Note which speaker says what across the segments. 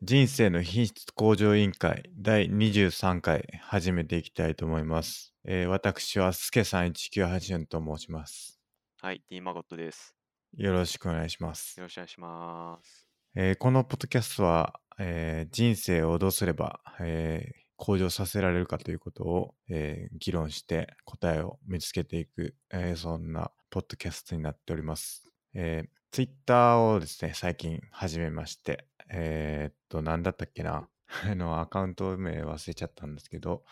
Speaker 1: 人生の品質向上委員会第23回始めていきたいと思います。えー私はすけさん1984と申します。
Speaker 2: はい、D マゴットです。
Speaker 1: よろしくお願いします
Speaker 2: よ。ろしくお願いします。
Speaker 1: えーこのポッドキャストは、えー人生をどうすれば、えー向上させられるかということを、えー議論して答えを見つけていく、えーそんなポッドキャストになっております。えー、Twitter をですね、最近始めまして、えーっと、なんだったっけな あの、アカウント名忘れちゃったんですけど、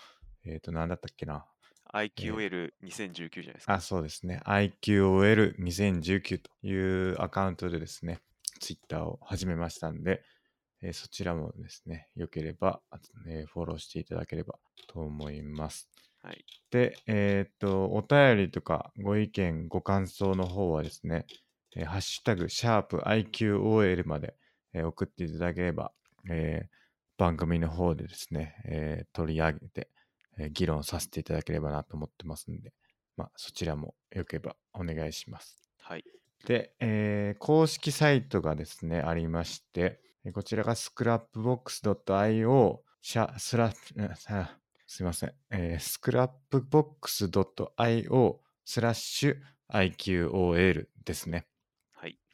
Speaker 1: えーっと、なんだったっけな
Speaker 2: IQL2019 じゃないですか。
Speaker 1: あ、そうですね。IQOL2019 というアカウントでですね、ツイッターを始めましたんで、えーそちらもですね、よければ、えーフォローしていただければと思います。
Speaker 2: はい。
Speaker 1: で、えーっと、お便りとかご意見、ご感想の方はですね、えーハッシュタグ、シャープ i q o l まで、えー送っていただければ、えー番組の方でですね、えー取り上げて、えー議論させていただければなと思ってますんで、まあ、そちらもよければお願いします。
Speaker 2: はい。
Speaker 1: で、えー公式サイトがですね、ありまして、えーこちらが scrapbox.io シャスラッあすいません、えー scrapbox.io スラッシュ IQOL ですね。
Speaker 2: はい。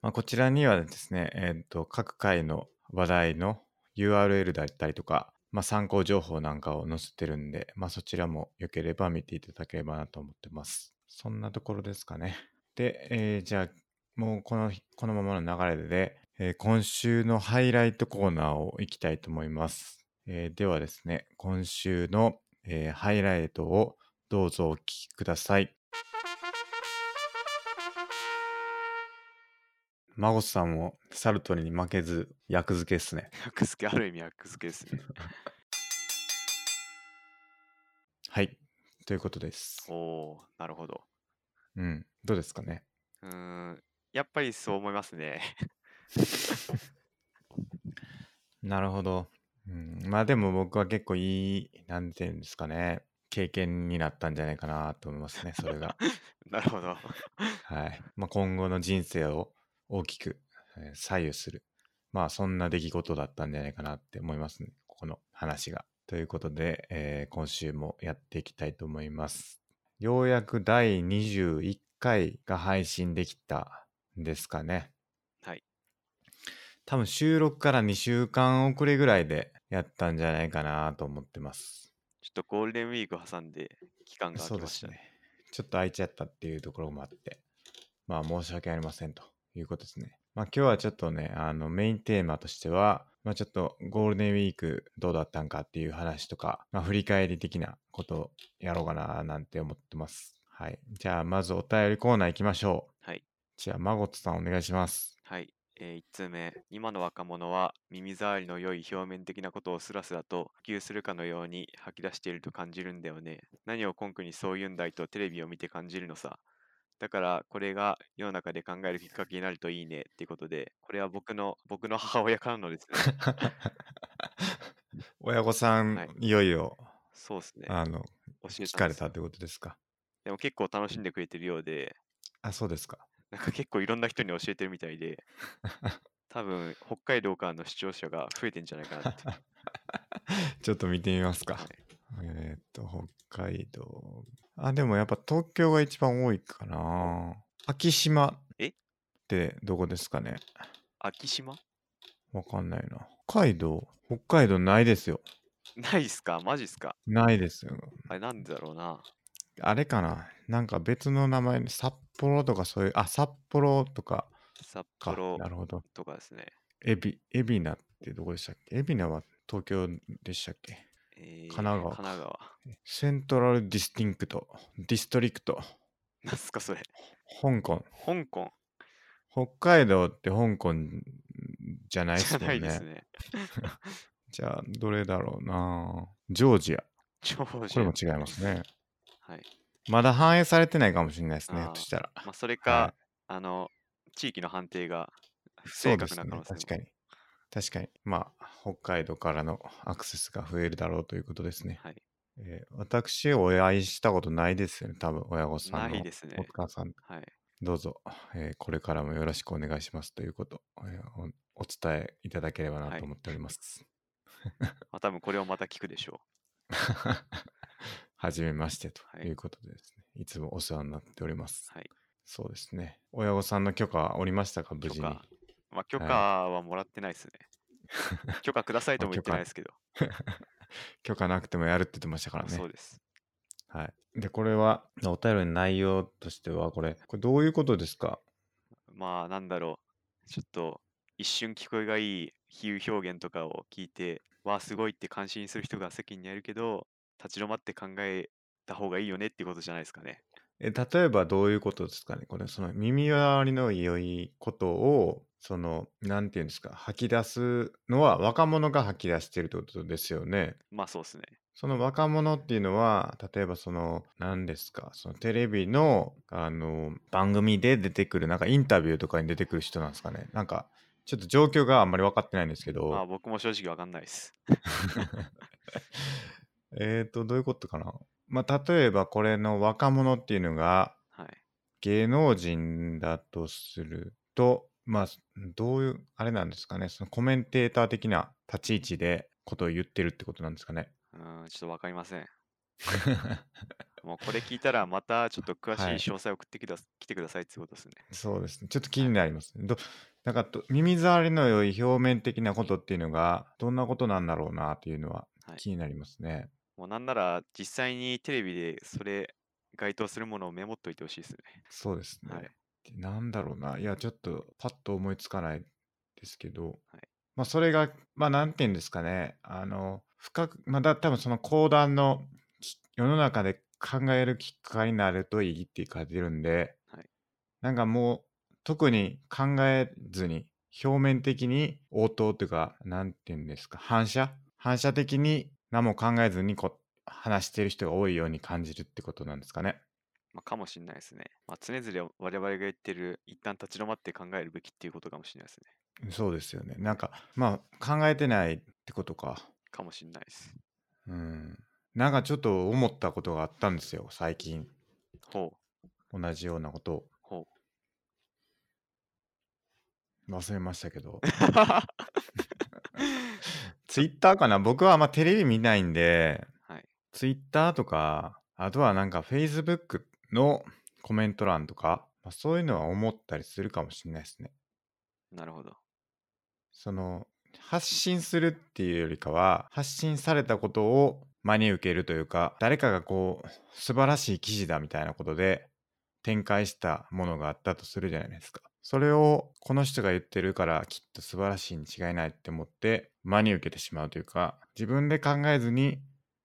Speaker 1: まあ、こちらにはですね、えーと各回の話題の URL だったりとか、まあ、参考情報なんかを載せてるんで、まあ、そちらもよければ見ていただければなと思ってます。そんなところですかね。で、えーじゃあ、もうこの日このままの流れで、えー今週のハイライトコーナーをいきたいと思います。えーではですね、今週の、えーハイライトをどうぞお聞きください。マゴスさんもサルトリに負けず役付けっすね。
Speaker 2: 役付け、ある意味役付けですね。
Speaker 1: はい。ということです。
Speaker 2: おー、なるほど。
Speaker 1: うん。どうですかね。
Speaker 2: うーん、やっぱりそう思いますね。
Speaker 1: なるほど。うん、まあでも僕は結構いい、なんていうんですかね。経験になったんじゃないかなと思いますね、それが。
Speaker 2: なるほど。
Speaker 1: はい。まあ、今後の人生を大きくえー左右する。まあ、そんな出来事だったんじゃないかなって思いますね。ここの話が。ということで、えー今週もやっていきたいと思います。ようやく第21回が配信できたんですかね。
Speaker 2: はい。
Speaker 1: 多分収録から2週間遅れぐらいでやったんじゃないかなと思ってます。
Speaker 2: ちょっとゴールデンウィーク挟んで、期間が
Speaker 1: そ
Speaker 2: 空
Speaker 1: う
Speaker 2: き
Speaker 1: で
Speaker 2: まし
Speaker 1: す
Speaker 2: たね。
Speaker 1: ね。ちょっと空いちゃったっていうところもあって、まあ申し訳ありませんということですね。まあ今日はちょっとね、あのメインテーマとしては、まあちょっとゴールデンウィークどうだったんかっていう話とか、まあ振り返り的なことをやろうかななんて思ってます。はい。じゃあまずお便りコーナー行きましょう。
Speaker 2: はい。
Speaker 1: じゃあ、マゴットさんお願いします。
Speaker 2: はい。え1通目、今の若者は耳障りの良い表面的なことをスラスラと普及するかのように吐き出していると感じるんだよね。何を根拠にそういうんだいとテレビを見て感じるのさ。だからこれが世の中で考えるきっかけになるといいねっていうことで、これは僕の僕の母親からのです ね。
Speaker 1: 親御さん、
Speaker 2: はい
Speaker 1: い、よいよ、
Speaker 2: そうですね。
Speaker 1: あの、
Speaker 2: 教え
Speaker 1: 聞
Speaker 2: た
Speaker 1: かれ
Speaker 2: んです
Speaker 1: た
Speaker 2: よ。
Speaker 1: ってことですか。
Speaker 2: でも結構楽しんでくれてるようで、
Speaker 1: あ、そうですか。
Speaker 2: なんか結構いろんな人に教えてるみた いで、多分北海道からの視聴者が増えてんじゃないかなって。
Speaker 1: ちょっと見てみますか。
Speaker 2: はい
Speaker 1: えーっと、北海道。あ、でもやっぱ東京が一番多いかな。秋島
Speaker 2: え
Speaker 1: ってどこですかね
Speaker 2: 秋島
Speaker 1: わかんないな。北海道北海道ないですよ。
Speaker 2: ないっすかマジっすか
Speaker 1: ないですよ。
Speaker 2: あれなんでだろうな。
Speaker 1: あれかななんか別の名前、札幌とかそういう、あ、札幌とか
Speaker 2: 札
Speaker 1: か。
Speaker 2: 幌
Speaker 1: なるほど。
Speaker 2: とかですね。
Speaker 1: 海老、海老名ってどこでしたっけ海老名は東京でしたっけ
Speaker 2: えー
Speaker 1: 奈川か
Speaker 2: 神奈川。
Speaker 1: セントラルディスティンクト、ディストリクト、
Speaker 2: なんすかそれ。
Speaker 1: 香港。
Speaker 2: 香港
Speaker 1: 北海道って香港じゃないっ
Speaker 2: じ
Speaker 1: す
Speaker 2: ゃ
Speaker 1: も
Speaker 2: ない
Speaker 1: ん
Speaker 2: です
Speaker 1: ね。
Speaker 2: ね。
Speaker 1: じゃあ、どれだろうなジョージア。
Speaker 2: ジョージ
Speaker 1: これ
Speaker 2: ア
Speaker 1: も違いますね。
Speaker 2: はい。
Speaker 1: まだ反映されてないかもしれないですね、
Speaker 2: あー
Speaker 1: ひょっとしたら。
Speaker 2: まあ、それか、
Speaker 1: は
Speaker 2: あの、地域の判定が
Speaker 1: い、
Speaker 2: 不
Speaker 1: そう
Speaker 2: 正
Speaker 1: で
Speaker 2: 確
Speaker 1: す
Speaker 2: な
Speaker 1: ね
Speaker 2: 可能。性も
Speaker 1: 確かに。確かに。まあ、北海道からのアクセスが増えるだろうということですね。
Speaker 2: はい、
Speaker 1: えー私、お会いしたことないですよね、多分、親御さん
Speaker 2: な
Speaker 1: の
Speaker 2: い。ですね
Speaker 1: お。母さん、
Speaker 2: はい。
Speaker 1: どうぞ、えーこれからもよろしくお願いしますということ、えーお伝えいただければ
Speaker 2: は
Speaker 1: ないと思っております。
Speaker 2: まあ、多分これをまた聞くでしょ
Speaker 1: は じめましてと
Speaker 2: はい
Speaker 1: いうことでですね、い、つもお世話になっております。
Speaker 2: はい
Speaker 1: そうですね。親御さんの許可はおりましたか、
Speaker 2: う。
Speaker 1: 無
Speaker 2: 許
Speaker 1: 事に。
Speaker 2: 可。まあ、許
Speaker 1: は
Speaker 2: 可
Speaker 1: い
Speaker 2: はもらってないです ね。許可くださいとも言ってないですけど。
Speaker 1: 許可なくてもやるって言ってましたから
Speaker 2: そ
Speaker 1: ね
Speaker 2: う。です。
Speaker 1: はい。で、これは、お便りの内容としては、これ、これどういうことですか
Speaker 2: まあ、なんだろう。ちょっと、一瞬聞こえがいい比喩表現とかを聞いて、わあ、すごいって感心する人が席にいるけど、立ち止まって考えた方がいいよねってことじゃないですかね。
Speaker 1: え例えばどういうことですかねこれその耳障りの良いことをそのなんていうんですか吐き出すのは若者が吐き出してるってことですよね。
Speaker 2: まあ、そうですね。
Speaker 1: その若者っていうのは例えばその何ですかそのテレビのあの番組で出てくるなんかインタビューとかに出てくる人なんですかねなんかちょっと状況があんまり分かってないんですけど、
Speaker 2: まあ、僕も正直わかんないです。
Speaker 1: えっとどういうことかなまあ例えばこれの若者っていうのが
Speaker 2: はい。
Speaker 1: 芸能人だとすると、まあ、どういう、あれなんですかね、そのコメンテーター的な立ち位置でことを言ってるってことなんですかね。
Speaker 2: うん、ちょっとわかりません。もうこれ聞いたらまたちょっと詳しい
Speaker 1: はい
Speaker 2: 詳細送ってきだ来てくださいってことですね。
Speaker 1: そうですね。ちょっと気になりますね。どなんかと耳障りの良い表面的なことっていうのが、どんなことなんだろうなっていうのは
Speaker 2: はい
Speaker 1: 気になりますね。
Speaker 2: もうなんなら実際にテレビでそれ該当するものをメモっといてほしいですね。
Speaker 1: そうですね。
Speaker 2: はい。
Speaker 1: なんだろうな。いや、ちょっとパッと思いつかないですけど、
Speaker 2: はい
Speaker 1: まあ、それが、まあ、なんて言うんですかね。あの、深く、まあだ、多分その講談のき世の中で考えるきっかけになるといいって書いてるんで、
Speaker 2: はい
Speaker 1: なんかもう、特に考えずに、表面的に応答というか、なんて言うんですか、反射反射的に何も考えずにこう話してる人が多いように感じるってことなんですかね。
Speaker 2: まあ、かもしれないですね。まあ、常々我々が言ってる一旦立ち止まって考えるべきっていうことかもしれないですね。
Speaker 1: そうですよね。なんか、まあ、考えてないってことか。
Speaker 2: かもしれないです。
Speaker 1: うん。なんかちょっと思ったことがあったんですよ、最近。
Speaker 2: ほう、
Speaker 1: 同じようなことを。
Speaker 2: ほう。
Speaker 1: 忘れましたけ ど。 ツイッターかな僕はあんまテレビ見ないんで、
Speaker 2: はい。
Speaker 1: ツイッターとか、あとはなんか Facebook のコメント欄とか、まあ、そういうのは思ったりするかもしれないですね。
Speaker 2: なるほど。
Speaker 1: その、発信するっていうよりかは、発信されたことを真に受けるというか、誰かがこう、素晴らしい記事だみたいなことで展開したものがあったとするじゃないですか。それを、この人が言ってるからきっと素晴らしいに違いないって思って、真に受けてしまうというか、自分で考えずに、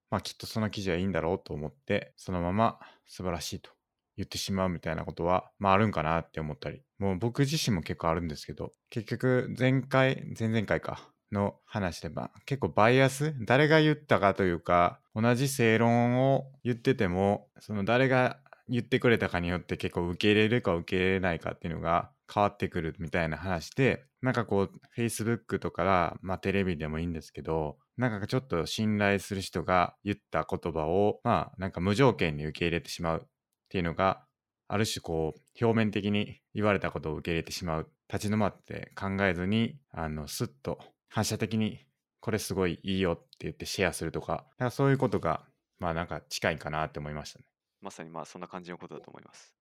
Speaker 1: まあきっとその記事はいいんだろうと思って、そのまま素晴らしいと言ってしまうみたいなことは、まああるんかなって思ったり、もう僕自身も結構あるんですけど、結局前回、前々回か、の話で、まあ結構バイアス、誰が言ったかというか、同じ正論を言ってても、その誰が言ってくれたかによって結構受け入れるか受け入れないかっていうのが変わってくるみたいな話で、なんかこう、Facebook とか、まあテレビでもいいんですけど、なんかちょっと信頼する人が言った言葉を、まあなんか無条件に受け入れてしまうっていうのがある種こう表面的に言われたことを受け入れてしまう立ち止まって考えずにあのスッと反射的にこれすごいいいよって言ってシェアするとかなんかそういうことがまあなんか近いかなって思いましたね
Speaker 2: まさにまあそんな感じのことだと思います。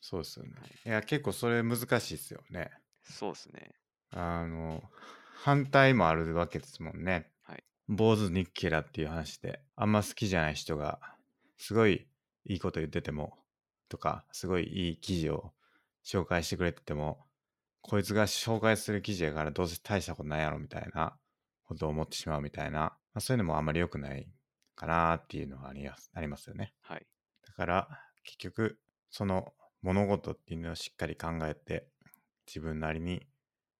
Speaker 1: そうですよね
Speaker 2: はい
Speaker 1: や結構それ難しいですよね
Speaker 2: そうですね。
Speaker 1: あの反対もあるわけですもんね、
Speaker 2: はい
Speaker 1: 坊主ニッケラっていう話であんま好きじゃない人がすごいいいこと言っててもとかすごいいい記事を紹介してくれててもこいつが紹介する記事やからどうせ大したことないやろみたいなことを思ってしまうみたいな、まあ、そういうのもあんまり良くないかなっていうのはありやすありますよね
Speaker 2: はい。
Speaker 1: だから結局その物事っていうのをしっかり考えて自分なりに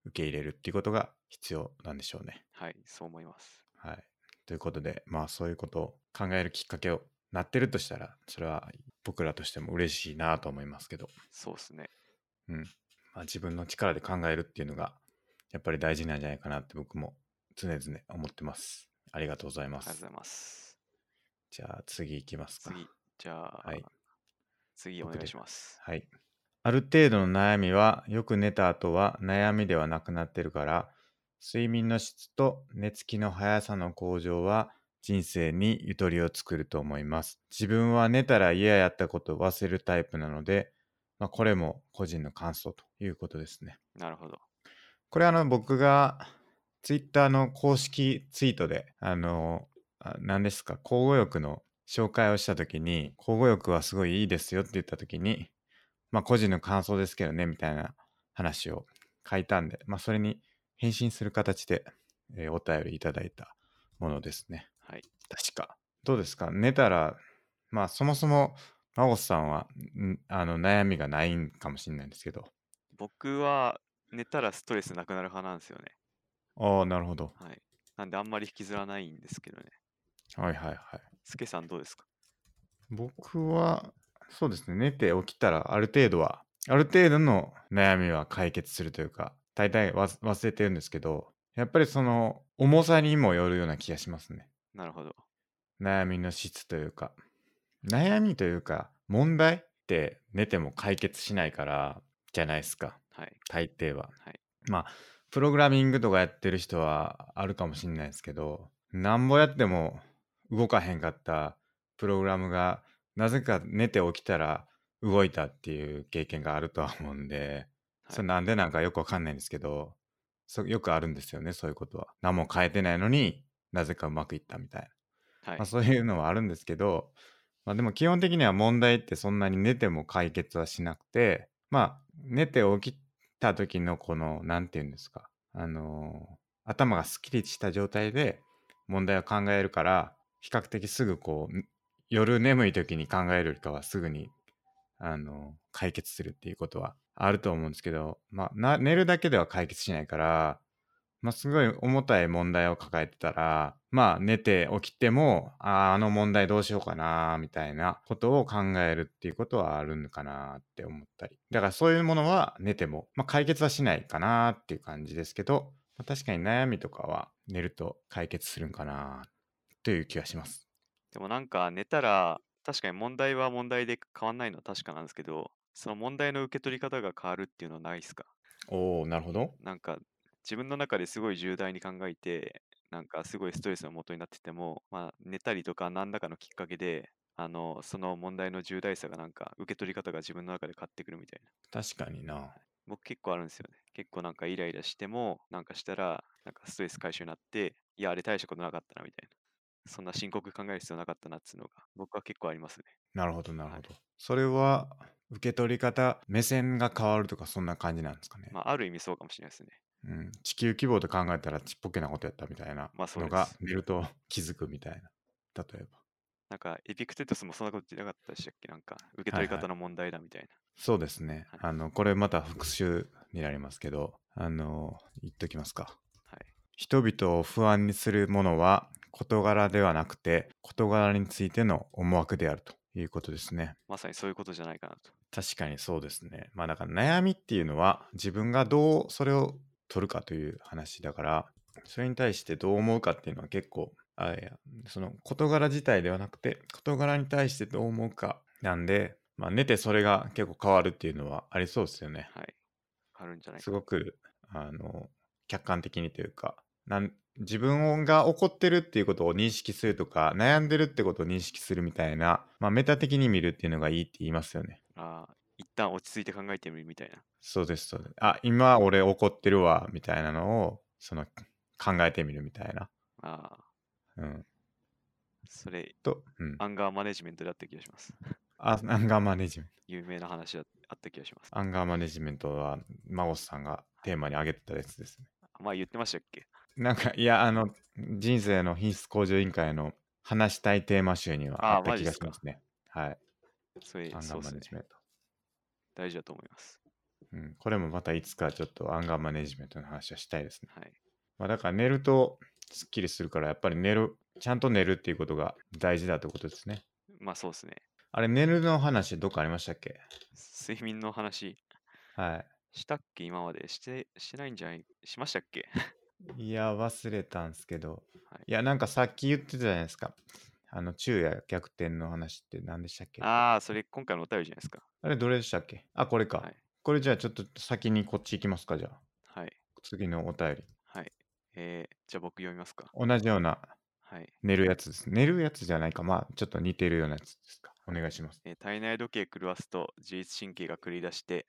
Speaker 1: 受け入れるっていうことが必要なんでしょうね。
Speaker 2: はい。そう思います。
Speaker 1: はい。ということでまあそういうことを考えるきっかけをなってるとしたらそれは僕らとしても嬉しいなと思いますけど、
Speaker 2: そうですね。
Speaker 1: うんまあ、自分の力で考えるっていうのがやっぱり大事なんじゃないかなって僕も常々思ってます。ありがとうござい
Speaker 2: あ
Speaker 1: ま
Speaker 2: りがとう
Speaker 1: す
Speaker 2: ござ。います。
Speaker 1: じゃあ次行きますか。
Speaker 2: 次、じゃあ、
Speaker 1: はい
Speaker 2: 次お
Speaker 1: 僕
Speaker 2: 願
Speaker 1: で
Speaker 2: いします。
Speaker 1: はい。ある程度の悩みは、よく寝た後は悩みではなくなってるから、睡眠の質と寝つきの速さの向上は人生にゆとりを作ると思います。自分は寝たら嫌やったことを忘れるタイプなので、まあ、これも個人の感想ということですね。
Speaker 2: なるほど。
Speaker 1: これあの僕がツイッターの公式ツイートであのあ何ですか交互浴の紹介をした時に交互浴はすごいいいですよって言った時にまあ個人の感想ですけどねみたいな話を書いたんでまあそれに返信する形で、えーお便りいただいたものですね
Speaker 2: はい
Speaker 1: 確かどうですか寝たらまあそもそも真帆さんはんあの悩みがないんかもしれないんですけど
Speaker 2: 僕は寝たらストレスなくなる派なんですよね。
Speaker 1: ああなるほど
Speaker 2: はい。なんであんまり引きずらないんですけどね。
Speaker 1: はいはいはい
Speaker 2: スケさんどうですか
Speaker 1: 僕は、そうですね、寝て起きたら、ある程度は、ある程度の悩みは解決するというか、大体わ忘れてるんですけど、やっぱりその、重さにもよるような気がしますね。
Speaker 2: なるほど。
Speaker 1: 悩みの質というか。悩みというか、問題って寝ても解決しないから、じゃないですか、
Speaker 2: はい。
Speaker 1: 大抵は。
Speaker 2: はい
Speaker 1: まあ、プログラミングとかやってる人はあるかもしれないですけど、なんぼやっても動かへんかったプログラムが、なぜか寝て起きたら動いたっていう経験があるとは思うんで、
Speaker 2: はい
Speaker 1: それなんでなんかよくわかんないんですけど、そよくあるんですよね、そういうことは。何も変えてないのになぜかうまくいったみたいな。
Speaker 2: はい
Speaker 1: まあ、。そういうのはあるんですけど、まあ、でも基本的には問題ってそんなに寝ても解決はしなくてまあ寝て起きた時のこの何て言うんですかあのー頭がすっきりした状態で問題を考えるから比較的すぐこうん夜眠い時に考えるよりかはすぐにあの解決するっていうことはあると思うんですけど、まあ、な寝るだけでは解決しないから、まあ、すごい重たい問題を抱えてたら、まあ、寝て起きてもあーあの問題どうしようかなみたいなことを考えるっていうことはあるのかなって思ったりだからそういうものは寝ても、まあ、解決はしないかなっていう感じですけど、まあ確かに悩みとかは寝ると解決するんかなという気がします。
Speaker 2: でもなんか寝たら、確かに問題は問題で変わんないのは確かなんですけど、その問題の受け取り方が変わるっていうのはないですか
Speaker 1: おおなるほど。
Speaker 2: なんか自分の中ですごい重大に考えて、なんかすごいストレスの元になってても、まあ寝たりとか何らかのきっかけで、あの、その問題の重大さがなんか受け取り方が自分の中で変わってくるみたいな。
Speaker 1: 確かにな。
Speaker 2: 僕結構あるんですよね。結構なんかイライラしても、なんかしたら、なんかストレス解消になって、いや、あれ大したことなかったなみたいな。そんな深刻に考える必要なかったなっつうのが、僕は結構ありますね。
Speaker 1: なるほどなるほ
Speaker 2: はい
Speaker 1: ど。それは受け取り方目線が変わるとかそんな感じなんですかね。
Speaker 2: まあ、ある意味そうかもしれないですね。
Speaker 1: うん、地球規模で考えたらちっぽけなことやったみたいな
Speaker 2: まあそう
Speaker 1: の
Speaker 2: です
Speaker 1: が見ると気づくみたいな。例えば。
Speaker 2: なんか、エピクテトスもそんなこと言ってなかったでしたっけなんか、受け
Speaker 1: はい
Speaker 2: 取り
Speaker 1: はい
Speaker 2: 方の問題だみたいな。
Speaker 1: そうですね
Speaker 2: はい。
Speaker 1: あのこれまた復習になりますけどあの言っときますか。
Speaker 2: はい
Speaker 1: 人々を不安にするものは事柄ではなくて事柄についての思惑であるということですね。
Speaker 2: まさにそういうことじゃないかなと。
Speaker 1: 確かにそうですね。まあだから悩みっていうのは自分がどうそれを取るかという話だから、それに対してどう思うかっていうのは結構、あいやその事柄自体ではなくて、事柄に対してどう思うかなんで、まあ寝てそれが結構変わるっていうのはありそうですよね。
Speaker 2: はい。あるんじゃない
Speaker 1: す
Speaker 2: か。
Speaker 1: ごく、あの、客観的にというか、なん自分が怒ってるっていうことを認識するとか、悩んでるってことを認識するみたいな、まあメタ的に見るっていうのがいいって言いますよね。
Speaker 2: ああ、一旦落ち着いて考えてみるみたいな。
Speaker 1: そうです、そうです。あ、今俺怒ってるわ、みたいなのを、その、考えてみるみたいな。
Speaker 2: ああ、
Speaker 1: うん。
Speaker 2: それ、
Speaker 1: と、うん。
Speaker 2: アンガーマネジメントだった気がします。
Speaker 1: あアンガーマネジメント。
Speaker 2: 有名な話だあった気がします。
Speaker 1: アンガーマネジメントは、孫さんがテーマに挙げてたやつですね。
Speaker 2: まあ、言ってましたっけ
Speaker 1: なんか、いや、あの、人生の品質向上委員会の話したいテーマ集には
Speaker 2: あ
Speaker 1: あった
Speaker 2: マジ
Speaker 1: 気
Speaker 2: っ
Speaker 1: が
Speaker 2: す
Speaker 1: し
Speaker 2: か
Speaker 1: ますね。はい。
Speaker 2: それ
Speaker 1: アンガ
Speaker 2: そう
Speaker 1: ー
Speaker 2: で
Speaker 1: マ
Speaker 2: す
Speaker 1: ネ
Speaker 2: ね
Speaker 1: ジ。メント。
Speaker 2: 大事だと思います。
Speaker 1: うん、これもまたいつかちょっとアンガーマネジメントの話はしたいですね。
Speaker 2: はい。
Speaker 1: まあ、だから寝るとすっきりするから、やっぱり寝る、ちゃんと寝るっていうことが大事だってことですね。
Speaker 2: まあそうですね。
Speaker 1: あれ、寝るの話、どっかありましたっけ
Speaker 2: 睡眠の話
Speaker 1: は
Speaker 2: したっけ今までして、してないんじゃないしましたっけ
Speaker 1: い。いや、忘れたんすけど。
Speaker 2: はい
Speaker 1: いや、なんかさっき言ってたじゃないですか。あの、昼夜逆転の話って何でしたっけあ
Speaker 2: ああ、それ今回のお便りじゃないですか。
Speaker 1: れ、どれでしたっけあ、これか。
Speaker 2: はい
Speaker 1: これじゃあ、ちょっと先にこっち行きますか、じゃあ。
Speaker 2: はい。
Speaker 1: 次のお便り。
Speaker 2: はい。えー、じゃあ僕読みますか。
Speaker 1: 同じような
Speaker 2: はい。
Speaker 1: 寝るやつです。寝るやつじゃないか。まあ、ちょっと似てるようなやつですか。お願いします。
Speaker 2: えー体内時計狂わすと自律神経が狂い出して、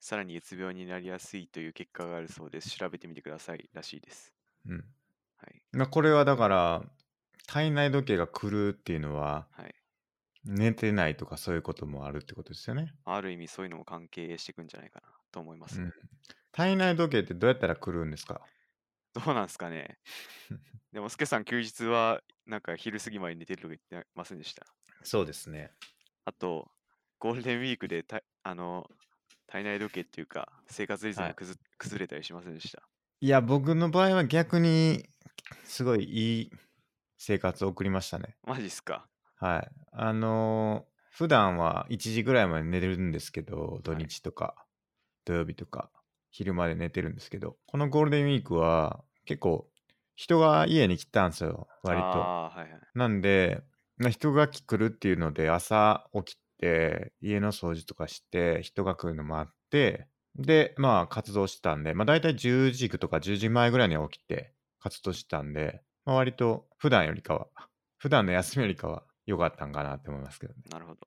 Speaker 2: さらにうつ病になりやすいという結果があるそうです。調べてみてくださいらしいです。
Speaker 1: うん。
Speaker 2: はい。
Speaker 1: まあ、これはだから、体内時計が狂うっていうのは、
Speaker 2: はい。
Speaker 1: 寝てないとかそういうこともあるってことですよね。
Speaker 2: ある意味そういうのも関係してくんじゃないかなと思います。
Speaker 1: うん体内時計ってどうやったら狂うんですか
Speaker 2: どうなんすか ねでも、スケさん休日はなんか昼過ぎまで寝てるとか言ってませんでした。
Speaker 1: そうですね。
Speaker 2: あと、ゴールデンウィークでたあの体内時計っていうか、生活リズ
Speaker 1: は
Speaker 2: ム
Speaker 1: い
Speaker 2: 崩崩れたりしませんでした。
Speaker 1: いや、僕の場合は逆に、すごいいい生活を送りましたね。
Speaker 2: マジっすか
Speaker 1: はい。あのー普段は1時ぐらいまで寝るんですけど、土日とか、土曜日とか、昼まで寝てるんですけど、このゴールデンウィークは結構人が家に来たんですよ、割と。
Speaker 2: ああ、はいはい。
Speaker 1: なんで、まあ人が来るっていうので、朝起きて、家の掃除とかして、人が来るのもあって、で、まあ活動してたんで、まあ大体10時とか10時前ぐらいには起きて活動してたんで、まあ割と普段よりかは、普段の休みよりかは良かったんかなって思いますけどね。
Speaker 2: なるほど。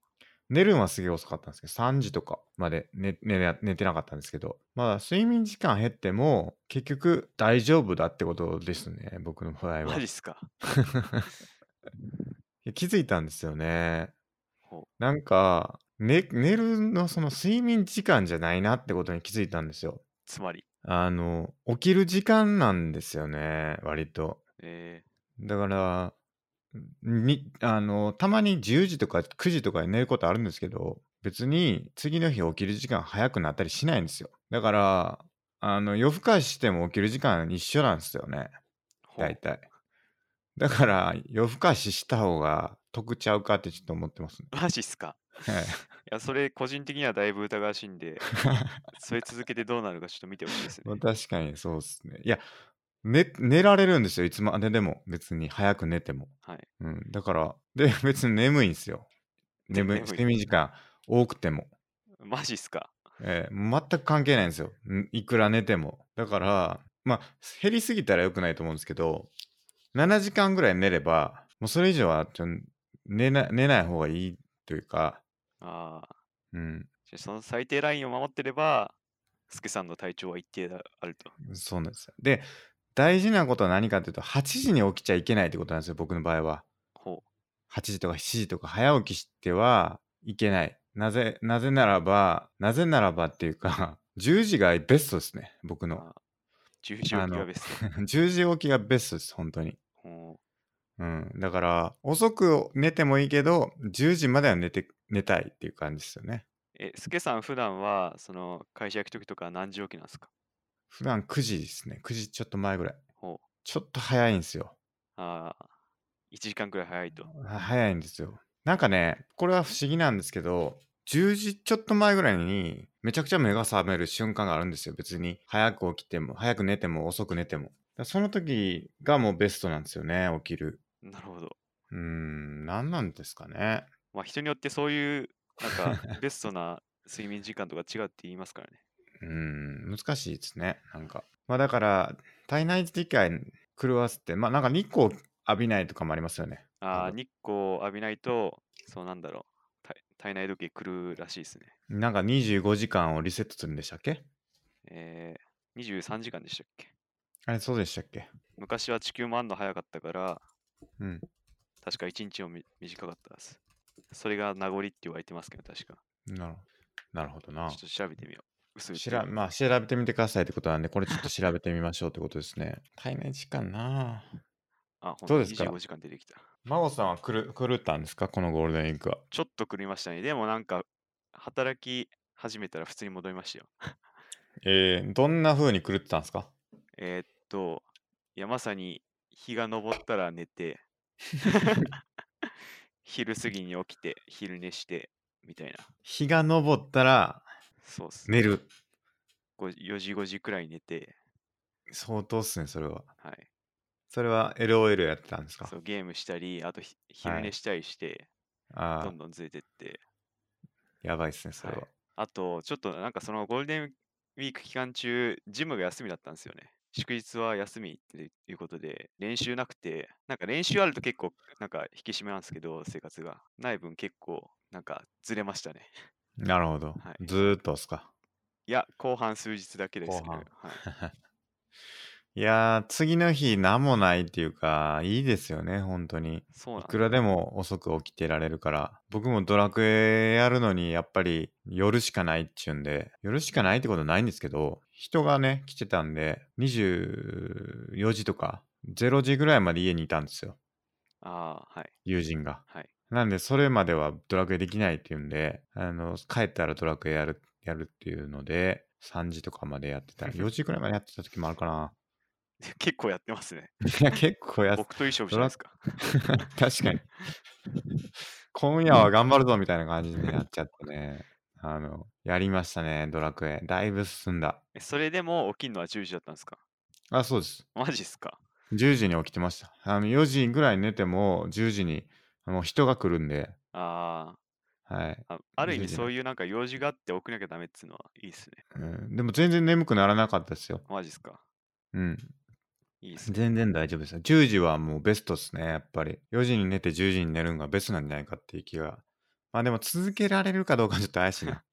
Speaker 1: 寝るのはすげえ遅かったんですけど、3時とかまで寝寝れ寝てなかったんですけど、まあ睡眠時間減っても結局大丈夫だってことですね、僕の場合は
Speaker 2: マジっ。すか
Speaker 1: いや気づいたんですよね
Speaker 2: ほ。
Speaker 1: なんか、ね、寝るのその睡眠時間じゃないなってことに気づいたんですよ。
Speaker 2: つまり、
Speaker 1: あの、起きる時間なんですよね、割と。
Speaker 2: え
Speaker 1: だから、にあのたまに10時とか9時とかに寝ることあるんですけど別に次の日起きる時間早くなったりしないんですよだからあの夜更かししても起きる時間一緒なんですよね
Speaker 2: ー、ほう
Speaker 1: 大体だから夜更かしした方が得ちゃうかってちょっと思ってますね、
Speaker 2: マジっすか
Speaker 1: はい
Speaker 2: いや、それ個人的にはだいぶ疑わしいんで、それ続けてどうなるかちょっと見てほしいですね
Speaker 1: まあ。確かにそうですねいや、ね、寝られるんですよいつまででも別に早く寝ても、
Speaker 2: はい
Speaker 1: うん、だからで 別に眠いんですよ眠い
Speaker 2: 眠い
Speaker 1: 睡眠時間多くても、
Speaker 2: マジっすか
Speaker 1: えー全く関係ないんですよんいくら寝てもだからまあ減りすぎたら良くないと思うんですけど7時間ぐらい寝ればもうそれ以上はちょ寝な寝ない方がいいというか、
Speaker 2: ああ。
Speaker 1: うん、
Speaker 2: じゃあその最低ラインを守ってれば、スケさんの体調は一定であると。
Speaker 1: そうなんですよ。で、大事なことは何かというと、8時に起きちゃいけないってことなんですよ、僕の場合は。
Speaker 2: ほ
Speaker 1: 8時とか7時とか早起きしてはいけない。なぜ、なぜならば、なぜならばっていうか、10時 がベストですね、僕
Speaker 2: う。
Speaker 1: の。
Speaker 2: あー10時起き
Speaker 1: あ
Speaker 2: は
Speaker 1: の
Speaker 2: ベスト。
Speaker 1: 10時起きがベストです、本当に。
Speaker 2: ほ
Speaker 1: うん。だから、遅く寝てもいいけど、10時までは寝て、寝たいっていう感じですよね。
Speaker 2: うえ、スケさん普段は、その会社行くときとか何時起きなんですか
Speaker 1: 普段9時ですね。9時ちょっと前ぐらい。
Speaker 2: ほう。
Speaker 1: ちょっと早いんですよ。
Speaker 2: ああ。1時間くらい早いと。
Speaker 1: は早いんですよ。なんかね、これは不思議なんですけど、10時ちょっと前ぐらいに、めちゃくちゃ目が覚める瞬間があるんですよ。別に、早く起きても、早く寝ても、遅く寝ても。だからその時がもうベストなんですよね、起きる。
Speaker 2: なるほど。
Speaker 1: うーん、何なんですかね。
Speaker 2: まあ人によってそういう、なんかベストな睡眠時間とか違うって言いますからね。
Speaker 1: うーん、難しいですね、なんか。まあだから、体内時間狂わすって、まあなんか日光浴びないとかもありますよね。
Speaker 2: あ
Speaker 1: な
Speaker 2: あ、
Speaker 1: るほど
Speaker 2: 日光を浴びないと、そうなんだろう。体体内時計狂うらしいですね。
Speaker 1: なんか25時間をリセットするんでしたっけ
Speaker 2: えー、23時間でしたっけ
Speaker 1: あれ、そうでしたっけ
Speaker 2: 昔は地球回るの早かったから、
Speaker 1: うん。
Speaker 2: 確か1日もみ短かったです。それが名残って言われてますけど、確か。
Speaker 1: なるなるほどな
Speaker 2: ちょっ。と調べてみよう。薄々
Speaker 1: しらまあ、調べてみてくださいってことなんで、これちょっと調べてみましょうってことです ね。体内時間なぁ。
Speaker 2: あ、ほん
Speaker 1: どう
Speaker 2: と
Speaker 1: ですか
Speaker 2: 25時間出てきた。
Speaker 1: 孫さんは狂狂ったんですかこのゴールデンウィークは。
Speaker 2: ちょっと狂いましたね。でもなんか、働き始めたら普通に戻りましたよ。
Speaker 1: えー、どんな風に狂ってたんですか
Speaker 2: えーっと、いや、まさに日が昇ったら 寝て、 昼過ぎに起きて、昼寝して、みたいな。
Speaker 1: 日が昇ったら
Speaker 2: そうっすね。
Speaker 1: 寝る。
Speaker 2: ご4時5時くらい寝て、
Speaker 1: 相当っすね、それは。
Speaker 2: はい。
Speaker 1: それは LOL やってたんですか
Speaker 2: そうゲームしたり、あとひ
Speaker 1: は
Speaker 2: 昼
Speaker 1: い
Speaker 2: 寝したりして、
Speaker 1: あ
Speaker 2: どんどんずれてって、
Speaker 1: あ、やばいっすね、それは。
Speaker 2: あと、ちょっとなんかそのゴールデンウィーク期間中、ジムが休みだったんですよね。祝日は休みっていうことで、練習なくて、なんか練習あると結構、なんか引き締めなんですけど、生活が。ない分結構、なんかずれましたね。
Speaker 1: なるほど。
Speaker 2: はい
Speaker 1: ずーっとっすか。
Speaker 2: いや、後半数日だけですけど。
Speaker 1: 後
Speaker 2: は
Speaker 1: 半
Speaker 2: い、
Speaker 1: いやー、次の日何もないっていうか、いいですよね、本当に。
Speaker 2: そう
Speaker 1: い
Speaker 2: なん
Speaker 1: くらでも遅く起きてられるから。僕もドラクエやるのに、やっぱり夜しかないっちゅうんで、夜しかないってことないんですけど、人がね、来てたんで、24時とか、0時ぐらいまで家にいたんですよ、
Speaker 2: ああ、はい、
Speaker 1: 友人が。
Speaker 2: はい。
Speaker 1: なんで、それまではドラクエできないっていうんで、あの、帰ったらドラクエやる、やるっていうので、3時とかまでやってた。4時くらいまでやってた時もあるかな。
Speaker 2: 結構やってますね。
Speaker 1: いや、結構やっ
Speaker 2: 僕といい勝負じゃないですか。
Speaker 1: 確かに。今夜は頑張るぞみたいな感じになっちゃってね。あの、やりましたね、ドラクエ。だいぶ進んだ。
Speaker 2: えそれでも起きるのは10時だったんですか
Speaker 1: あ、そうです。
Speaker 2: マジっすか
Speaker 1: 10時に起きてました。あの、4時ぐらいに寝ても、10時に、もう人が来るんで、
Speaker 2: あ
Speaker 1: はい。
Speaker 2: ーあ、ある意味
Speaker 1: 10時
Speaker 2: そういうなんか用事があって起きなきゃダメっつうのはいいっすね。
Speaker 1: うん、でも全然眠くならなかったですよ。
Speaker 2: マジっすか
Speaker 1: うん。
Speaker 2: いいっすね。
Speaker 1: 全然大丈夫ですよ。10時はもうベストですね、やっぱり。4時に寝て10時に寝るのがベストなんじゃないかっていう気が。まあでも続けられるかどうかちょっと怪しいな。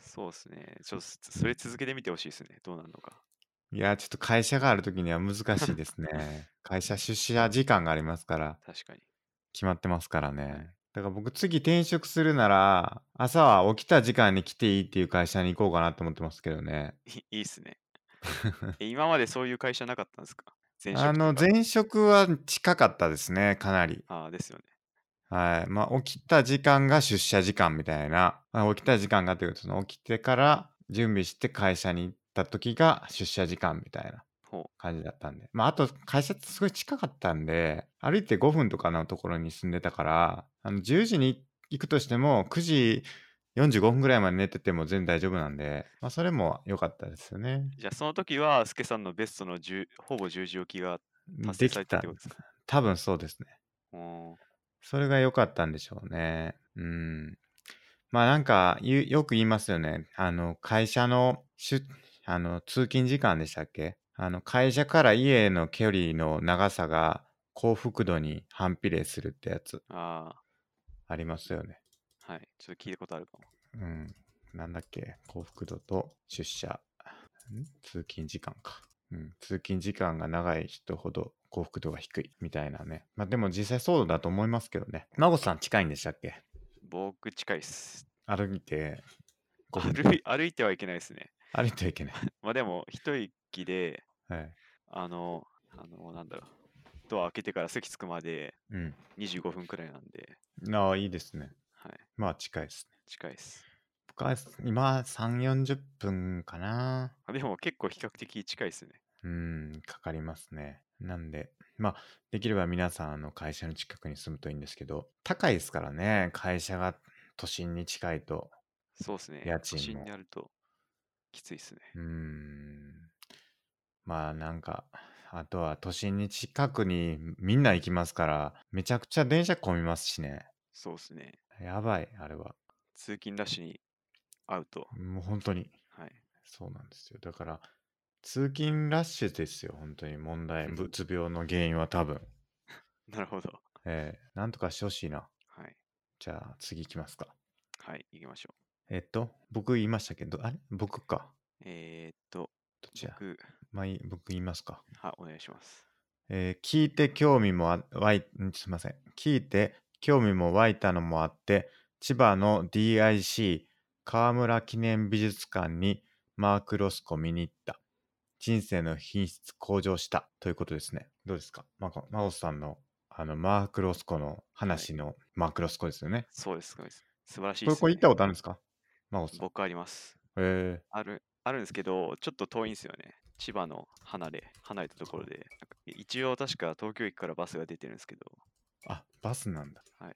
Speaker 2: そうっすね。ちょっとそそれ続けてみてほしいっすね。どうなるのか。
Speaker 1: いや、ちょっと会社があるときには難しいですね。会社出社時間がありますから、
Speaker 2: 確かに。
Speaker 1: 決まってますから
Speaker 2: はい
Speaker 1: ね。だから僕次転職するなら、朝は起きた時間に来ていいっていう会社に行こうかなと思ってますけどね。
Speaker 2: いいいっす ね。え今までそういう会社なかったんですか前職
Speaker 1: あの、
Speaker 2: とか
Speaker 1: 前職は近かったですね、かなり。
Speaker 2: あーですよね。
Speaker 1: はい。まあ、起きた時間が出社時間みたいな。あ起きた時間がというと、その起きてから準備して会社に行った時が出社時間みたいな
Speaker 2: ほ
Speaker 1: 感じだったんで。まあ、あと、会社ってすごい近かったんで、歩いて5分とかのところに住んでたから、あの10時に行くとしても、9時45分ぐらいまで寝てても全然大丈夫なんで、まあ、それも良かったですよね。
Speaker 2: じゃあその時は、スケさんのベストの10ほぼ10時起きが達成
Speaker 1: で
Speaker 2: され
Speaker 1: き
Speaker 2: たったてこ。とですか
Speaker 1: 多分そうですね。
Speaker 2: おー
Speaker 1: それが良かったんでしょうね。うん。まあなんか、ゆよく言いますよね。あの、会社の出、あの、通勤時間でしたっけあの、会社から家への距離の長さが幸福度に反比例するってやつ
Speaker 2: あ
Speaker 1: ありますよね。
Speaker 2: あ、はい。ちょっと聞いたことあ るかも。
Speaker 1: うん。なんだっけ幸福度と出社。ん通勤時間か。うん。通勤時間が長い人ほど幸福度が低いみたいなね。まあでも実際そうだと思いますけどね。孫さん近いんでしたっけ
Speaker 2: 僕近いっす。
Speaker 1: 歩いて5分
Speaker 2: 歩い 歩いてはいけないですね。
Speaker 1: 歩いてはいけない。
Speaker 2: まあでも、一息で、
Speaker 1: はい。
Speaker 2: あの、あの、なんだろう、ドア開けてから席着くまで
Speaker 1: うん。
Speaker 2: 25分くらいなんで、
Speaker 1: なあ、いいですね。
Speaker 2: はい、
Speaker 1: まあ近いですね。
Speaker 2: 近いです。
Speaker 1: 僕は今3、40分かな。
Speaker 2: あでも結構比較的近いですね。
Speaker 1: うん、かかりますね。なんで、まあ、できれば皆さんあの会社の近くに住むといいんですけど、高いですからね、会社が都心に近いと。
Speaker 2: そうですね。
Speaker 1: 家
Speaker 2: 都
Speaker 1: 賃
Speaker 2: 心
Speaker 1: も
Speaker 2: にあるときついですね。
Speaker 1: うん。まあなんか、あとは都心に近くにみんな行きますから、めちゃくちゃ電車混みますしね。
Speaker 2: そうですね。
Speaker 1: やばい、あれは。
Speaker 2: 通勤ラッシュに会うと、
Speaker 1: もう本当に。
Speaker 2: はい、
Speaker 1: そうなんですよ。だから、通勤ラッシュですよ、本当に問題。うつ病の原因は多分。
Speaker 2: なるほど。
Speaker 1: ええなんとかしてほしいな。
Speaker 2: はい、
Speaker 1: じゃあ、次行きますか。
Speaker 2: はい、行きましょう。
Speaker 1: えっと、僕言いましたけど、あれ僕か。
Speaker 2: えー、っと、
Speaker 1: どっちや
Speaker 2: 僕、
Speaker 1: まあいい、僕言いますか。
Speaker 2: は、お願いします。
Speaker 1: えー聞いて興味もあ湧い、んすいません。聞いて興味も湧いたのもあって、千葉の DIC 河村記念美術館にマーク・ロスコ見に行った。人生の品質向上したということですね。どうですかマコマオさんのあのマーク・ロスコの話のマーク・ロスコですよね。
Speaker 2: そうです、すごいです。素晴らしい
Speaker 1: こ
Speaker 2: で
Speaker 1: れ
Speaker 2: す、
Speaker 1: これ行ったことあるん
Speaker 2: ん
Speaker 1: ですかマオさん。
Speaker 2: 僕あります。
Speaker 1: え
Speaker 2: ある、あるんですけど、ちょっと遠いんですよね。千葉の離れ、離れたところで、なんか一応確か東京駅からバスが出てるんですけど、
Speaker 1: ー、あ、バスなんだ。
Speaker 2: ま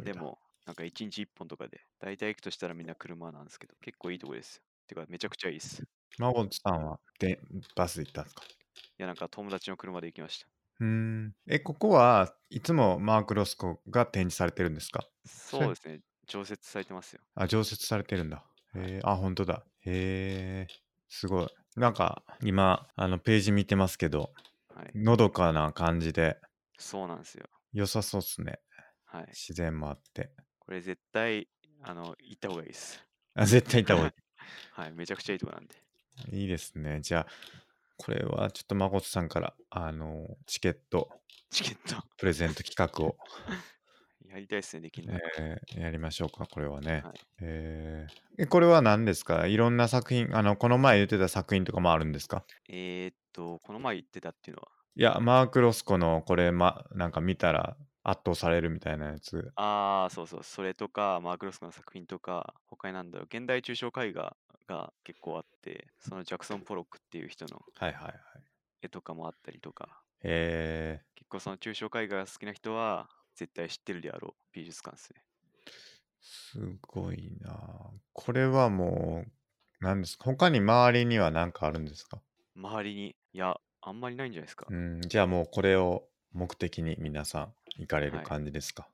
Speaker 1: ど
Speaker 2: で
Speaker 1: れだ
Speaker 2: も、なんか1日1本とかで、大体行くとしたらみんな車なんですけど、結構いいとこですよ。てか、めちゃくちゃいいです。い
Speaker 1: マオさんはでバスで行ったんですか
Speaker 2: や、なんか友達の車で行きました。
Speaker 1: うーん。え、ここはいつもマーク・ロスコが展示されてるんですかれ
Speaker 2: そうですね、常設されてますよ。
Speaker 1: あ、常設されてるんだ。へえ、あ、本当だ。へえ、すごい。なんか今あのページ見てますけど
Speaker 2: はい、
Speaker 1: のどかな感じで
Speaker 2: そうなんですよ。
Speaker 1: 良さそうっすね
Speaker 2: はい、
Speaker 1: 自然もあって
Speaker 2: これ絶対あの行った方がいいです。
Speaker 1: あ絶対行った方がい
Speaker 2: はい、めちゃくちゃいいとこなんで。
Speaker 1: いいいですねじゃあこれはちょっと誠さんからあのチケット
Speaker 2: チケット
Speaker 1: プレゼント企画を、
Speaker 2: やりたいですね、できんなら。
Speaker 1: えーやりましょうかこれはね、
Speaker 2: はい
Speaker 1: えーえこれは何ですかいろんな作品あのこの前言ってた作品とかもあるんですか
Speaker 2: えー、っと、この前言ってたっていうのは、
Speaker 1: いやマーク・ロスコのこれ、ま、なんか見たら圧倒されるみたいなやつ
Speaker 2: ああ、そうそう、それとか、マーク・ロスコの作品とか、他になんだろう、現代抽象絵画が結構あって、そのジャクソン・ポロックっていう人の
Speaker 1: はいはいはい
Speaker 2: 絵とかもあったりとか、
Speaker 1: えー
Speaker 2: 結構その抽象絵画が好きな人は、絶対知ってるであろう美術館ですね。
Speaker 1: すごいなあこれはもう何ですか他に周りには何かあるんですか
Speaker 2: 周りに、いや、あんまりないんじゃないですか。
Speaker 1: うんじゃあもうこれを目的に皆さん行かれる
Speaker 2: はい
Speaker 1: 感じですか、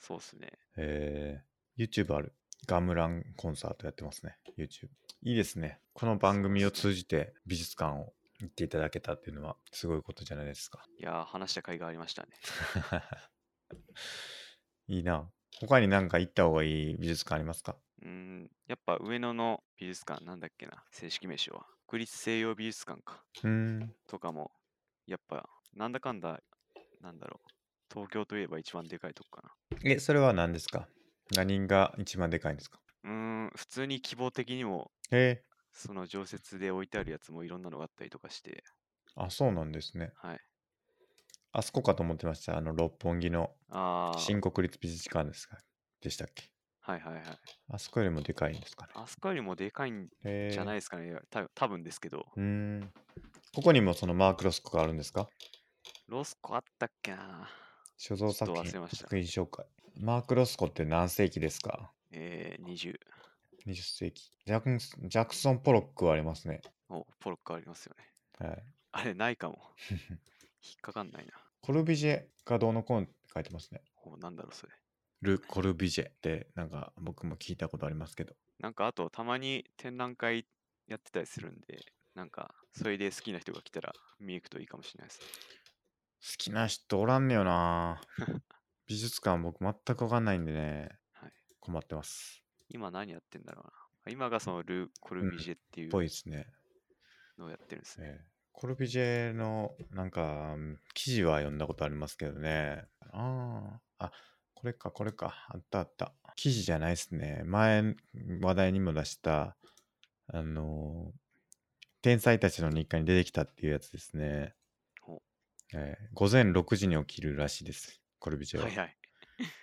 Speaker 2: そうっすね。
Speaker 1: えー YouTube ある。ガムランコンサートやってますね。YouTube。いいですね。この番組を通じて美術館を行っていただけたっていうのはすごいことじゃないですか。
Speaker 2: いやー、話した甲斐がありましたね。
Speaker 1: いいな。他になんか行った方がいい美術館ありますか
Speaker 2: うーん、やっぱ上野の美術館、なんだっけな、正式名称は。国立西洋美術館か。
Speaker 1: うーん。
Speaker 2: とかも、やっぱ、なんだかんだ、なんだろう、東京といえば一番でかいとこか
Speaker 1: え、それは何ですか何が一番でかいんですか
Speaker 2: な。うーん、普通に希望的にも、
Speaker 1: え
Speaker 2: その常設で置いてあるやつもいろんなのがあったりとかして、
Speaker 1: ー、あ、そうなんですね。
Speaker 2: はい。
Speaker 1: あそこかと思ってました。あの、六本木の
Speaker 2: ああ、
Speaker 1: 新国立美術館ですかでしたっけ
Speaker 2: はいはいはい。
Speaker 1: あそこよりもでかいんですかね。
Speaker 2: あそこよりもでかいん
Speaker 1: えー
Speaker 2: じゃないですかね。た多分ですけど、
Speaker 1: うーん。ここにもそのマーク・ロスコがあるんですか
Speaker 2: ロスコあったっけな。
Speaker 1: 所蔵
Speaker 2: ちょ
Speaker 1: 作
Speaker 2: っと忘
Speaker 1: 品
Speaker 2: れました
Speaker 1: 作品紹介。マーク・ロスコって何世紀ですか
Speaker 2: えー、20。
Speaker 1: ?20 世紀ジャクンス。ジャクソン・ポロックはありますね。
Speaker 2: お、ポロックありますよね。
Speaker 1: はい、
Speaker 2: あれ、ないかも。引っかかんないな。
Speaker 1: コルビジェがどうのこうのって書いてますね。
Speaker 2: お、なんだろう、それ。
Speaker 1: ル・コルビジェってなんか僕も聞いたことありますけど。
Speaker 2: なんかあとたまに展覧会やってたりするんで、なんかそれで好きな人が来たら見に行くといいかもしれないですね。
Speaker 1: 好きな人おらんねよな 美術館僕全くわかんないんでね。
Speaker 2: はい
Speaker 1: 困ってます。
Speaker 2: 今何やってんだろうな。あ今がそのル・コルビジェっていう
Speaker 1: ぽいですね。
Speaker 2: のをやってるんですね。
Speaker 1: ええコルビジェのなんかうん記事は読んだことありますけどね。ああ、あこれかこれか。あったあった。記事じゃないですね。前話題にも出した、あのー天才たちの日課に出てきたっていうやつですね
Speaker 2: ほ。
Speaker 1: ええ午前6時に起きるらしいです。コルビジェは。
Speaker 2: はいはい。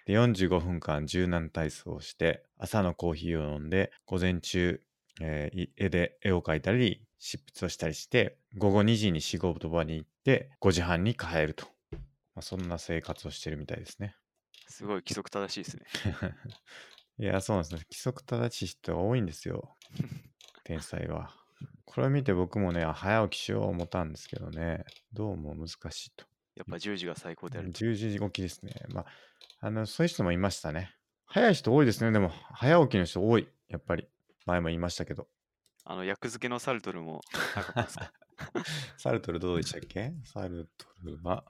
Speaker 1: で45分間柔軟体操をして朝のコーヒーを飲んで午前中、えーい絵で絵を描いたり執筆をしたりして午後2時に仕事場に行って5時半に帰ると、まあ、そんな生活をしてるみたいですね
Speaker 2: すごい規則正しいですね。
Speaker 1: いやそうなんですね規則正しい人が多いんですよ天才はこれを見て僕もねあ早起きしよう思ったんですけどねどうも難しいと
Speaker 2: やっぱ10時が最高であると。
Speaker 1: 10時起きですね。まあ、あの、そういう人もいましたね。早い人多いですね。でも、早起きの人多い。やっぱり。前も言いましたけ ど。
Speaker 2: あの、役付けのサルトルもなかったですか
Speaker 1: サルトルどうでしたっけサルトルは、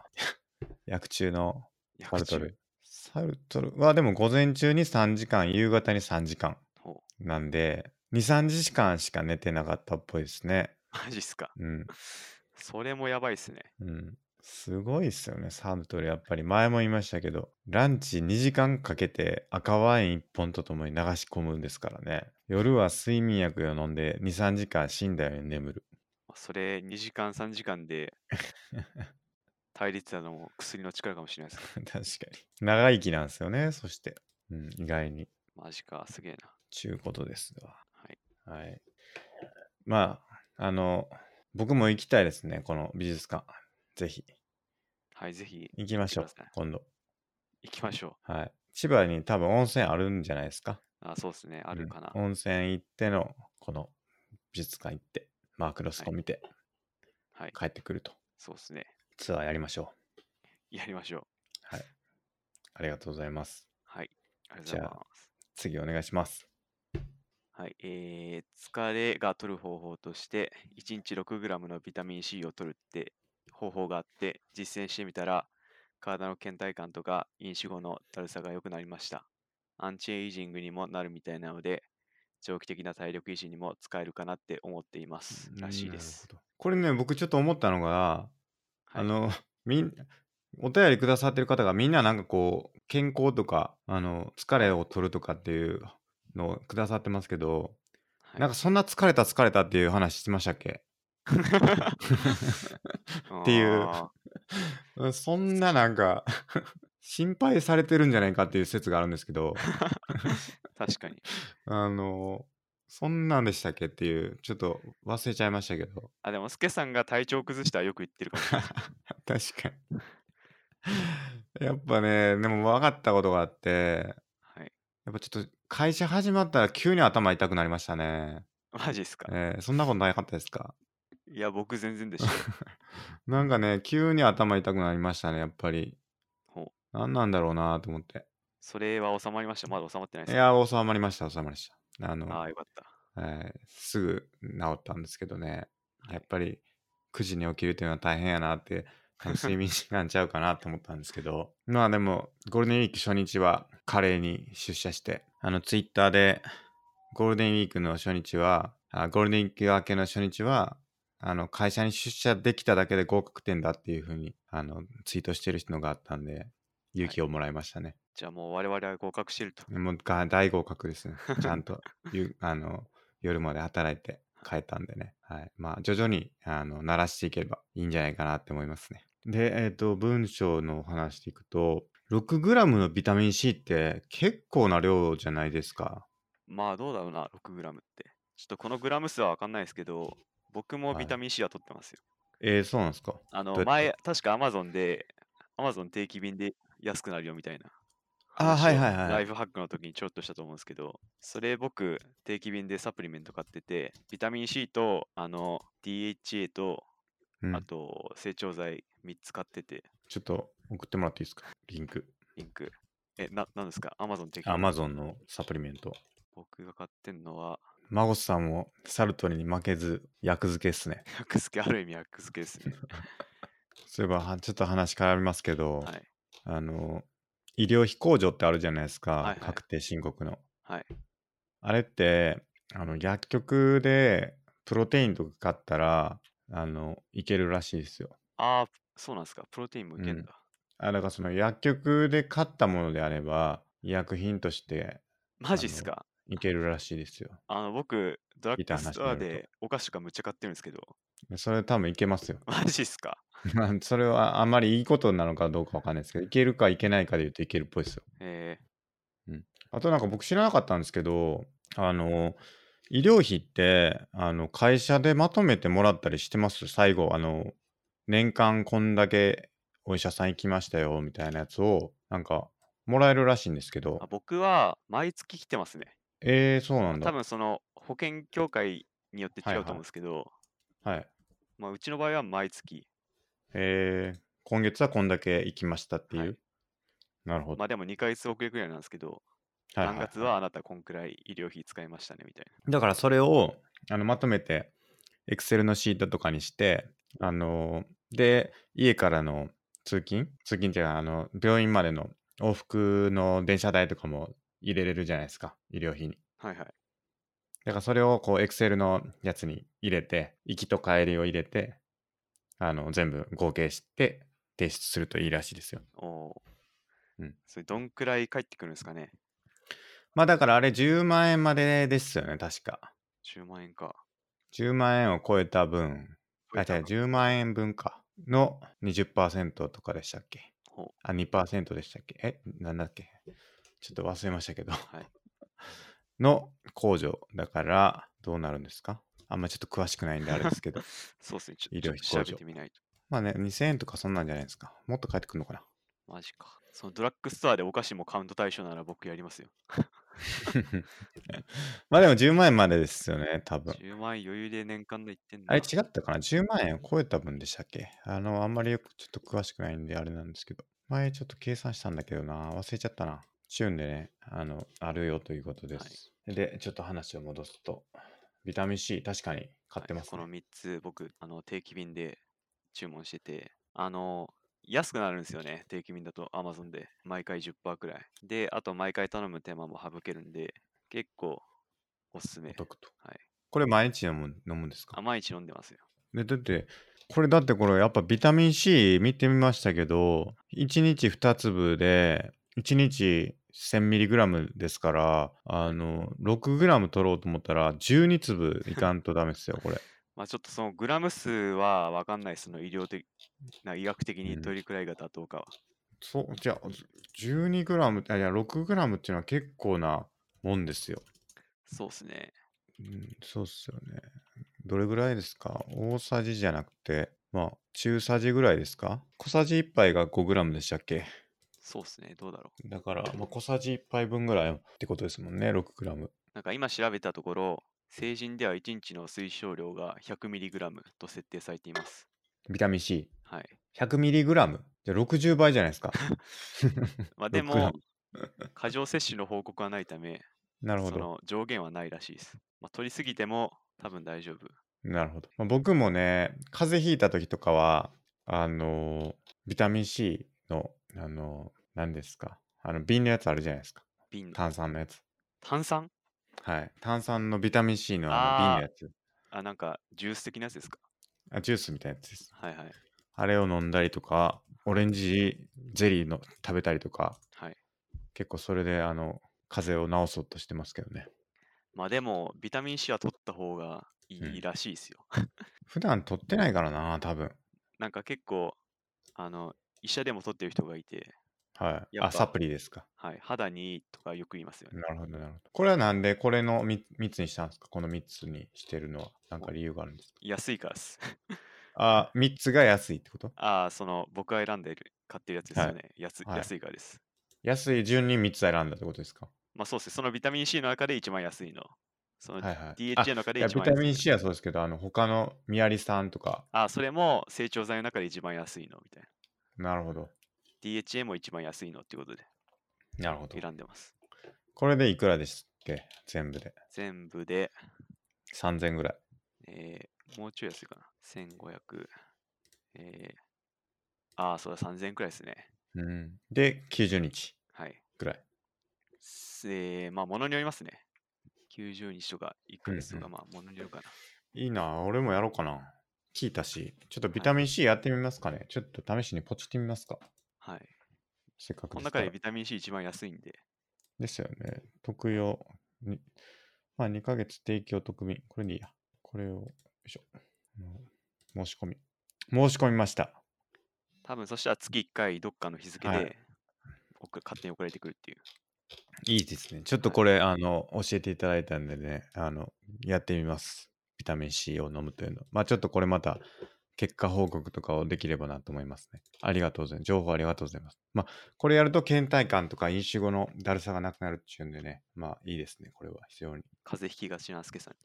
Speaker 1: 薬中のサ
Speaker 2: 役
Speaker 1: ルト
Speaker 2: 中
Speaker 1: ル。サルトルは、でも午前中に3時間、夕方に3時間
Speaker 2: ほ
Speaker 1: なんで、2、3時間しか寝てなかったっぽいですね。
Speaker 2: マジっすか。
Speaker 1: うん。
Speaker 2: それもやばいっすね。
Speaker 1: うん。すごいですよね、サルトル。やっぱり前も言いましたけど、ランチ2時間かけて赤ワイン1本とともに流し込むんですからね。夜は睡眠薬を飲んで2、3時間死んだように眠る。
Speaker 2: それ2時間3時間で対立だのも薬の力かもしれないですね。
Speaker 1: 確かに。長生きなんですよね、そして。うん、意外に。
Speaker 2: マジか、すげえな。
Speaker 1: ちゅうことですわ。
Speaker 2: はい。
Speaker 1: はい。まあ、あの、僕も行きたいですね、この美術館。ぜひ。
Speaker 2: はい、ぜひ
Speaker 1: 行きましょう
Speaker 2: 行ってください、
Speaker 1: 今度。
Speaker 2: 行きましょう。
Speaker 1: はい。千葉に多分温泉あるんじゃないですか。
Speaker 2: あ、そうですね。あるかな。
Speaker 1: うん温泉行ってのこの美術館行ってマークロスコ見て
Speaker 2: はい。
Speaker 1: 帰ってくると、
Speaker 2: そうですね。
Speaker 1: ツアーやりましょう
Speaker 2: やりましょう。
Speaker 1: ありがとうございます
Speaker 2: はい。ありが
Speaker 1: じ
Speaker 2: とう
Speaker 1: ゃあ
Speaker 2: ございます。
Speaker 1: 次お願いします
Speaker 2: はい、えー疲れが取る方法として、1日 6g のビタミン C を取るって方法があって、実践してみたら、体の倦怠感とか飲酒後のだるさが良くなりました。アンチエイジングにもなるみたいなので、長期的な体力維持にも使えるかなって思っています。らしいです。
Speaker 1: なるほど。これね、僕ちょっと思ったのが、
Speaker 2: はい
Speaker 1: あの、 みん、お便りくださってる方がみんななんかこう、健康とか、あの、疲れを取るとかっていうのをくださってますけど、
Speaker 2: はい
Speaker 1: なんかそんな疲れた疲れたっていう話してましたっけ っていう
Speaker 2: あ
Speaker 1: うんそんななんか 心配されてるんじゃないかっていう説があるんですけど、
Speaker 2: ー確かに。
Speaker 1: あの、そんなんでしたっけっていう、ちょっと忘れちゃいましたけど、
Speaker 2: あ、でも、スケさんが体調崩したらよく言ってるかもしれない。
Speaker 1: 確かに。 やっぱね、でも分かったことがあって、
Speaker 2: はい。
Speaker 1: やっぱちょっと会社始まったら急に頭痛くなりましたね。
Speaker 2: マジですか
Speaker 1: えーそんなことなかったですか
Speaker 2: いや、僕全然でしたよ。
Speaker 1: なんかね、急に頭痛くなりましたね、やっぱり。
Speaker 2: ほう
Speaker 1: 何なんだろうなと思って。
Speaker 2: それは収まりました。まだ収まってない
Speaker 1: い
Speaker 2: ですか
Speaker 1: や、収まりました、収まりました。あの、
Speaker 2: ああー、よかった。
Speaker 1: えーすぐ治ったんですけどね、
Speaker 2: はい
Speaker 1: やっぱり9時に起きるというのは大変やなって、あの 睡眠時間ちゃうかなと思ったんですけど、まあでも、ゴールデンウィーク初日はカレーに出社して、あの、ツイッターで、ゴールデンウィークの初日は、あゴールデンウィーク明けの初日は、あの、会社に出社できただけで合格点だっていうふうに、あの、ツイートしてる人があったんで、勇気をもらいましたね。
Speaker 2: じゃあもう我々は合格してると。
Speaker 1: もうが大合格です ね。ちゃんとゆあの夜まで働いて帰ったんでね。はい、まあ徐々にあの慣らしていければいいんじゃないかなって思いますね。で、えっ、と、文章のお話でいくと、6g のビタミン C って結構な量じゃないですか。
Speaker 2: まあどうだろうな、6g って。ちょっとこのグラム数は分かんないですけど、僕も
Speaker 1: はい
Speaker 2: ビタミン C は取ってますよ。
Speaker 1: えー、そうなんですか。
Speaker 2: あ
Speaker 1: どうや
Speaker 2: の、
Speaker 1: って
Speaker 2: 前、確か Amazon で、Amazon 定期便で安くなるよみたいな。
Speaker 1: あーはいはい
Speaker 2: 話を
Speaker 1: はい
Speaker 2: ライフハックの時にちょっとしたと思うんですけど、それ僕、定期便でサプリメント買ってて、ビタミン C と、あの、DHA と、
Speaker 1: うん
Speaker 2: あと、成長剤3つ買ってて、
Speaker 1: ちょっと送ってもらっていいですか。リンク。
Speaker 2: リンク。え、な、なんですか ?Amazon 定期便。
Speaker 1: Amazon のサプリメント。
Speaker 2: 僕が買ってんのは、
Speaker 1: マゴスさんもサルトリに負けず薬漬けっすね。
Speaker 2: 薬付け、ある意味薬付けですね。
Speaker 1: そういえばはちょっと話変わりますけど、
Speaker 2: はい。
Speaker 1: あの医療費控除ってあるじゃないですか、
Speaker 2: いはい
Speaker 1: 確定申告の。
Speaker 2: はい。
Speaker 1: あれってあの薬局でプロテインとか買ったらあのいけるらしいですよ。
Speaker 2: ああ、そうなんですか。プロテインもいけ
Speaker 1: うん
Speaker 2: んだ。
Speaker 1: あだからその薬局で買ったものであれば医薬品として
Speaker 2: マジっす
Speaker 1: あの
Speaker 2: か
Speaker 1: いけるらしいですよ。
Speaker 2: あの、僕、ドラ
Speaker 1: 聞い
Speaker 2: ッ
Speaker 1: た話
Speaker 2: グス
Speaker 1: に
Speaker 2: ト
Speaker 1: よ
Speaker 2: ア
Speaker 1: ると
Speaker 2: でお菓子とかむっちゃ買ってるんですけど、
Speaker 1: それ多分いけますよ。
Speaker 2: マジっすか
Speaker 1: まあそれはあまりいいことなのかどうかわかんないですけどいけるかいけないかで言うといけるっぽいですよ。
Speaker 2: え
Speaker 1: あとなんか僕知らなかったんですけど、あの、医療費って、あの、会社でまとめてもらったりしてます最後、あの、年間こんだけお医者さん行きましたよ、みたいなやつを、なんか、もらえるらしいんですけ
Speaker 2: ーあ
Speaker 1: ど、
Speaker 2: 僕は毎月来てますね。
Speaker 1: えー、そうなん
Speaker 2: 多
Speaker 1: だ。
Speaker 2: 分その保険協会によって
Speaker 1: はい
Speaker 2: 違
Speaker 1: はいう
Speaker 2: と思うんですけど、
Speaker 1: はい。
Speaker 2: まあ、うちの場合は毎月。
Speaker 1: えー、今月はこんだけ行きましたっていう。
Speaker 2: はい
Speaker 1: なるほど。
Speaker 2: まあでも2ヶ月遅れくらいなんですけど、
Speaker 1: はいはい
Speaker 2: 何月はあなたこんくらい医療費使いましたねみたい
Speaker 1: だからそれをあのまとめて Excel のシートとかにして、あので家からの通勤通勤っていうかあの病院までの往復の電車代とかも入れれるじゃないですか医療費に
Speaker 2: な。はいはい。
Speaker 1: だからそれをこう Excel のやつに入れて行きと帰りを入れてあの全部合計して提出するといいらしいですよ
Speaker 2: おおー。
Speaker 1: うん
Speaker 2: それどんくらい返ってくるんですかね
Speaker 1: まあだからあれ10万円までですよね確か
Speaker 2: ?10 万円か。
Speaker 1: 10万円を超えた分あ、違う、
Speaker 2: 10
Speaker 1: 10万円分か。の20%とかでしたっけ
Speaker 2: ほ
Speaker 1: あ、2%でしたっけえ、なんだっけちょっと忘れましたけど。
Speaker 2: い
Speaker 1: の控除だから、どうなるんですかあんまちょっと詳しくないんであれですけど。
Speaker 2: そうですね。ち
Speaker 1: 医
Speaker 2: ょち
Speaker 1: 療
Speaker 2: ょっ
Speaker 1: 費
Speaker 2: と
Speaker 1: 控
Speaker 2: 調べ
Speaker 1: 除
Speaker 2: てみないと。
Speaker 1: まあね、2000円とかそんなんじゃないですか。もっと返ってくるのかな
Speaker 2: マジか。そのドラッグストアでお菓子もカウント対象なら僕やりますよ。
Speaker 1: まあでも10万円までですよね、多分。
Speaker 2: 10万円余裕で年間でいってんだ。
Speaker 1: あれ違ったかな ?10 万円を超えた分でしたっけあの、あんまりよくちょっと詳しくないんであれなんですけど。前ちょっと計算したんだけどな、忘れちゃったな。旬でね、あの、あるよということです。で、ちょっと話を戻すと、ビタミン C、確かに買ってます、
Speaker 2: こ
Speaker 1: ね
Speaker 2: の3つ僕あの定期便で注文しててあの安くなるんですよね定期便だと Amazon で毎回10%くらいであと毎回頼む手間も省けるんで結構おすすめ
Speaker 1: お得と。
Speaker 2: はい
Speaker 1: これ毎日飲む飲むんですか
Speaker 2: 毎日飲んでますよ
Speaker 1: でだって、これだってこれやっぱビタミン C 見てみましたけど、1日2粒で、1日 1000mg ですから、あの、6g 取ろうと思ったら、12粒いかんとダメですよ、これ。
Speaker 2: まあちょっとそのグラム数は分かんないその医療的な医学的
Speaker 1: う
Speaker 2: に
Speaker 1: ん
Speaker 2: どれくらいが妥当かは、
Speaker 1: そう、じゃあ、12g、あいや、6g っていうのは結構なもんですよ。
Speaker 2: そうですね
Speaker 1: うん、そうっすよね。どれぐらいですか大さじじゃなくて、まあ、中さじぐらいですか小さじ1杯が 5g でしたっけ
Speaker 2: そうですねどうだろう
Speaker 1: だから、まあ、小さじ1杯分ぐらいってことですもんね、6g。
Speaker 2: なんか今調べたところ成人では1日の推奨量が 100mg と設定されています
Speaker 1: ビタミン C。
Speaker 2: はい
Speaker 1: 100mg。じゃあ60倍じゃないです か。
Speaker 2: まあで
Speaker 1: ロックダウ
Speaker 2: も 過剰摂取の報告はないため
Speaker 1: なるほ
Speaker 2: そ
Speaker 1: ど。
Speaker 2: の上限はないらしいです、まあ、取りすぎても多分大丈夫
Speaker 1: なるほど。まあ、僕もね、風邪ひいた時とかは、あのービタミン C の、あのー何ですか。あの、瓶のやつあるじゃないですか。
Speaker 2: 瓶の
Speaker 1: 炭酸のやつ。
Speaker 2: 炭酸
Speaker 1: はい。炭酸のビタミン C のあの瓶のやつ。
Speaker 2: あなんかジュース的なやつですか
Speaker 1: あジュースみたいなやつです。
Speaker 2: はいはい
Speaker 1: あれを飲んだりとか、オレンジゼリーの食べたりとか、
Speaker 2: はい
Speaker 1: 結構それであの風邪を治そうとしてますけどね。
Speaker 2: まあでもビタミン C は取った方がいいらしいですよ、
Speaker 1: 普段取ってないからな、多分。
Speaker 2: なんか結構あの医者でも取ってる人がいて、
Speaker 1: はい。
Speaker 2: やっぱ
Speaker 1: あ、サプリですか。
Speaker 2: はい、肌にいいとかよく言いますよね
Speaker 1: なるほど、なるほど。これはなんでこれの 3, つにしたんですかこの3つにしてるのは。なんか理由があるんですか
Speaker 2: 安いからです
Speaker 1: あ、3つが安いってこと
Speaker 2: ああその僕が選んでる買ってるやつですよ
Speaker 1: はい
Speaker 2: ね、安
Speaker 1: はい
Speaker 2: 安いからです
Speaker 1: 安い順に3つ選んだってことですか
Speaker 2: まあそうですねそのビタミン C の中で一番安いのその
Speaker 1: はいはい。あ
Speaker 2: DHA の中
Speaker 1: い
Speaker 2: で
Speaker 1: やビ
Speaker 2: 一番
Speaker 1: タ
Speaker 2: 安い
Speaker 1: ミン C はそうですけど、あの他のミアリ酸とか、
Speaker 2: あ、それも成長剤の中で一番安いのみたいな。
Speaker 1: なるほど。
Speaker 2: DHA も一番安いのってことで
Speaker 1: なるほど。
Speaker 2: 選んでます。
Speaker 1: これでいくらでしたっけ全部で。
Speaker 2: 全部で、
Speaker 1: 3000ぐらい。
Speaker 2: えーもうちょい安いかな。1500。えーあー、そうだ、3000くらいですね。
Speaker 1: うん、で、90日
Speaker 2: はい。
Speaker 1: ぐらい。
Speaker 2: すえーまあ、ものによりますね。90日とか1ヶ月と
Speaker 1: うん
Speaker 2: か、
Speaker 1: うん
Speaker 2: まあ、ものによるかな。
Speaker 1: いいな、俺もやろうかな。聞いたし、ちょっとビタミン C やってみますかね。ちょっと試しにポチってみますか。
Speaker 2: はい。
Speaker 1: せっかく
Speaker 2: こ
Speaker 1: で
Speaker 2: の
Speaker 1: すか
Speaker 2: 中
Speaker 1: ら
Speaker 2: でビタミン C 一番安いんで、
Speaker 1: ですよね。特用。にまあ、2ヶ月提供特便。これでいいや。これを、よいしょ。うん申し込み。申し込みました。
Speaker 2: 多分そしたら月1回どっかの日付
Speaker 1: はい
Speaker 2: で、送勝手に送られてくるっていう。
Speaker 1: いいですね。ちょっとこれ、あの、教えていただいたんでね、あの、やってみます。ビタミン C を飲むというの。まあ、ちょっとこれまた、結果報告とかをできればなと思いますね。ありがとうございます。情報ありがとうございます。まあ、これやると倦怠感とか飲酒後のだるさがなくなるっていうんでね、まあ、いいですね。これは非常に。
Speaker 2: 風邪ひきがちなすけさん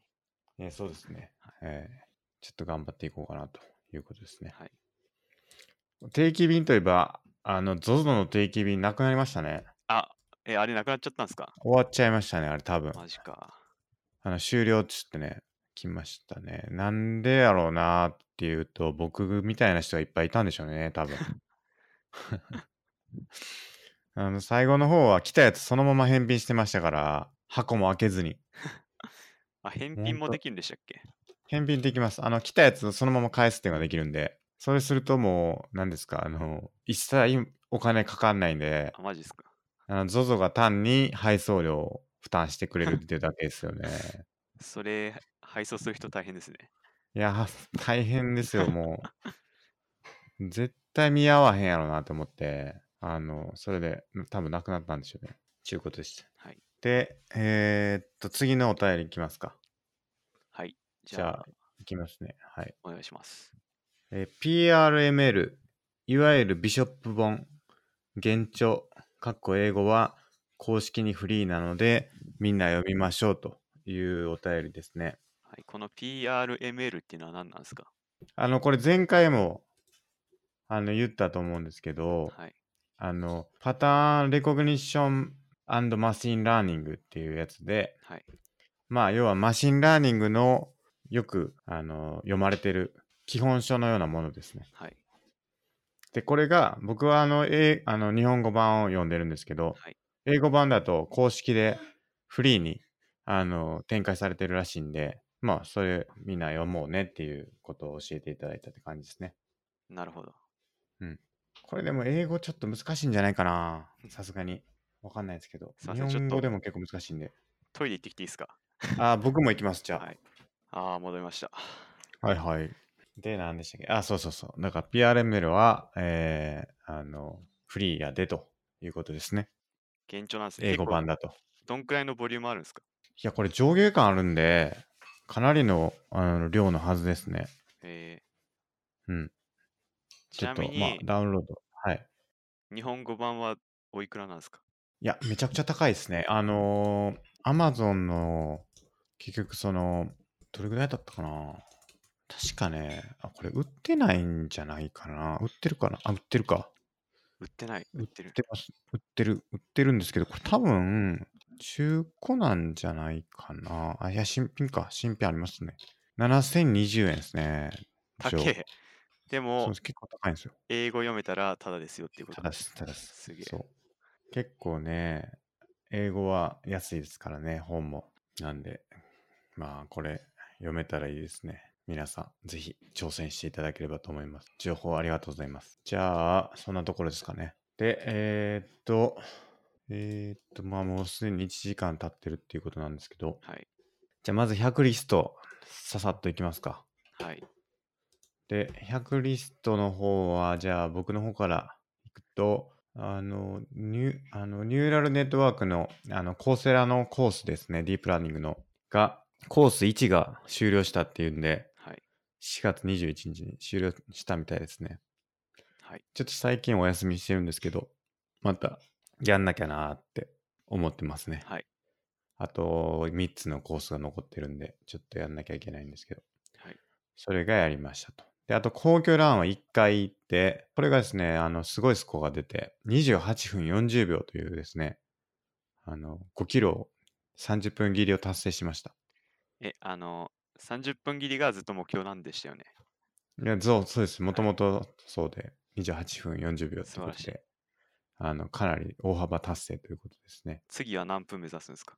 Speaker 2: に。
Speaker 1: えーそうですね、えーちょっと頑張っていこうかなということですね。
Speaker 2: はい。
Speaker 1: 定期便といえば、あの、ZOZO の定期便なくなりましたね。
Speaker 2: あ、えーあれなくなっちゃったんですか
Speaker 1: 終わっちゃいましたね、あれ多分。
Speaker 2: マジか。
Speaker 1: あの終了っつってね、来ましたね。なんでやろうなーっていうと、僕みたいな人がいっぱいいたんでしょうね、 多分。あの最後の方は来たやつそのまま返品してましたから、箱も開けずに。
Speaker 2: あ、返
Speaker 1: ほん
Speaker 2: 品も
Speaker 1: と
Speaker 2: できるんでしたっけ
Speaker 1: 返品できます。あの、来たやつをそのまま返すっていうのができるんで、それするともう、何ですか、あの、一切お金かかんないんで、
Speaker 2: あ、マジですか。
Speaker 1: あの、ZOZO が単に配送料を負担してくれるっていうだけですよね。
Speaker 2: それ、配送する人大変ですね。
Speaker 1: いやー、大変ですよ、も う。絶対見合わへんやろなと思って、あの、それで多分なくなったんでしょうね。ちゅうことでした。
Speaker 2: はい。
Speaker 1: で、えーっと、次のお便りいきますか。
Speaker 2: はい。じ
Speaker 1: じ
Speaker 2: ゃ
Speaker 1: ゃ
Speaker 2: あ、
Speaker 1: あ、いきますね。はい。
Speaker 2: お願いします。
Speaker 1: えー PRML、いわゆるビショップ本、現状、かっこ英語は公式にフリーなので、みんな読みましょうというお便りですね。
Speaker 2: はい、この PRML っていうのは何なんですか
Speaker 1: あの、これ前回も、あの、言ったと思うんですけど、
Speaker 2: はい。
Speaker 1: あの、パターンレコグニッション and Machine Learning っていうやつで、
Speaker 2: はい。
Speaker 1: まあ、要はマシンラーニングのよく、あの読まれてる基本書のようなものですね。
Speaker 2: はい。
Speaker 1: で、これが、僕はあの、英あの日本語版を読んでるんですけど、
Speaker 2: はい
Speaker 1: 英語版だと公式でフリーにあの展開されてるらしいんで、まあ、それみんな読もうねっていうことを教えていただいたって感じですね。
Speaker 2: なるほど。
Speaker 1: これでも英語ちょっと難しいんじゃないかなさすがに。わかんないですけど
Speaker 2: すい。ま
Speaker 1: 日
Speaker 2: せんちょっと
Speaker 1: 本語でも結構難しいんで。
Speaker 2: トイレ行ってきていいですか
Speaker 1: あー、僕も行きます、じゃあ。
Speaker 2: はい。ああ、戻りました。
Speaker 1: はいはい。で、何でしたっけあ、そうそうそう。だから PRML は、えー、あの、フリーやでということですね。
Speaker 2: 現状なんですね。
Speaker 1: 英語版
Speaker 2: だ。
Speaker 1: だと。い
Speaker 2: どんくらいのボリュームあるんですか
Speaker 1: や、これ上下感あるんで、かなりのあの量のはずですね。
Speaker 2: え
Speaker 1: うん。
Speaker 2: ー、ちな
Speaker 1: ょっ
Speaker 2: み
Speaker 1: と、
Speaker 2: に、
Speaker 1: まあ、ダウンロード。はい。
Speaker 2: 日本語版はおいくらなんですか
Speaker 1: いや、めちゃくちゃ高いですね。あのー、Amazon の、結局その、どれぐらいだったかな確かね、あ、これ売ってないんじゃないかな売ってるかなあ、売ってるか。
Speaker 2: 売ってない。売ってる
Speaker 1: 売っ。てます。売ってる、売ってるんですけど、これ多分、中古なんじゃないかな。あ、いや、新品か。新品ありますね。7020円ですね。
Speaker 2: 高
Speaker 1: 一応
Speaker 2: え。で
Speaker 1: そう
Speaker 2: も
Speaker 1: で、す。結構高いんですよ。
Speaker 2: 英語読めたらタダですよっていうこと。
Speaker 1: ただし、ただし。
Speaker 2: すげえ。
Speaker 1: そう。結構ね、英語は安いですからね、本も。なんで、まあ、これ、読めたらいいですね。皆さん、ぜひ挑戦していただければと思います。情報ありがとうございます。じゃあ、そんなところですかね。で、えー、っと、えー、っと、まあ、もうすでに1時間経ってるっていうことなんですけど、
Speaker 2: はい。
Speaker 1: じゃあ、まず100リスト、ささっといきますか。
Speaker 2: はい。
Speaker 1: で、100リストの方は、じゃあ僕の方からいくと、あの、ニュあのニューラルネットワークの、あの、コーセラのコースですね、ディープラーニングの、が、コース1が終了したっていうんで、
Speaker 2: はい。
Speaker 1: 4月21日に終了したみたいですね。
Speaker 2: はい。
Speaker 1: ちょっと最近お休みしてるんですけど、またやんなきゃなーって思ってますね。
Speaker 2: はい。
Speaker 1: あと3つのコースが残ってるんで、ちょっとやんなきゃいけないんですけど。
Speaker 2: はい。
Speaker 1: それがやりましたと。で、あと、皇居ランは1回行って、これがですね、あの、すごいスコアが出て、28分40秒というですね、あの、5キロを30分切りを達成しました。
Speaker 2: え、あの、30分切りがずっと目標なんでしたよね。
Speaker 1: いや、そう、そうです。もともとそうで、28分40秒という
Speaker 2: 素晴
Speaker 1: こ
Speaker 2: ら
Speaker 1: と
Speaker 2: しい
Speaker 1: で、あの、かなり大幅達成ということですね。
Speaker 2: 次は何分目指すんですか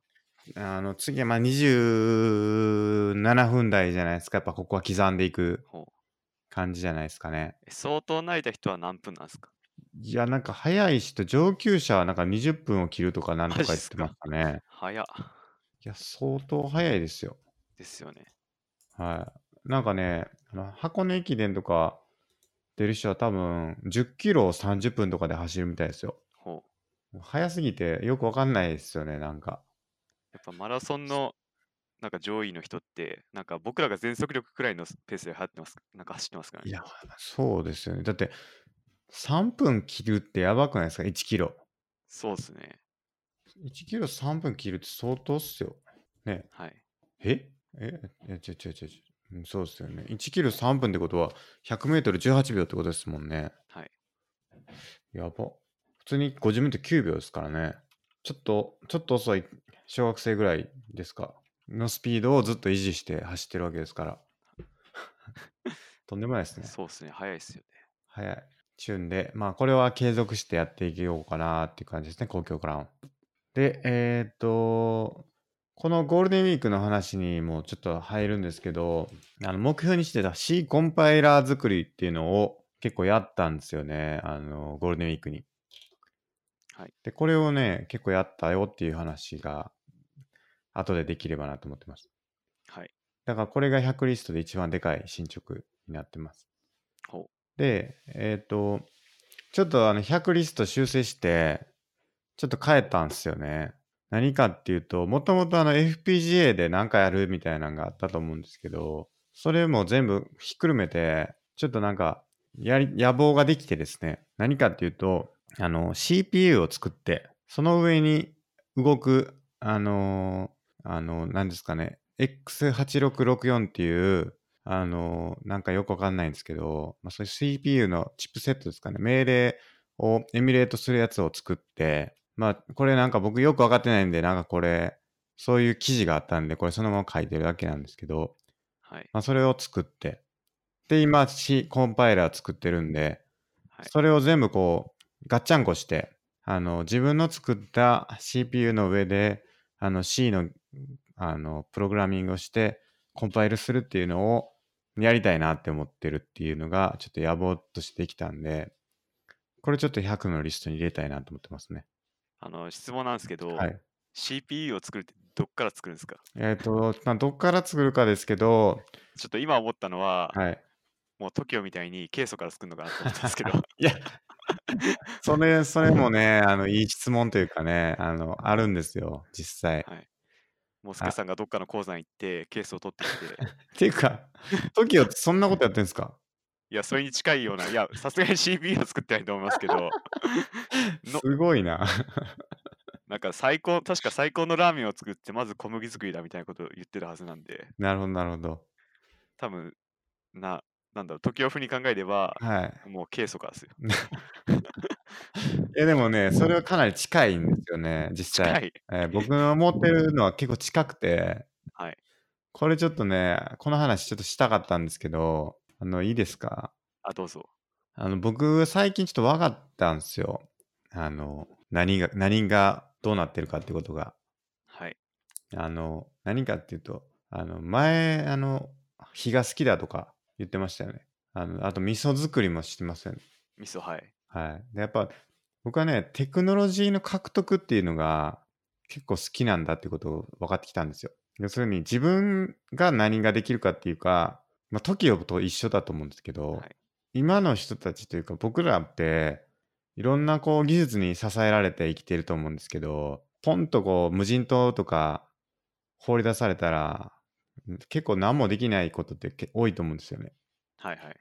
Speaker 1: あの、次はまあ27分台じゃないですか。やっぱここは刻んでいく
Speaker 2: ほう
Speaker 1: 感じじゃないですかね。
Speaker 2: え相当慣れた人は何分なんですか
Speaker 1: いや、なんか早い人、上級者はなんか20分を切るとかなんとか言ってましたね。
Speaker 2: 早っ
Speaker 1: いや、相当早いですよ。
Speaker 2: ですよね。
Speaker 1: はい。なんかね、あの箱根駅伝とか出る人は多分10キロを30分とかで走るみたいですよ。
Speaker 2: ほう。
Speaker 1: もう早すぎてよくわかんないですよね、なんか。
Speaker 2: やっぱマラソンのなんか上位の人って、なんか僕らが全速力くらいのスペースで走ってます、なんか走ってますから
Speaker 1: い
Speaker 2: ね。
Speaker 1: や、そうですよね。だって、3分切るってやばくないですか ?1 キロ。
Speaker 2: そうですね。
Speaker 1: 1キロ3分切るって相当っすよ。ね。
Speaker 2: はい。
Speaker 1: ええいや、違う違う違う違ううん。そうですよね。1キロ3分ってことは、100メートル18秒ってことですもんね。
Speaker 2: はい。
Speaker 1: やば。普通に50メートル9秒ですからね。ちょっと、ちょっと遅い、小学生ぐらいですか。のスピードをずっと維持して走ってるわけです から。とんでもないですね。
Speaker 2: そうですね。早いですよね。
Speaker 1: 早い。チューンで、まあ、これは継続してやっていけようかなっていう感じですね、公共からも。で、えっ、と、このゴールデンウィークの話にもちょっと入るんですけど、あの目標にしてた C コンパイラー作りっていうのを結構やったんですよね、あのゴールデンウィークに。
Speaker 2: はい
Speaker 1: で、これをね、結構やったよっていう話が、後でできればなと思ってます。
Speaker 2: はい。
Speaker 1: だからこれが100リストで一番でかい進捗になってます。
Speaker 2: ほ
Speaker 1: で、えっ、と、ちょっとあの100リスト修正して、ちょっと変えたんですよね。何かっていうと、もともとあの FPGA で何かやるみたいなのがあったと思うんですけど、それも全部ひっくるめて、ちょっとなんかやり、野望ができてですね、何かっていうと、あの CPU を作って、その上に動く、あのーあの、何ですかね、X8664 っていう、あの、なんかよくわかんないんですけど、まあ、そういう CPU のチップセットですかね、命令をエミュレートするやつを作って、まあ、これなんか僕よくわかってないんで、なんかこれ、そういう記事があったんで、これそのまま書いてるだけなんですけど、
Speaker 2: はい。
Speaker 1: まあ、それを作って、で、今、C コンパイラー作ってるんで、
Speaker 2: はい
Speaker 1: それを全部こう、ガッチャンコして、あの、自分の作った CPU の上で、あの、C の、あの、プログラミングをして、コンパイルするっていうのをやりたいなって思ってるっていうのが、ちょっと野望としてきたんで、これちょっと100のリストに入れたいなと思ってますね。
Speaker 2: あの、質問なんですけど、
Speaker 1: はい。
Speaker 2: CPU を作るってどっから作るんですか
Speaker 1: えっ、と、まあ、どっから作るかですけど、
Speaker 2: ちょっと今思ったのは、
Speaker 1: はい。
Speaker 2: もう TOKIO みたいにケイ素から作るのかなと思ったんです けど、
Speaker 1: それ、それもね、あの、いい質問というかね、あの、あるんですよ、実際。
Speaker 2: もうすけさんがどっかの鉱山行って、ケイ素を取ってきて、
Speaker 1: っていうか、TOKIO ってそんなことやってんですか
Speaker 2: いや、それに近いような、いや、さすがに CPU は作ってないと思いますけど、 の
Speaker 1: すごいな。
Speaker 2: なんか最高、確か最高のラーメンを作って、まず小麦作りだみたいなことを言ってるはずなんで、
Speaker 1: なるほど、なるほど。
Speaker 2: 多分な、なんだろう、時を風に考えれば、
Speaker 1: はい。
Speaker 2: もうケイ素からですよ。
Speaker 1: いや、でもね、それはかなり近いんですよね、実際。
Speaker 2: 近い。
Speaker 1: えー僕の思ってるのは結構近くて、
Speaker 2: はい。
Speaker 1: これちょっとね、この話ちょっとしたかったんですけど、あの、いいですか
Speaker 2: あ、どうぞ。
Speaker 1: あの、僕、最近ちょっと分かったんですよ。あの、何が、何がどうなってるかってことが。
Speaker 2: はい。
Speaker 1: あの、何かっていうと、あの、前、あの、日が好きだとか言ってましたよね。あの、あと味噌作りもしてません。
Speaker 2: ミソ、はい。
Speaker 1: はい。で、やっぱ、僕はね、テクノロジーの獲得っていうのが結構好きなんだってことを分かってきたんですよ。要するに自分が何ができるかっていうか、まあ、TOKIO と一緒だと思うんですけど、
Speaker 2: はい
Speaker 1: 今の人たちというか僕らって、いろんなこう技術に支えられて生きてると思うんですけど、ポンとこう無人島とか放り出されたら、結構何もできないことってけ多いと思うんですよね。
Speaker 2: はいはい。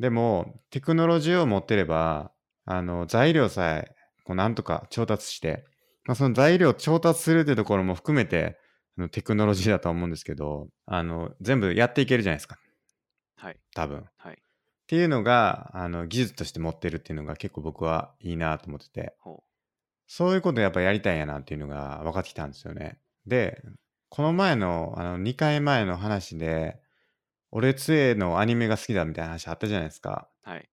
Speaker 1: でも、テクノロジーを持ってれば、あの、材料さえ、こう、なんとか調達して、まあ、その材料を調達するってところも含めて、あのテクノロジーだと思うんですけど、あの、全部やっていけるじゃないですか、
Speaker 2: はい。
Speaker 1: 多分。っ
Speaker 2: はい。
Speaker 1: ていうのが、あの、技術として持ってるっていうのが結構僕はいいなと思ってて、
Speaker 2: ほ
Speaker 1: そういうことやっぱやりたいんやなっていうのが分かってきたんですよね。で、この前の、あの、2回前の話で、俺杖のアニメが好きだみたいな話あったじゃないですか。
Speaker 2: う。はい。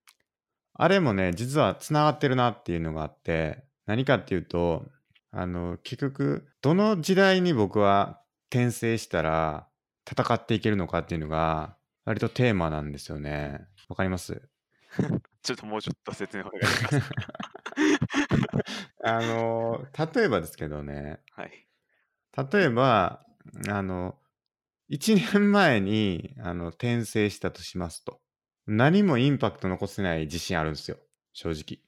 Speaker 1: あれもね、実はつながってるなっていうのがあって、何かっていうと、あの、結局、どの時代に僕は転生したら戦っていけるのかっていうのが、割とテーマなんですよね。わかります
Speaker 2: ちょっともうちょっと説明お願いし ます。
Speaker 1: あの、例えばですけどね、
Speaker 2: はい。
Speaker 1: 例えば、あの、1年前にあの転生したとしますと、何もインパクト残せない自信あるんですよ、正直。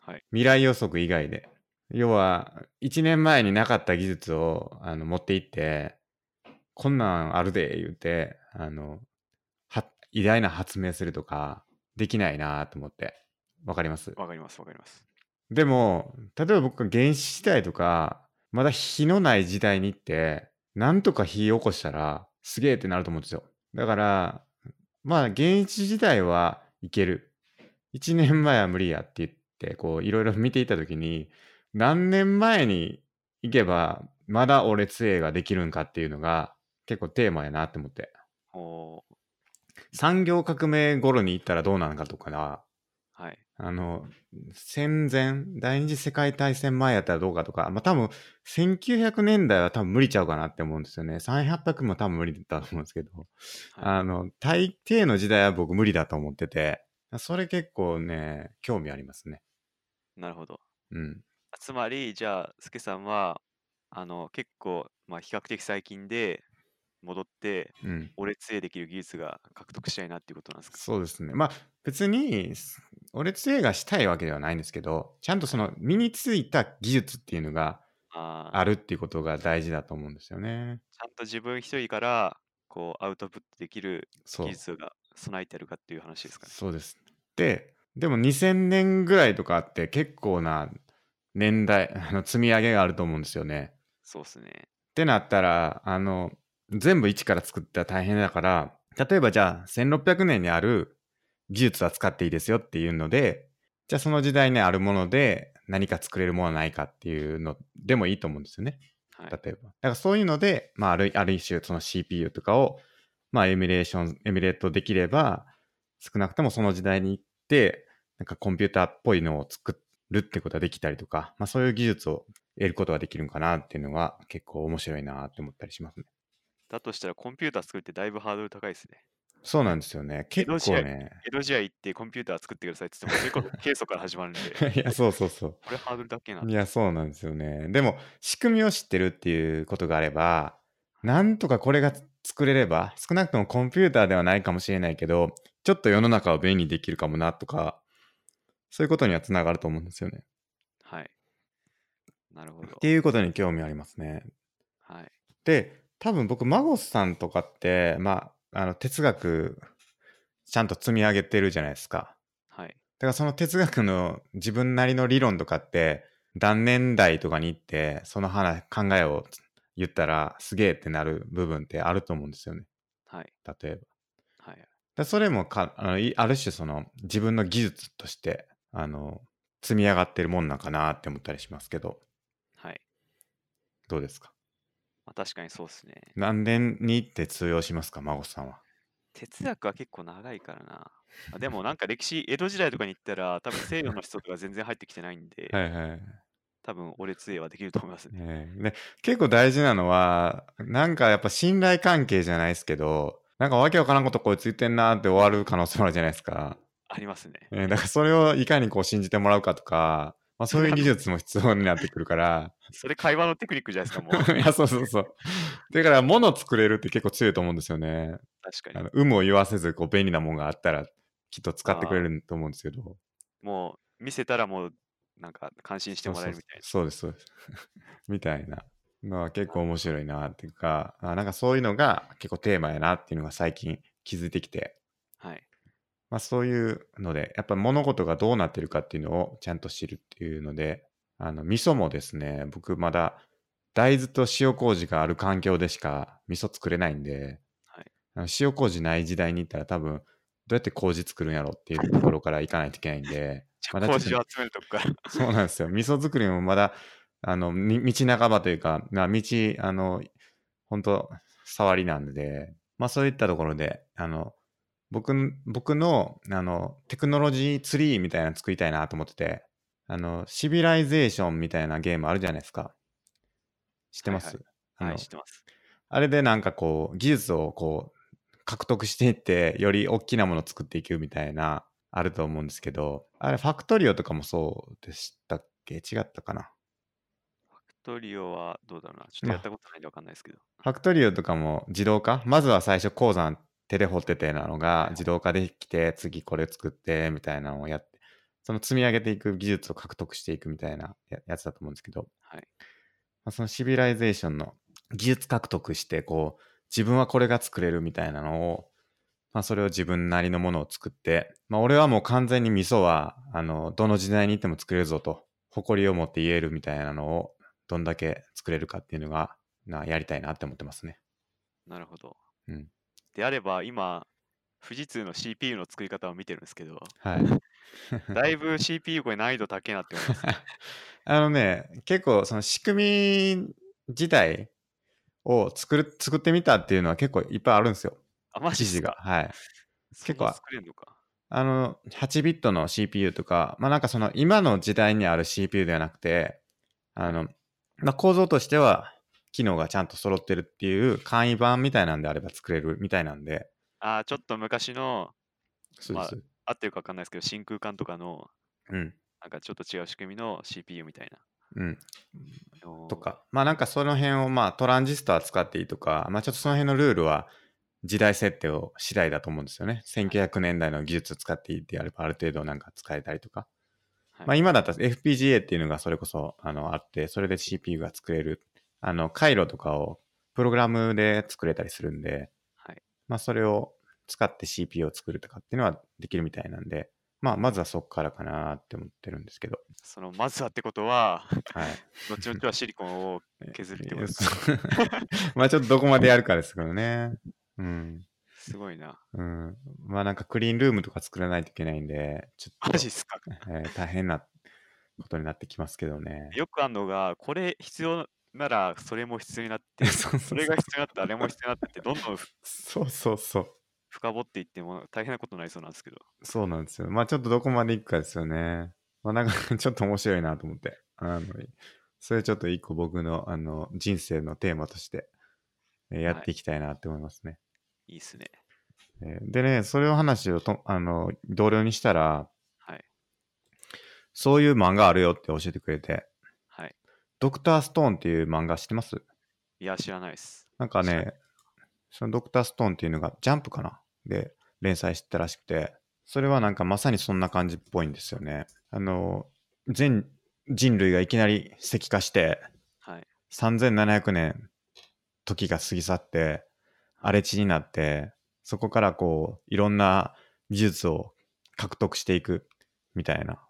Speaker 2: はい
Speaker 1: 未来予測以外で。要は、1年前になかった技術をあの持っていって、こんなんあるで、言うて、あの、は偉大な発明するとか、できないなと思って。わかります
Speaker 2: わかります、わかります。
Speaker 1: でも、例えば僕が原始時代とか、まだ火のない時代に行って、なんとか火起こしたら、すげえってなると思うんですよ。だから、まあ原始時代はいける。1年前は無理やって言って、こういろいろ見ていた時に、何年前に行けば、まだ俺杖ができるんかっていうのが、結構テーマやなって思って。
Speaker 2: おー
Speaker 1: 産業革命頃に行ったらどうなのかとかな、
Speaker 2: はい。
Speaker 1: あの、戦前、第二次世界大戦前やったらどうかとか、まあ多分、1900年代は多分無理ちゃうかなって思うんですよね。1800も多分無理だと思うんですけど、あの、大抵の時代は僕無理だと思ってて、それ結構ね、興味ありますね。
Speaker 2: なるほど。
Speaker 1: うん。
Speaker 2: つまり、じゃあ、すけさんは、あの、結構、まあ、比較的最近で戻って、
Speaker 1: うん。
Speaker 2: 俺杖できる技術が獲得したいなっていうことなんですか
Speaker 1: そうですね。まあ別に、俺杖がしたいわけではないんですけど、ちゃんとその身についた技術っていうのが
Speaker 2: あー
Speaker 1: あるっていうことが大事だと思うんですよね。
Speaker 2: ちゃんと自分一人から、こう、アウトプットできる
Speaker 1: そう
Speaker 2: 技。術が備えてあるかっていう話ですかね。
Speaker 1: そうです。で、でも2000年ぐらいとかって結構な年代、あの積み上げがあると思うんですよね。
Speaker 2: そうですね。
Speaker 1: ってなったら、あの、全部一から作ったら大変だから、例えばじゃあ1600年にある技術は使っていいですよっていうので、じゃあその時代にあるもので何か作れるものはないかっていうのでもいいと思うんですよね。
Speaker 2: はい
Speaker 1: 例えば。だからそういうので、まあ、あるある一種その CPU とかを、まあ、エミュレーション、エミュレートできれば、少なくともその時代に行って、なんかコンピューターっぽいのを作るってことができたりとか、まあ、そういう技術を得ることができるのかなっていうのが結構面白いなって思ったりしますね。
Speaker 2: だとしたらコンピューター作るってだいぶハードル高いですね。
Speaker 1: そうなんですよね。結構ね。
Speaker 2: 江戸時代行ってコンピューター作ってくださいって言っても、それこそ平素から始まるんで、
Speaker 1: いや、そうそうそう。
Speaker 2: これハードルだけな。
Speaker 1: いや、そうなんですよね。でも、仕組みを知ってるっていうことがあれば、なんとかこれが作れれば、少なくともコンピューターではないかもしれないけど、ちょっと世の中を便利にできるかもなとか、そういうことにはつながると思うんですよね。
Speaker 2: はい。なるほど
Speaker 1: っ。ていうことに興味ありますね。
Speaker 2: はい。
Speaker 1: で、多分僕、マゴスさんとかって、まあ、あの哲学、ちゃんと積み上げてるじゃないですか。
Speaker 2: はい。
Speaker 1: だからその哲学の自分なりの理論とかって断年代とかに行ってその話考えを言ったらすげえってなる部分ってあると思うんですよね
Speaker 2: はい。
Speaker 1: 例えば。だか
Speaker 2: はい。
Speaker 1: らそれもかあのいある種その自分の技術としてあの積み上がってるもんなんかなって思ったりしますけど
Speaker 2: はい。
Speaker 1: どうですか
Speaker 2: まあ、確かにそうですね。
Speaker 1: 何年に行って通用しますか孫さんは。
Speaker 2: 哲学は結構長いからな。あでもなんか歴史、江戸時代とかに行ったら、多分西洋の人とか全然入ってきてないんで、
Speaker 1: はいはい。
Speaker 2: 多分俺杖はできると思いますね。
Speaker 1: ねえで結構大事なのはなんかやっぱ信頼関係じゃないですけどなんかわけわからんことこいつ言ってんなって終わる可能性もあるじゃないですか、
Speaker 2: ありますね。
Speaker 1: えーだからそれをいかにこう信じてもらうかとか、まあ、そういう技術も必要になってくるから
Speaker 2: それ会話のテクニックじゃないですか、もう。確
Speaker 1: いやそうそうそうだから物作れるって結構強いと思うんですよね
Speaker 2: か
Speaker 1: あ
Speaker 2: に
Speaker 1: の。有無を言わせずこう便利なもんがあったらきっと使ってくれると思うんですけど
Speaker 2: もう見せたらもう、なんか感心してもらえるみたい
Speaker 1: そうそうそうそうです そうですみたいなのは結構面白いなっていうかあなんかそういうのが結構テーマやなっていうのが最近気づいてきて、
Speaker 2: な。はい。
Speaker 1: まあ、そういうのでやっぱ物事がどうなってるかっていうのをちゃんと知るっていうのであの味噌もですね僕まだ大豆と塩麹がある環境でしか味噌作れないんで、
Speaker 2: はい
Speaker 1: あの塩麹ない時代に行ったら多分どうやって麹作るんやろっていうところから行かないといけないんで。
Speaker 2: じゃ
Speaker 1: ま
Speaker 2: あ
Speaker 1: だちょっと
Speaker 2: 麹を集めるとこから。
Speaker 1: そうなんですよ。味噌作りもまだ、あの、み道半ばというか、まあ、道、あの、本当触りなんで、まあそういったところで、あの、僕ん、僕の、あの、テクノロジーツリーみたいなの作りたいなと思ってて、あの、シビライゼーションみたいなゲームあるじゃないですか。知ってます、
Speaker 2: はい
Speaker 1: あの
Speaker 2: はい、知ってます。
Speaker 1: あれでなんかこう、技術をこう、獲得していって、より大きなものを作っていくみたいな、あると思うんですけど、あれ、ファクトリオとかもそうでしたっけ違ったかな
Speaker 2: トリオはどうだろうな。ちょっとやったことないんでわかんないですけど。
Speaker 1: ファクトリオとかも自動化まずは最初鉱山手で掘っててなのが自動化できて、次これ作って、みたいなのをやって、その積み上げていく技術を獲得していくみたいなややつだと思うんですけど、
Speaker 2: はい
Speaker 1: まあそのシビライゼーションの技術獲得して、こう、自分はこれが作れるみたいなのを、まあそれを自分なりのものを作って、まあ俺はもう完全に味噌は、あの、どの時代に行っても作れるぞと、誇りを持って言えるみたいなのを、どんだけ作れるかっていうのが、なやりたいなって思ってますね。
Speaker 2: なるほど。
Speaker 1: うん
Speaker 2: であれば、今、富士通の CPU の作り方を見てるんですけ ど、
Speaker 1: はい。
Speaker 2: だいぶ CPU これ難易度高いなって思います。
Speaker 1: あのね、結構その仕組み自体を作る、作ってみたっていうのは結構いっぱいあるんですよ。
Speaker 2: あ、マ
Speaker 1: 記
Speaker 2: ジっす
Speaker 1: 事が
Speaker 2: か。。
Speaker 1: はい。
Speaker 2: 結
Speaker 1: 構
Speaker 2: 構
Speaker 1: あ
Speaker 2: 作れんのか。
Speaker 1: あの、8ビットの CPU とか、まあなんかその今の時代にある CPU ではなくて、あの、まあ構造としては機能がちゃんと揃ってるっていう簡易版みたいなんであれば作れるみたいなんで。
Speaker 2: あー、ちょっと昔の、
Speaker 1: そう
Speaker 2: で
Speaker 1: ですす。
Speaker 2: あってるかわかんないですけど、真空管とかの、
Speaker 1: うん。
Speaker 2: なんかちょっと違う仕組みの CPU みたいな。
Speaker 1: うん。
Speaker 2: おー
Speaker 1: と。か、まあなんかその辺をまあトランジスター使っていいとか、まあちょっとその辺のルールは時代設定を次第だと思うんですよね。1900年代の技術使っていいってやればある程度なんか使えたりとか。
Speaker 2: はい
Speaker 1: まあ今だったら FPGA っていうのがそれこそあのあって、それで CPU が作れる、あの回路とかをプログラムで作れたりするんで、
Speaker 2: はい
Speaker 1: まあそれを使って CPU を作るとかっていうのはできるみたいなんで、まあまずはそこからかなって思ってるんですけど。
Speaker 2: その、まずはってことは、
Speaker 1: はい。
Speaker 2: 後々はシリコンを削るって ことです。
Speaker 1: そうまあちょっとどこまでやるかですけどね。うん。
Speaker 2: すご いな。
Speaker 1: うん。まあなんかクリーンルームとか作らないといけないんで、ちょっ
Speaker 2: マジっ
Speaker 1: と、
Speaker 2: すか。
Speaker 1: えー大変なことになってきますけどね。
Speaker 2: よくあるのが、これ必要ならそれも必要になって、
Speaker 1: そう
Speaker 2: そ
Speaker 1: そう
Speaker 2: れ
Speaker 1: そ
Speaker 2: が
Speaker 1: う
Speaker 2: 必要になって、あれも必要になって、どんどんふ
Speaker 1: そうそうそう。
Speaker 2: 深掘っていっても大変なことになりそうなんですけど。
Speaker 1: そうなんですよ。まあちょっとどこまでいくかですよね。まあなんかちょっと面白いなと思って。あのそれちょっと一個僕のあの人生のテーマとしてえーやっていきたいなって思いますね。
Speaker 2: いいっすね。
Speaker 1: えーでね、それを話をとあの同僚にしたら、
Speaker 2: はい。
Speaker 1: そういう漫画あるよって教えてくれて、
Speaker 2: はい。
Speaker 1: ドクターストーンっていう漫画知ってます
Speaker 2: いや、知らないっす。
Speaker 1: なんか
Speaker 2: 知ら
Speaker 1: ね、そのドクターストーンっていうのがジャンプかなで連載してたらしくて、それはなんかまさにそんな感じっぽいんですよね。あの、全人類がいきなり石化して、
Speaker 2: はい。
Speaker 1: 3700年時が過ぎ去って、荒れ地になって、そこからこう、いろんな技術を獲得していくみたいな。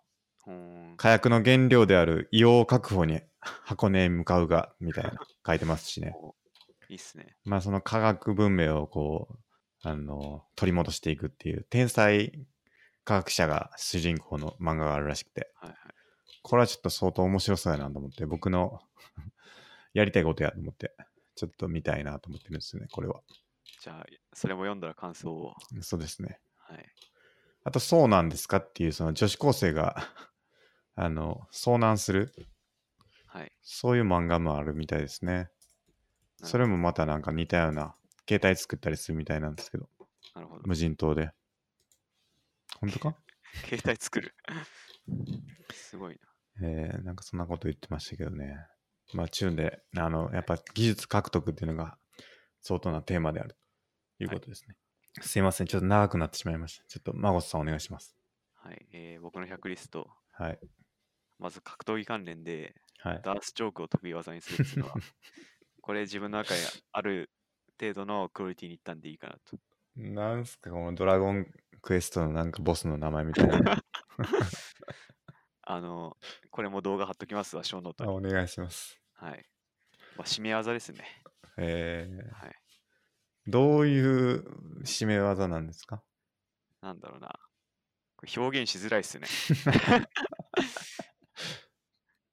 Speaker 2: うーん。
Speaker 1: 火薬の原料である硫黄確保に箱根へ向かうが、みたいな書いてますしね。
Speaker 2: いいっすね。
Speaker 1: まあその科学文明をこう、あの、取り戻していくっていう天才科学者が主人公の漫画があるらしくて、
Speaker 2: はいはい。
Speaker 1: これはちょっと相当面白そうやなと思って、僕のやりたいことやと思って、ちょっと見たいなと思ってるんですよね、これは。
Speaker 2: じゃあ、それも読んだら感想を。
Speaker 1: そうですね。
Speaker 2: はい。
Speaker 1: あと、そうなんですかっていう、その女子高生が、 あの、遭難する、
Speaker 2: はい。
Speaker 1: そういう漫画もあるみたいですね。それもまたなんか似たような、携帯作ったりするみたいなんですけど、
Speaker 2: なるほど。
Speaker 1: 無人島で。本当か
Speaker 2: 携帯作る。 すごいな。
Speaker 1: えーなんかそんなこと言ってましたけどね。まあ、チューンで、あの、やっぱ技術獲得っていうのが相当なテーマであるということですね。すいません、ちょっと長くなってしまいました。ちょっと、孫さんお願いします。
Speaker 2: はい。えー僕の100リスト。
Speaker 1: はい。
Speaker 2: まず格闘技関連で、
Speaker 1: はい。
Speaker 2: ダースチョークを得意技にするっていうのは、これ自分の中にある程度のクオリティにいったんでいいかなと。
Speaker 1: なんすか、このドラゴンクエストのなんかボスの名前みたい な。
Speaker 2: あの、これも動画貼っときますわ、ショーノート
Speaker 1: あ
Speaker 2: に。
Speaker 1: お願いします。
Speaker 2: はい。まあ、締め技ですね。
Speaker 1: え
Speaker 2: はい。
Speaker 1: ー、どういう締め技なんですか
Speaker 2: なんだろうな。これ表現しづらいっすね。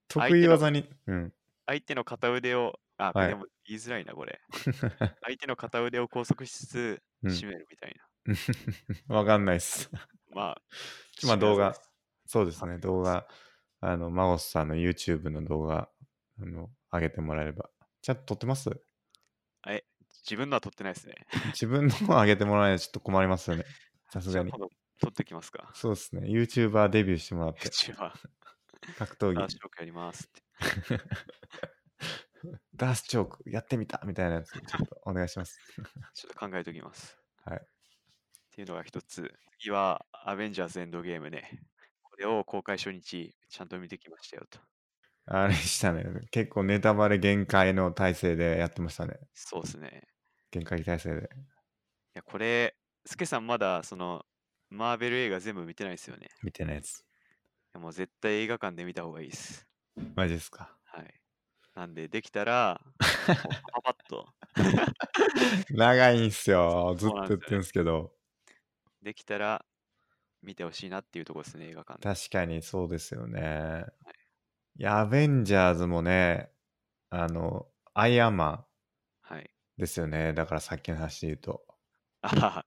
Speaker 2: 相
Speaker 1: 得
Speaker 2: 手の
Speaker 1: 意技に、うん。
Speaker 2: 相手の片腕を、あ、
Speaker 1: はい
Speaker 2: でも言いづらいな、これ。相手の片腕を拘束しつつ、
Speaker 1: うん
Speaker 2: 締めるみたいな。
Speaker 1: わかんないっす。
Speaker 2: まあ、
Speaker 1: 今
Speaker 2: 締め技
Speaker 1: 動画
Speaker 2: です
Speaker 1: そうです
Speaker 2: は
Speaker 1: ね、
Speaker 2: い
Speaker 1: 動画、あの、マゴスさんの YouTube の動画、あの、上げてもらえれば。ちゃんと撮ってます
Speaker 2: 自分のは撮ってないですね。
Speaker 1: 自分のも上げてもらえないとちょっと困りますよね。さす
Speaker 2: じ
Speaker 1: が
Speaker 2: ゃあ
Speaker 1: に
Speaker 2: 今。度撮ってきま すか。
Speaker 1: そうですね、YouTuber デビューしてもらっ
Speaker 2: う
Speaker 1: て、
Speaker 2: ちは、
Speaker 1: 格闘
Speaker 2: ダ
Speaker 1: 技
Speaker 2: ース、チョークやりますって。
Speaker 1: ダースチョークやってみたみたいなやつ、ちょっとお願いします。
Speaker 2: ちょっと考えておきます。
Speaker 1: はい
Speaker 2: っていうのが一つ。次は、アベンジャーズエンドゲームね。これを公開初日、ちゃんと見てきましたよと。
Speaker 1: あれしたね、 結構ネタバレ限界の体制でやってましたね。
Speaker 2: そうですね。
Speaker 1: 限界体制で。
Speaker 2: いや、これ、スケさんまだ、その、マーベル映画全部見てないですよね。い
Speaker 1: 見てないやつ。
Speaker 2: やもう絶対映画館で見た方がいいです。
Speaker 1: マジですか。
Speaker 2: はい。なんで、できたら、もうパパッと、
Speaker 1: 長いんすよ。ず
Speaker 2: そ
Speaker 1: っ
Speaker 2: うなん
Speaker 1: と言
Speaker 2: ですよね
Speaker 1: ってるんですけど。
Speaker 2: できたら、見てほしいなっていうところですね、映画館で。
Speaker 1: 確かにそうですよね。いや、アベンジャーズもね、あの、アイアンマン
Speaker 2: はい。
Speaker 1: ですよね。だからさっきの話で言うと。
Speaker 2: あはは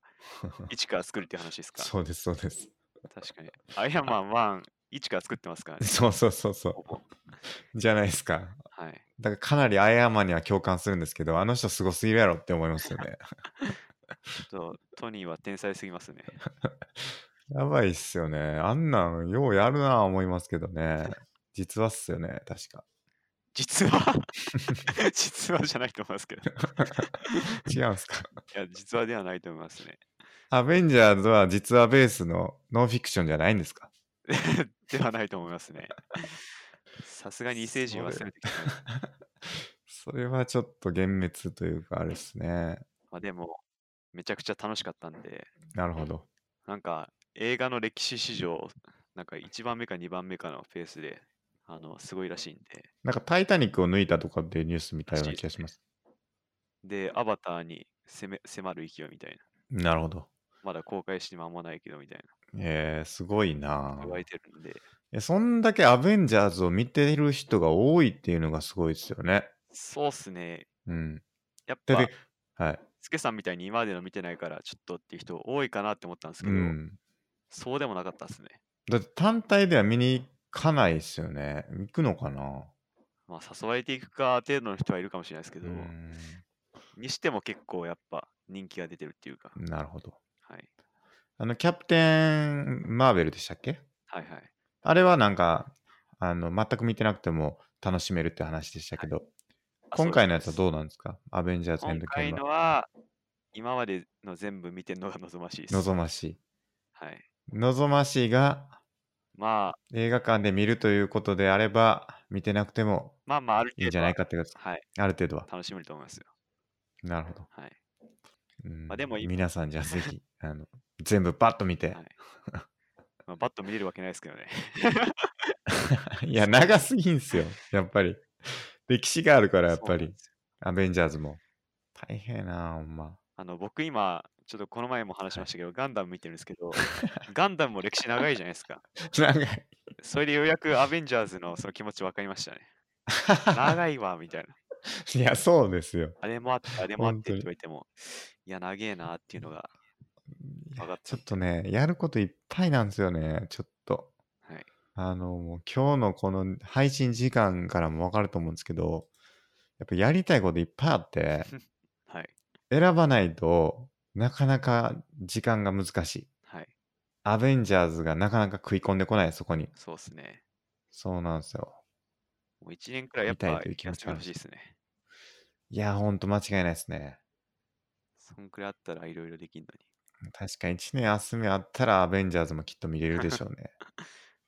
Speaker 2: 一から作るっていう話ですか。
Speaker 1: そうです、そうです。
Speaker 2: 確かに。アイアンマン1、一から作ってますからね。
Speaker 1: そうそうそうそ
Speaker 2: ほぼ
Speaker 1: う。じゃないですか。
Speaker 2: はい。
Speaker 1: だからかなりアイアンマンには共感するんですけど、あの人すごすぎるやろって思いますよね。
Speaker 2: ちょっとトニーは天才すぎますね。
Speaker 1: やばいっすよね。あんなんようやるなぁ思いますけどね。実はっすよね、確か。
Speaker 2: 実は 実はじゃないと思いますけど。い
Speaker 1: 違うんすか。
Speaker 2: や、実はではないと思いますね。
Speaker 1: アベンジャーズは実はベースのノンフィクションじゃないんですか
Speaker 2: ではないと思いますね。さすがに異星人は
Speaker 1: そ
Speaker 2: 攻
Speaker 1: れ
Speaker 2: め てきてない。
Speaker 1: それはちょっと幻滅というかあれですね。
Speaker 2: まあでも、めちゃくちゃ楽しかったんで、
Speaker 1: なるほど。
Speaker 2: なんか映画の歴史史上、なんか1番目か2番目かのペースで、あの、すごいらしいんで、
Speaker 1: なんかタイタニックを抜いたとかっていうニュース見たような気がします。
Speaker 2: で、アバターに攻め迫る勢いみたいな。
Speaker 1: なるほど。
Speaker 2: まだ公開して間もないけどみたい
Speaker 1: えー、すごい
Speaker 2: な。
Speaker 1: な
Speaker 2: 言
Speaker 1: ぁ
Speaker 2: われてるんで、
Speaker 1: えそんだけアベンジャーズを見てる人が多いっていうのがすごいですよね。
Speaker 2: そうっすね。
Speaker 1: うん。
Speaker 2: やっ
Speaker 1: だっ
Speaker 2: ぱ
Speaker 1: て、、はい。
Speaker 2: スケさんみたいに今までの見てないから、ちょっとっていう人多いかなって思ったんですけ
Speaker 1: う
Speaker 2: ど、
Speaker 1: ん。
Speaker 2: そうでもなかったですね。
Speaker 1: だって単体では見に行かないですよね。行くのかな
Speaker 2: まあ、誘われていくか程度の人はいるかもしれないですけど、
Speaker 1: うん。
Speaker 2: にしても結構やっぱ人気が出てるっていうか、
Speaker 1: なるほど。
Speaker 2: はい、
Speaker 1: あの、キャプテン・マーベルでしたっけ
Speaker 2: はいはい。
Speaker 1: あれはなんか、あの、全く見てなくても楽しめるって話でしたけど、
Speaker 2: あ
Speaker 1: 今回のやつは
Speaker 2: そう
Speaker 1: どうなんですかアベンジャー
Speaker 2: です
Speaker 1: ズ・エン
Speaker 2: 今
Speaker 1: ド・
Speaker 2: 回
Speaker 1: ゲー
Speaker 2: の
Speaker 1: ム
Speaker 2: は、今までの全部見てるのが望ましいです。
Speaker 1: 望まし
Speaker 2: はい。
Speaker 1: い。望ましいが、
Speaker 2: まあ、
Speaker 1: 映画館で見るということであれば、見てなくても
Speaker 2: まあまあ、ある程度
Speaker 1: いいんじゃないか
Speaker 2: か
Speaker 1: ってことです。
Speaker 2: はい、
Speaker 1: ある程度は。
Speaker 2: 楽しめると思いますよ。
Speaker 1: なるほど。
Speaker 2: はい。
Speaker 1: うん
Speaker 2: まあでも今
Speaker 1: 皆さんじゃあぜひ、あの、全部バッと見て
Speaker 2: は。まあ、バッと見れるわけないですけどね。
Speaker 1: いや、長すぎんすよ。やっぱり。歴史がある から、やっ
Speaker 2: そ
Speaker 1: ぱ
Speaker 2: うなん
Speaker 1: り
Speaker 2: で。すよ
Speaker 1: アベンジャーズも。大変やな、ほんま。
Speaker 2: あの、僕今、ちょっとこの前も話しましたけど、ガンダム見てるんですけど、ガンダムも歴史長いじゃないですか。
Speaker 1: 長い。
Speaker 2: それでようやくアベンジャーズのその気持ち分かりましたね。長いわ、みたいな。
Speaker 1: いや、そうですよ。
Speaker 2: あれもあって、あれもあって
Speaker 1: 本
Speaker 2: って
Speaker 1: 当に
Speaker 2: 言われても、いや、長えなっていうのが、
Speaker 1: いや
Speaker 2: わかった
Speaker 1: ちょっとね、やることいっぱいなんですよね、ちょっと。
Speaker 2: はい。
Speaker 1: あの、もう今日のこの配信時間からもわかると思うんですけど、やっぱやりたいこといっぱいあ って、
Speaker 2: はい。
Speaker 1: 選ばないとなかなか時間が難しい。
Speaker 2: はい。
Speaker 1: アベンジャーズがなかなか食い込んでこない、そこに。
Speaker 2: そうですね。
Speaker 1: そうなんですよ。
Speaker 2: もう1年くらいやっ
Speaker 1: 見たい
Speaker 2: ぱ
Speaker 1: という気持ち
Speaker 2: 休
Speaker 1: はある
Speaker 2: みほしいですね。
Speaker 1: いや、ほんと間違いないですね。
Speaker 2: そんくらいあったらいろいろできるのに。
Speaker 1: 確か1年休みあったらアベンジャーズもきっと見れるでしょう ね。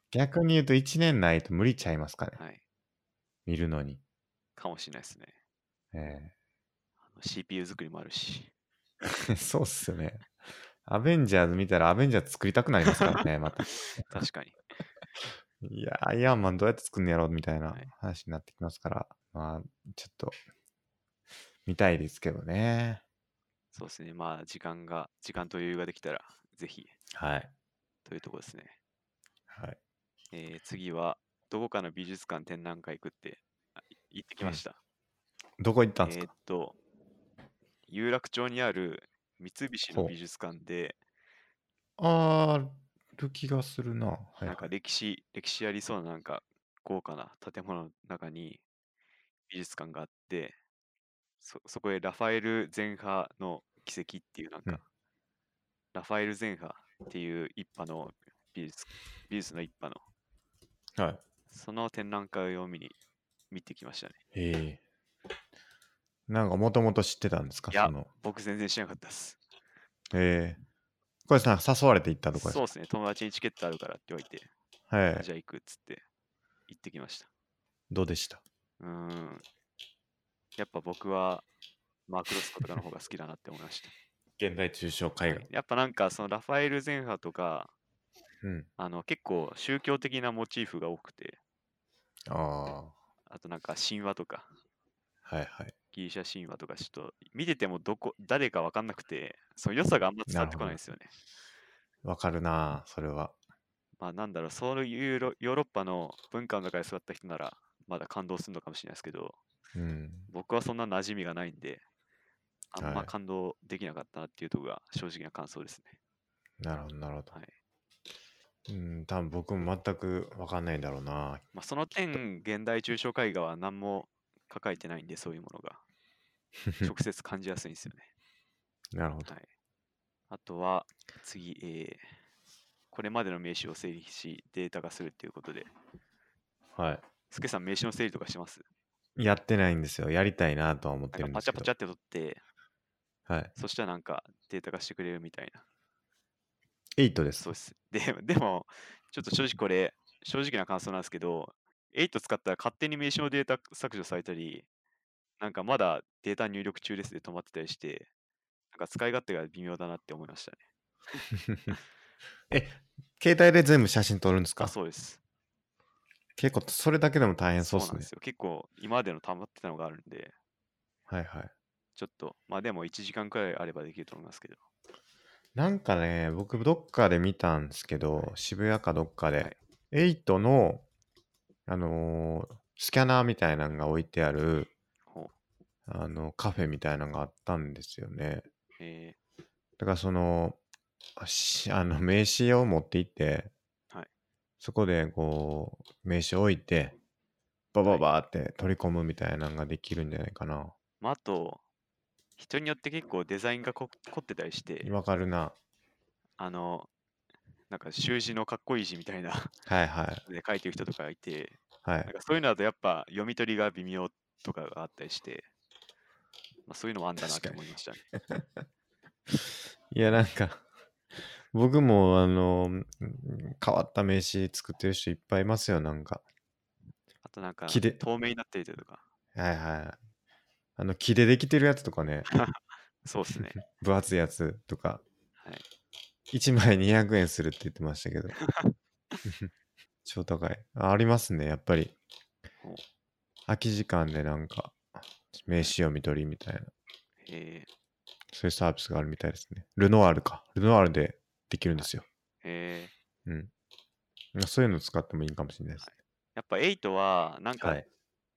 Speaker 1: 逆に言うと1年ないと無理ちゃいますかね。
Speaker 2: はい。
Speaker 1: 見るのに。
Speaker 2: かもしれないですね。
Speaker 1: ええ
Speaker 2: あの CPU 作りもあるし。
Speaker 1: そうっすよね。アベンジャーズ見たらアベンジャーズ作りたくなりますから ね、また。
Speaker 2: 確かに。
Speaker 1: いや、アイアンマンどうやって作るんやろうみたいな
Speaker 2: はい
Speaker 1: 話になってきますから、まあ、ちょっと、見たいですけどね。
Speaker 2: そうですね。まあ、時間が、時間と余裕ができたら、ぜひ、
Speaker 1: はい。
Speaker 2: というところですね。
Speaker 1: はい。
Speaker 2: えー次は、どこかの美術館展覧会行くって、あい行ってきま
Speaker 1: うん
Speaker 2: した。
Speaker 1: どこ行ったんです
Speaker 2: えー
Speaker 1: か
Speaker 2: っと、有楽町にある三菱
Speaker 1: ほ
Speaker 2: の
Speaker 1: う
Speaker 2: 美術館で、
Speaker 1: あー、る気がするな。はい
Speaker 2: なんか歴史、歴史ありそうななんか豪華な建物の中に美術館があって、そそこへラファエル・ゼンハの奇跡っていうなんか、
Speaker 1: うん
Speaker 2: ラファエル・ゼンハっていう一派の美術、美術の一派の、
Speaker 1: はい。
Speaker 2: その展覧会を見に、見てきましたね。
Speaker 1: ええなんか、もともと知ってたんですか
Speaker 2: いや
Speaker 1: その。
Speaker 2: 僕全然知らなかったです。
Speaker 1: ええこれさ、誘われて行ったとこです
Speaker 2: そ
Speaker 1: か。
Speaker 2: うですね、友達にチケットあるからって言われて、
Speaker 1: はい
Speaker 2: じ。ゃあ行くっつって行ってきました。
Speaker 1: どうでした
Speaker 2: うーん。やっぱ僕はマーク・ロスコとかの方が好きだなって思いました。
Speaker 1: 現代抽象絵
Speaker 2: はいやっぱなんかそのラファエル・ゼンハとか
Speaker 1: うん。
Speaker 2: あの結構宗教的なモチーフが多くて
Speaker 1: ああ。
Speaker 2: あとなんか神話とか
Speaker 1: はいはい。
Speaker 2: ギリシャ神話とかちょっと見ててもどこ誰か分かんなくてその良さがあんま伝わってこないんですよね。
Speaker 1: わかるなそれは。
Speaker 2: まあなんだろうそういうヨーロヨーロッパの文化の中で育った人ならまだ感動するのかもしれないですけど
Speaker 1: うん。
Speaker 2: 僕はそんな馴染みがないんであん
Speaker 1: は
Speaker 2: ま
Speaker 1: い
Speaker 2: 感動できなかったなっていうところが正直な感想ですね。
Speaker 1: なるほど、なるほど。
Speaker 2: はい
Speaker 1: うん、多分僕も全くわかんないんだろうな。
Speaker 2: まあ、その点、現代抽象絵画は何も抱えてないんで、そういうものが直接感じやすいんですよね。
Speaker 1: なるほど。
Speaker 2: はい、あとは、次、えーこれまでの名詞を整理し、データ化するということで、
Speaker 1: は
Speaker 2: スケさん、名詞の整理とかします
Speaker 1: い。やってないんですよ。やりたいなとは思って
Speaker 2: なん
Speaker 1: る
Speaker 2: か
Speaker 1: んで
Speaker 2: パ
Speaker 1: す
Speaker 2: チャ
Speaker 1: け
Speaker 2: パ
Speaker 1: ど。
Speaker 2: チャって取って、
Speaker 1: はい。
Speaker 2: そしたらなんかデータ化してくれるみたいな。
Speaker 1: 8です
Speaker 2: そう。です。 ででも、ちょっと正直これ、正直な感想なんですけど、8使ったら勝手に名詞のデータ削除されたり、なんかまだデータ入力中ですで止まってたりして、なんか使い勝手が微妙だなって思いましたね。
Speaker 1: え、携帯で全部写真撮るんです
Speaker 2: あ、
Speaker 1: か
Speaker 2: そうです。
Speaker 1: 結構、それだけでも大変そうで
Speaker 2: な
Speaker 1: す
Speaker 2: ん
Speaker 1: ね
Speaker 2: で。すよ。結構今までの溜まってたのがあるんで、
Speaker 1: はいはい。
Speaker 2: ちょっと、まあでも1時間くらいあればできると思いますけど。
Speaker 1: なんかね、僕、どっかで見たんですけど、渋谷かどっかで、
Speaker 2: はい
Speaker 1: 8の、あのースキャナーみたいなのが置いてある、
Speaker 2: ほう
Speaker 1: あの、カフェみたいなのがあったんですよね。
Speaker 2: え
Speaker 1: だからその、しあの、名刺を持って行って、
Speaker 2: はい
Speaker 1: そこでこう、名刺を置いて、バババーって取り込むみたいなのができるんじゃないかな。
Speaker 2: ーまあ、あと、人によって結構デザインがこ凝ってたりして、
Speaker 1: わかるな。
Speaker 2: あの、なんか習字のかっこいい字みたいな
Speaker 1: はいはい。
Speaker 2: で書いてる人とかがいて、
Speaker 1: はい
Speaker 2: なん。かそういうのだとやっぱ読み取りが微妙とかがあったりして、まあ、そういうのもあんだな
Speaker 1: 確
Speaker 2: と
Speaker 1: かに
Speaker 2: 思いましたね。
Speaker 1: いや、なんか、 僕も、あの、うん変わった名刺作ってる人いっぱいいますよ、なんか。
Speaker 2: あとなんか
Speaker 1: 木で
Speaker 2: 透明になってるとか、
Speaker 1: はいはい。あの、木でできてるやつとかね、
Speaker 2: そうです ね。
Speaker 1: 分厚いやつとか、
Speaker 2: はい
Speaker 1: 1枚200円するって言ってました けど。超高いあ。ありますね、やっぱり
Speaker 2: ほう。
Speaker 1: 空き時間でなんか、名刺読み取りみたいな、
Speaker 2: えー
Speaker 1: そういうサービスがあるみたいですね。ルノワールか。ルノワールでできるんですよ。
Speaker 2: えー
Speaker 1: うん。そういうの使ってもいいかもしれないです。
Speaker 2: やっぱ8はなん
Speaker 1: は
Speaker 2: か
Speaker 1: い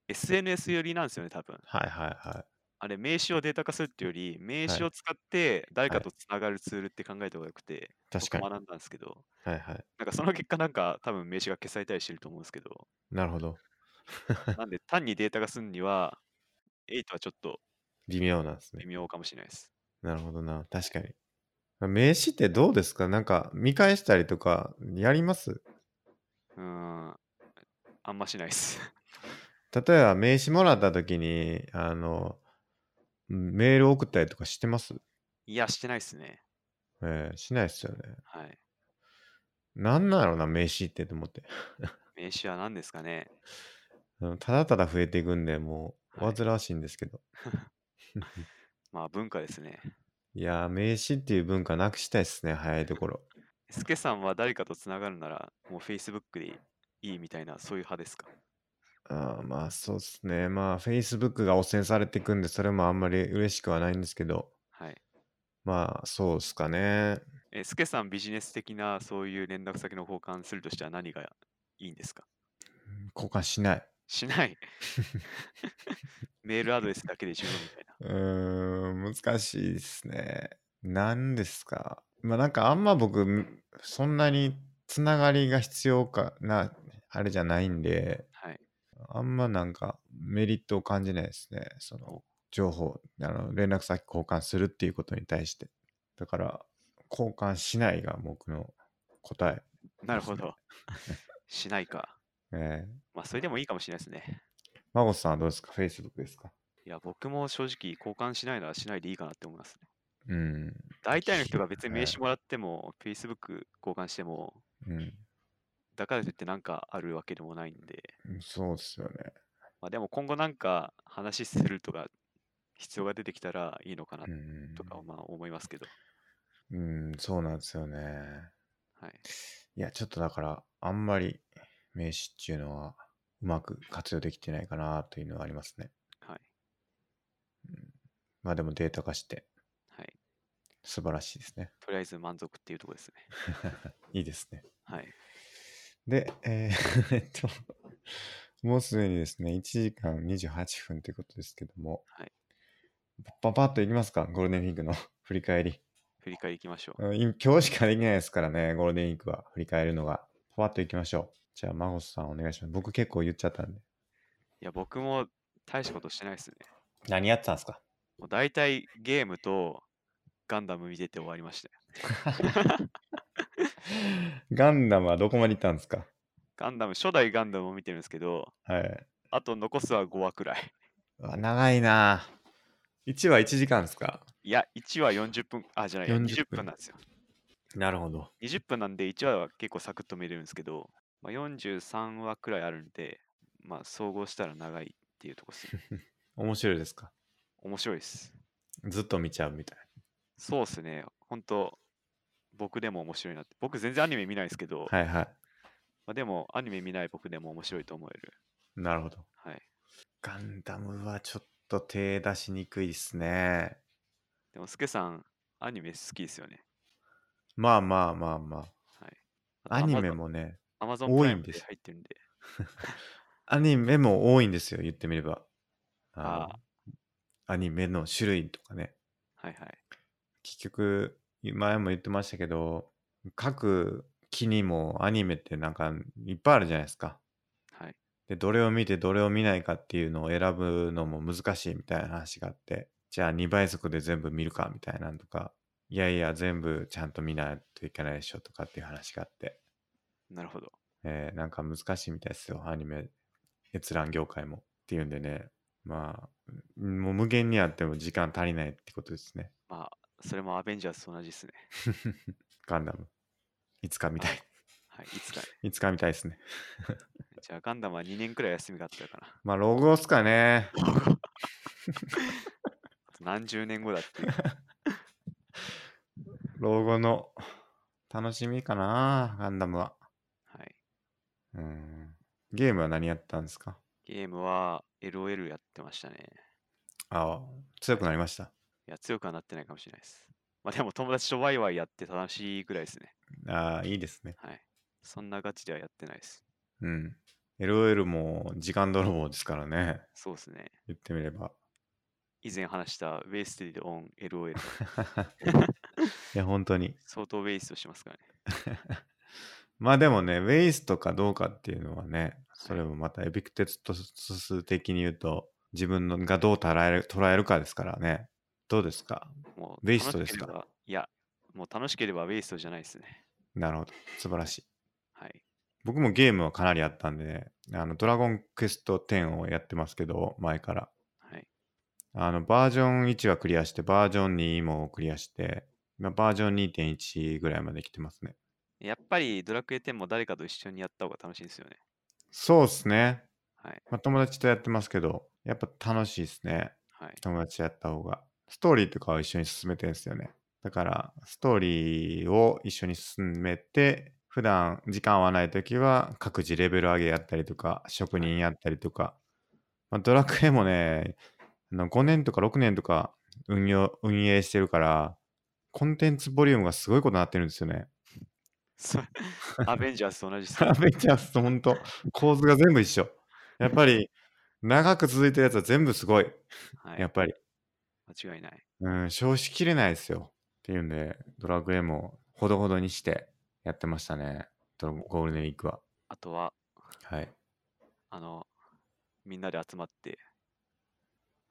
Speaker 2: SNS 寄りなんですよね、多分。
Speaker 1: はいはいはい。
Speaker 2: あれ、名刺をデータ化するっていうより、名
Speaker 1: はい
Speaker 2: 刺を使って誰
Speaker 1: は
Speaker 2: か
Speaker 1: い
Speaker 2: とつながるツールって考えた方がよくて、
Speaker 1: 確かに
Speaker 2: 僕。学んだんですけど、
Speaker 1: はいはい。
Speaker 2: なんかその結果なんか多分名刺が消されたりしてると思うんですけ ど、
Speaker 1: なるほど。
Speaker 2: なんで単にデータ化するには、8はちょっと
Speaker 1: 微妙なんです
Speaker 2: 微
Speaker 1: ね。
Speaker 2: 妙かもしれないです。
Speaker 1: なるほどな。確かに。名刺ってどうですかなんか見返したりとかやります
Speaker 2: うーん、あんましないです。
Speaker 1: 例えば名刺もらった時に、あの、メール送ったりとかしてます
Speaker 2: いや、してないですね。
Speaker 1: えーしないですよね。
Speaker 2: はい。
Speaker 1: なんなんやろな、名刺ってと思って。
Speaker 2: 名刺は何ですかね。
Speaker 1: あのただただ増えていくんで、も
Speaker 2: は
Speaker 1: う
Speaker 2: い
Speaker 1: 煩わしいんですけど。
Speaker 2: まあ文化ですね。
Speaker 1: い、やー、名刺っていう文化なくしたいですね、早いところ。
Speaker 2: スケさんは誰かとつながるなら、もう Facebook でいいみたいな、そういう派ですか
Speaker 1: あーまあそうですね。まあ Facebook が汚染されていくんで、それもあんまり嬉しくはないんですけど、
Speaker 2: はい。
Speaker 1: まあそうですかね。
Speaker 2: え、スケさんビジネス的なそういう連絡先の交換するとしたら何がいいんですか
Speaker 1: 交換しない。
Speaker 2: しない。 メールアドレスだけで十分みたいう
Speaker 1: ーん、難しいですね。何ですか。まあなんかあんま僕、そんなにつながりが必要かな、あれじゃないんで、
Speaker 2: な。はい。
Speaker 1: あんまなんかメリットを感じないですね。その
Speaker 2: お
Speaker 1: 情報、あの連絡先交換するっていうことに対して。だから、交換しないが僕の答え。
Speaker 2: なるほど。 しないか。
Speaker 1: えー、
Speaker 2: まあ、それでもいいかもしれないですね。
Speaker 1: マゴスさんはどうですか ?Facebook ですか
Speaker 2: いや、僕も正直、交換しないならしないでいいかなって思いますね。
Speaker 1: うん。
Speaker 2: 大体の人が別に
Speaker 1: は
Speaker 2: 名
Speaker 1: い
Speaker 2: 刺もらっても、Facebook 交換しても、
Speaker 1: うん。
Speaker 2: だからといってなんかあるわけでもないんで、
Speaker 1: そうですよね。
Speaker 2: まあ、でも今後なんか話するとか、必要が出てきたらいいのかな
Speaker 1: うん
Speaker 2: とか、まあ思いますけど。
Speaker 1: うん、そうなんですよね。
Speaker 2: はい。
Speaker 1: いや、ちょっとだから、あんまり名刺っていうのはうまく活用できてないかなというのはありますね。
Speaker 2: はい。
Speaker 1: まあでもデータ化して
Speaker 2: はい。
Speaker 1: 素晴らしいですね。
Speaker 2: とりあえず満足っていうところですね。
Speaker 1: いいですね。
Speaker 2: はい。
Speaker 1: で、えー えっと、もうすでにですね、1時間28分ということですけども、
Speaker 2: はい
Speaker 1: パパパッといきますか、ゴールデンウィークの 振り返り。
Speaker 2: 振り返りいきましょう。
Speaker 1: うん今今日しかできないですからね、ゴールデンウィークは振り返るのが。パパッといきましょう。じゃあ、マゴスさんお願いします。僕結構言っちゃったんで。
Speaker 2: いや、僕も大したことしてないですね。
Speaker 1: 何やってたんですか
Speaker 2: もう大体ゲームとガンダム見てて終わりましたよ。
Speaker 1: ガンダムはどこまで行ったんですか
Speaker 2: ガンダム、初代ガンダムを見てるんですけど、
Speaker 1: はい。
Speaker 2: あと残すは5話くらい。
Speaker 1: うわ長いな1は1時間ですか
Speaker 2: いや、1話40分、あ、じゃないや、
Speaker 1: 40
Speaker 2: 20
Speaker 1: 分
Speaker 2: 分なんですよ。
Speaker 1: なるほど。
Speaker 2: 20分なんで1話は結構サクッと見れるんですけど、まあ、43話くらいあるんで、まあ、総合したら長いっていうとこです ね。
Speaker 1: 面白いですか
Speaker 2: 面白いです。
Speaker 1: ずっと見ちゃうみたい
Speaker 2: そうですね、ほんと、僕でも面白いなって。僕全然アニメ見ないですけど、
Speaker 1: な。はいはい。
Speaker 2: まあ、でもアニメ見ない僕でも面白いと思える。
Speaker 1: なるほど。
Speaker 2: はい。
Speaker 1: ガンダムはちょっと手出しにくいですね。
Speaker 2: でも、スケさん、アニメ好きですよね。
Speaker 1: まあまあまあま
Speaker 2: はい。
Speaker 1: あ。アニメ
Speaker 2: も。
Speaker 1: もね、
Speaker 2: Amazon
Speaker 1: 多
Speaker 2: プラ
Speaker 1: い
Speaker 2: イ
Speaker 1: ん
Speaker 2: ム
Speaker 1: で
Speaker 2: です入ってるんで。
Speaker 1: アニメも多いんですよ、言ってみれば。
Speaker 2: あ
Speaker 1: あアニメの種類とかね。
Speaker 2: はいはい。
Speaker 1: 結局、前も言ってましたけど、各期にもアニメってなんかいっぱいあるじゃないですか。
Speaker 2: はい。
Speaker 1: で、どれを見てどれを見ないかっていうのを選ぶのも難しいみたいな話があって、じゃあ2倍速で全部見るかみたいなんとか、いやいや、全部ちゃんと見ないといけないでしょとかっていう話があって、
Speaker 2: なるほど。
Speaker 1: えーなんか難しいみたいですよ、アニメ、閲覧業界も。っていうんでね、まあ、もう無限にあっても時間足りないってことですね。
Speaker 2: まあ、それもアベンジャーズと同じですね。
Speaker 1: ガンダム。いつか見たい。
Speaker 2: はい。いつかね。
Speaker 1: いつか見たいですね。
Speaker 2: じゃあ、ガンダムは2年くらい休みがあったから。
Speaker 1: まあ、ロゴっすかね。
Speaker 2: あと 何十年後だっていう。
Speaker 1: 老後の楽しみかな、ガンダムは。
Speaker 2: はい。
Speaker 1: うん。ゲームは何やったんですか
Speaker 2: ゲームは LOL やってましたね。
Speaker 1: ああ、強くなりました。
Speaker 2: いや、強くはなってないかもしれないです。まあでも友達とワイワイやって楽しいくらいですね。
Speaker 1: ああ、いいですね。
Speaker 2: はい。そんなガチではやってないです。
Speaker 1: うん。LOL も時間泥棒ですからね。
Speaker 2: そうですね。
Speaker 1: 言ってみれば。
Speaker 2: 以前話したウェイスティドオン LOL。
Speaker 1: いや、本当に。
Speaker 2: 相当ウェイストしてますからね。
Speaker 1: まあでもね、ウェイスとかどうかっていうのはね、それもまたエビクテッド数的に言うと、自分のがどう捉える捉えるかですからね。どうですか
Speaker 2: もう
Speaker 1: ウェイスト
Speaker 2: 楽しけれ
Speaker 1: ですか
Speaker 2: ばいや、もう楽しければウェイストじゃないですね。
Speaker 1: なるほど。素晴らしい。
Speaker 2: はい。
Speaker 1: 僕もゲームはかなりあったんでね、あの、ドラゴンクエスト10をやってますけど、前から。
Speaker 2: はい。
Speaker 1: あの、バージョン1はクリアして、バージョン2もクリアして、今バージョン2.1ぐらいまで来てますね。
Speaker 2: やっぱりドラクエ10も誰かと一緒にやった方が楽しいんですよね。
Speaker 1: そうですね。
Speaker 2: はい。
Speaker 1: まあ、友達とやってますけど、やっぱ楽しいですね。
Speaker 2: はい。
Speaker 1: 友達とやった方が。ストーリーとかを一緒に進めてるんですよね。だから、ストーリーを一緒に進めて、普段時間合わないときは、各自レベル上げやったりとか、職人やったりとか。まあ、ドラクエもね、あの5年とか6年とか運用運営してるから、コンテンツボリュームがすごいことになってるんですよね。
Speaker 2: そうアベンジャーズと同じですね
Speaker 1: ア。ベンジャーズと本当構図が全部一緒。やっぱり、長く続いてるやつは全部すごい。
Speaker 2: はい。
Speaker 1: やっぱり。
Speaker 2: 間違いない。
Speaker 1: うん、消費しきれないですよ。っていうんで、ドラクエもほどほどにしてやってましたね。ドラゴールデンウィークは。
Speaker 2: あとは、
Speaker 1: はい。
Speaker 2: あの、みんなで集まって、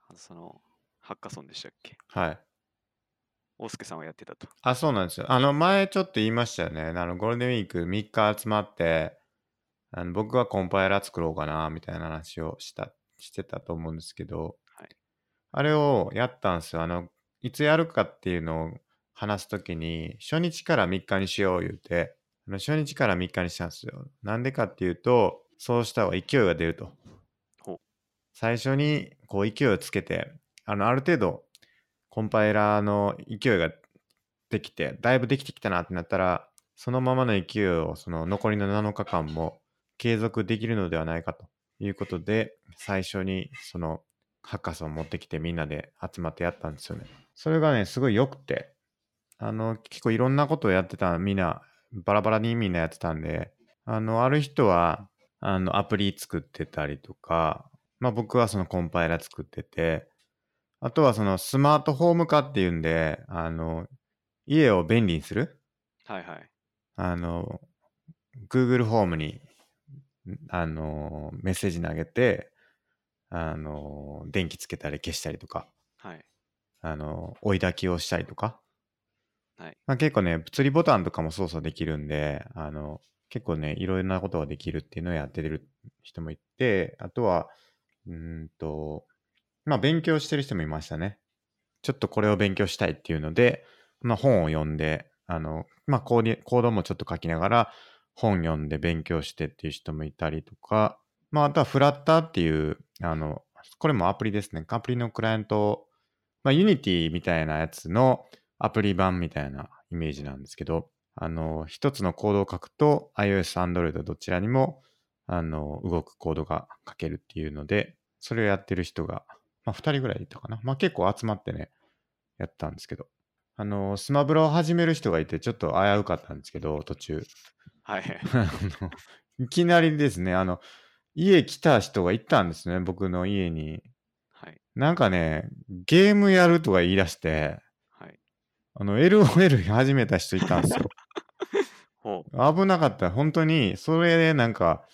Speaker 2: あのその、ハッカソンでしたっけ
Speaker 1: はい。
Speaker 2: 大介さんはやってたと。
Speaker 1: あ、そうなんですよ。あの、前ちょっと言いましたよね。あの、ゴールデンウィーク3日集まって、あの僕はコンパイラー作ろうかな、みたいな話をした、してたと思うんですけど、
Speaker 2: はい
Speaker 1: あれをやったんですよ。あの、いつやるかっていうのを話すときに、初日から3日にしよう言うて、あの初日から3日にしたんですよ。なんでかっていうと、そうした方が勢いが出ると
Speaker 2: ほう。
Speaker 1: 最初にこう勢いをつけて、あの、ある程度、コンパイラーの勢いができて、だいぶできてきたなってなったら、そのままの勢いをその残りの7日間も継続できるのではないかということで、最初にそのハッカソン持ってきてみんなで集まってやったんですよね。それがね、すごい良くて、あの、結構いろんなことをやってたみんな、バラバラにみんなやってたんで、あの、ある人は、あの、アプリ作ってたりとか、まあ僕はそのコンパイラ作ってて、あとはそのスマートホーム化っていうんで、あの、家を便利にする
Speaker 2: はいはい。
Speaker 1: あの、Google ホームに、んあの、メッセージ投げて、あの、電気つけたり消したりとか、
Speaker 2: はい。
Speaker 1: あの、追い焚きをしたりとか。
Speaker 2: はい
Speaker 1: まあ、結構ね、物理ボタンとかも操作できるんで、あの、結構ね、いろいろなことができるっていうのをやってる人もいて、あとは、うーんと、まあ、勉強してる人もいましたね。ちょっとこれを勉強したいっていうので、まあ、本を読んで、あの、まあ、コーディコードもちょっと書きながら、本読んで勉強してっていう人もいたりとか、まあ、あとはフラッターっていう、あの、これもアプリですね。アプリのクライアントをまあ、Unity みたいなやつのアプリ版みたいなイメージなんですけど、あの、一つのコードを書くと iOS、Android どちらにも、あの、動くコードが書けるっていうので、それをやってる人が、まあ、二人ぐらいいたかな。まあ、結構集まってね、やったんですけど、あの、スマブラを始める人がいて、ちょっと危うかったんですけど、途中。
Speaker 2: はい。
Speaker 1: あのいきなりですね、あの、家来た人がいたんですね、僕の家に。
Speaker 2: はい。
Speaker 1: なんかね、ゲームやるとか言い出して、
Speaker 2: はい。
Speaker 1: あの、LOL 始めた人いたんですよ。
Speaker 2: ほう。
Speaker 1: 危なかった。本当に、それでなんか、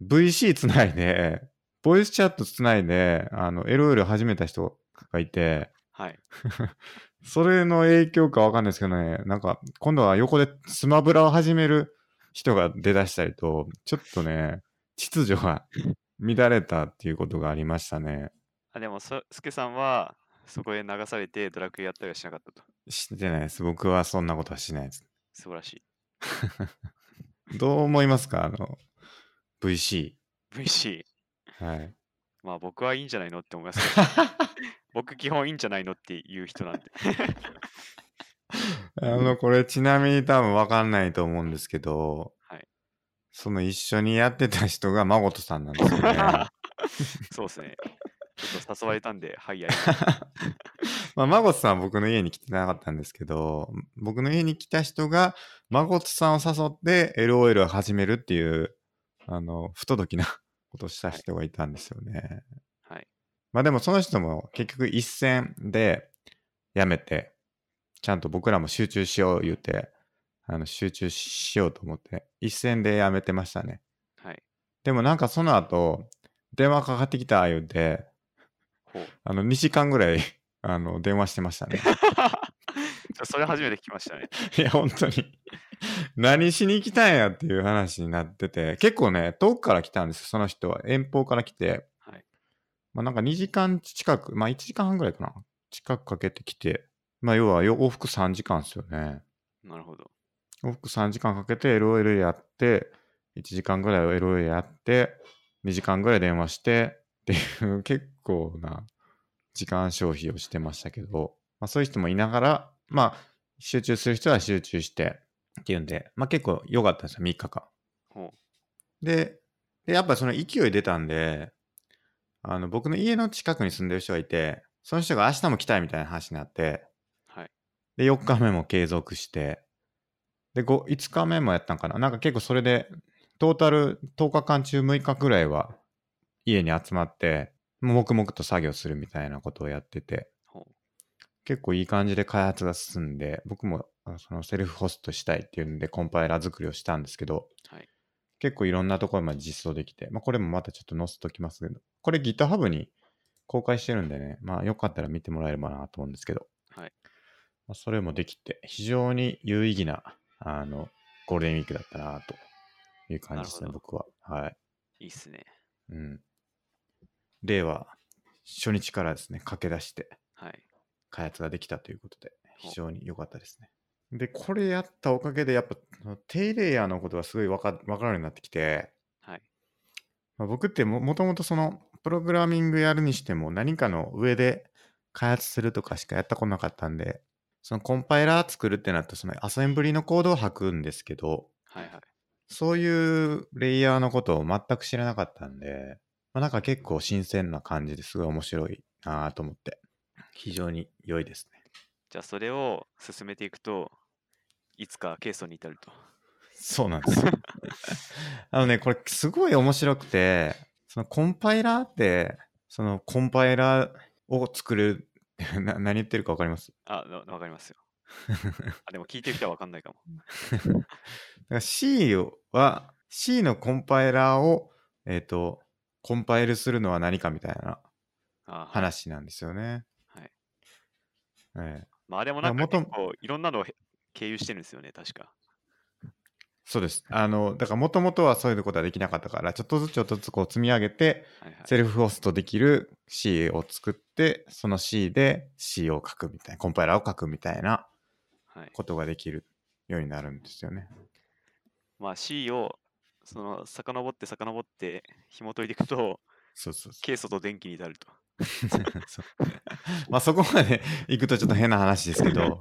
Speaker 1: VC つないで、ボイスチャットつないで、あの、LOL 始めた人がいて、
Speaker 2: はい。
Speaker 1: それの影響かわかんないですけどね、なんか、今度は横でスマブラを始める人が出だしたりと、ちょっとね、秩序が乱れたっていうことがありましたね。
Speaker 2: あ、でも、そすけさんは、そこで流されてドラクエやったりはしなかったと。
Speaker 1: してないです。僕はそんなことはしないです。
Speaker 2: 素晴らし
Speaker 1: どう思いますかあの、VC。
Speaker 2: い。VC。
Speaker 1: はい。
Speaker 2: まあ、僕はいいんじゃないのって思いますけど。僕、基本いいんじゃないのっていう人なんで。
Speaker 1: あの、これちなみに多分わかんないと思うんですけど、
Speaker 2: はい
Speaker 1: その一緒にやってた人がまことさんなんです よね。
Speaker 2: そうですね。ちょっと誘われたんで、はい、やり
Speaker 1: まあ、まことさんは僕の家に来てなかったんですけど、僕の家に来た人がまことさんを誘って LOL を始めるっていう、あの、不届きなことをした人がいたんですよね。
Speaker 2: はい。
Speaker 1: まあでもその人も結局一戦でやめて、ちゃんと僕らも集中しよう言うて、あの集中しようと思って、一戦でやめてましたね。
Speaker 2: はい。
Speaker 1: でもなんかその後、電話かかってきた言うて、
Speaker 2: ほう。
Speaker 1: あの2時間ぐらいあの電話してましたね。
Speaker 2: ちょそれ初めて聞きましたね。
Speaker 1: いや、本当に。何しに来たんやっていう話になってて、結構ね、遠くから来たんですよ、その人は。遠方から来て。
Speaker 2: はい
Speaker 1: まあなんか2時間近く、まあ1時間半ぐらいかな。近くかけてきて。まあ要はよ往復3時間ですよね。
Speaker 2: なるほど。
Speaker 1: 往復3時間かけて LOL やって、1時間ぐらい LOL やって、2時間ぐらい電話してっていう 結構な時間消費をしてましたけど、まあそういう人もいながら、まあ集中する人は集中してっていうんで、まあ結構良かったんですよ、3日間。
Speaker 2: ほう。
Speaker 1: で、でやっぱその勢い出たんで、あの僕の家の近くに住んでる人がいて、その人が明日も来たいみたいな話になって、
Speaker 2: はい。
Speaker 1: で、4日目も継続して、で、5, 5日目もやったんかななんか結構それで、トータル10日間中6日ぐらいは家に集まって、黙々と作業するみたいなことをやってて
Speaker 2: ほう、
Speaker 1: 結構いい感じで開発が進んで、僕もあそのセルフホストしたいっていうんでコンパイラー作りをしたんですけど、
Speaker 2: はい
Speaker 1: 結構いろんなところまで実装できて、まあ、これもまたちょっと載せときますけど、これ GitHub に公開してるんでね、まあよかったら見てもらえればなと思うんですけど、
Speaker 2: はい
Speaker 1: まあ、それもできて、非常に有意義な、あの、ゴールデンウィークだったなという感じですね、
Speaker 2: なる
Speaker 1: 僕は。はい。
Speaker 2: いいっすね。
Speaker 1: うん。例は、初日からですね、駆け出して
Speaker 2: はい。
Speaker 1: 開発ができたということで、
Speaker 2: ほう
Speaker 1: 非常に良かったですね。で、これやったおかげで、やっぱ、その低レイヤーのことがすごいわかわかるようになってきて、
Speaker 2: はい。
Speaker 1: まあ、僕ってももともとそのプログラミングやるにしても何かの上で開発するとかしかやったことなかったんでそのコンパイラー作るってなったそのアセンブリのコードを吐くんですけど
Speaker 2: はいはい。
Speaker 1: そういうレイヤーのことを全く知らなかったんで、まあ、なんか結構新鮮な感じですごい面白いなぁと思って非常に良いですね
Speaker 2: じゃあそれを進めていくと、いつかケイソンに至ると。
Speaker 1: そうなん ですよあのね、これすごい面白くて、そのコンパイラーって、そのコンパイラーを作る、な何言って るかわかります
Speaker 2: あ、なわかりま すよ。あでも聞いてる人はわかんないかも。
Speaker 1: だから C は、C のコンパイラーを、えっ、と、コンパイルするのは何かみたいな
Speaker 2: あはい
Speaker 1: 話なんですよね。
Speaker 2: はい。
Speaker 1: ええ
Speaker 2: まああれも
Speaker 1: ま
Speaker 2: な
Speaker 1: あ
Speaker 2: んか
Speaker 1: 元
Speaker 2: 結構いろんなのをへ経由してるんですよね、確か。
Speaker 1: そうです。あの、だからもともとはそういうことはできなかったから、ちょっとずつちょっとずつこう積み上げて、
Speaker 2: はいはい。
Speaker 1: セルフホストできる C を作って、その C で C を書くみたいな、コンパイラーを書くみたいな
Speaker 2: はい、
Speaker 1: ことができるようになるんですよね。
Speaker 2: まあ C を、その、遡って遡って紐解いていくと、
Speaker 1: そうそうそ
Speaker 2: ケイ素と電気に至ると。
Speaker 1: う。 そうまあそこまで行くとちょっと変な話ですけど、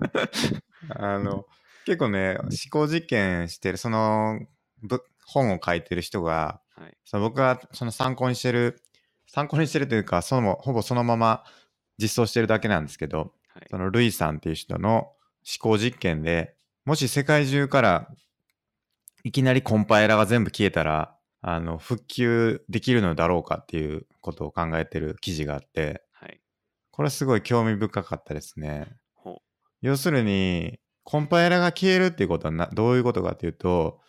Speaker 1: あの、結構ね、思考実験してる、その、ぶ本を書いてる人が、
Speaker 2: はい。
Speaker 1: その僕がその参考にしてる、参考にしてるというか、そのほぼそのまま実装してるだけなんですけど、
Speaker 2: はい。
Speaker 1: そのルイさんっていう人の思考実験で、もし世界中からいきなりコンパイラが全部消えたら、あの、復旧できるのだろうかっていうことを考えてる記事があって、
Speaker 2: はい。
Speaker 1: これすごい興味深かったですね。
Speaker 2: ほ
Speaker 1: 要するに、コンパイラが消えるっていうことはなどういうことかっていうと、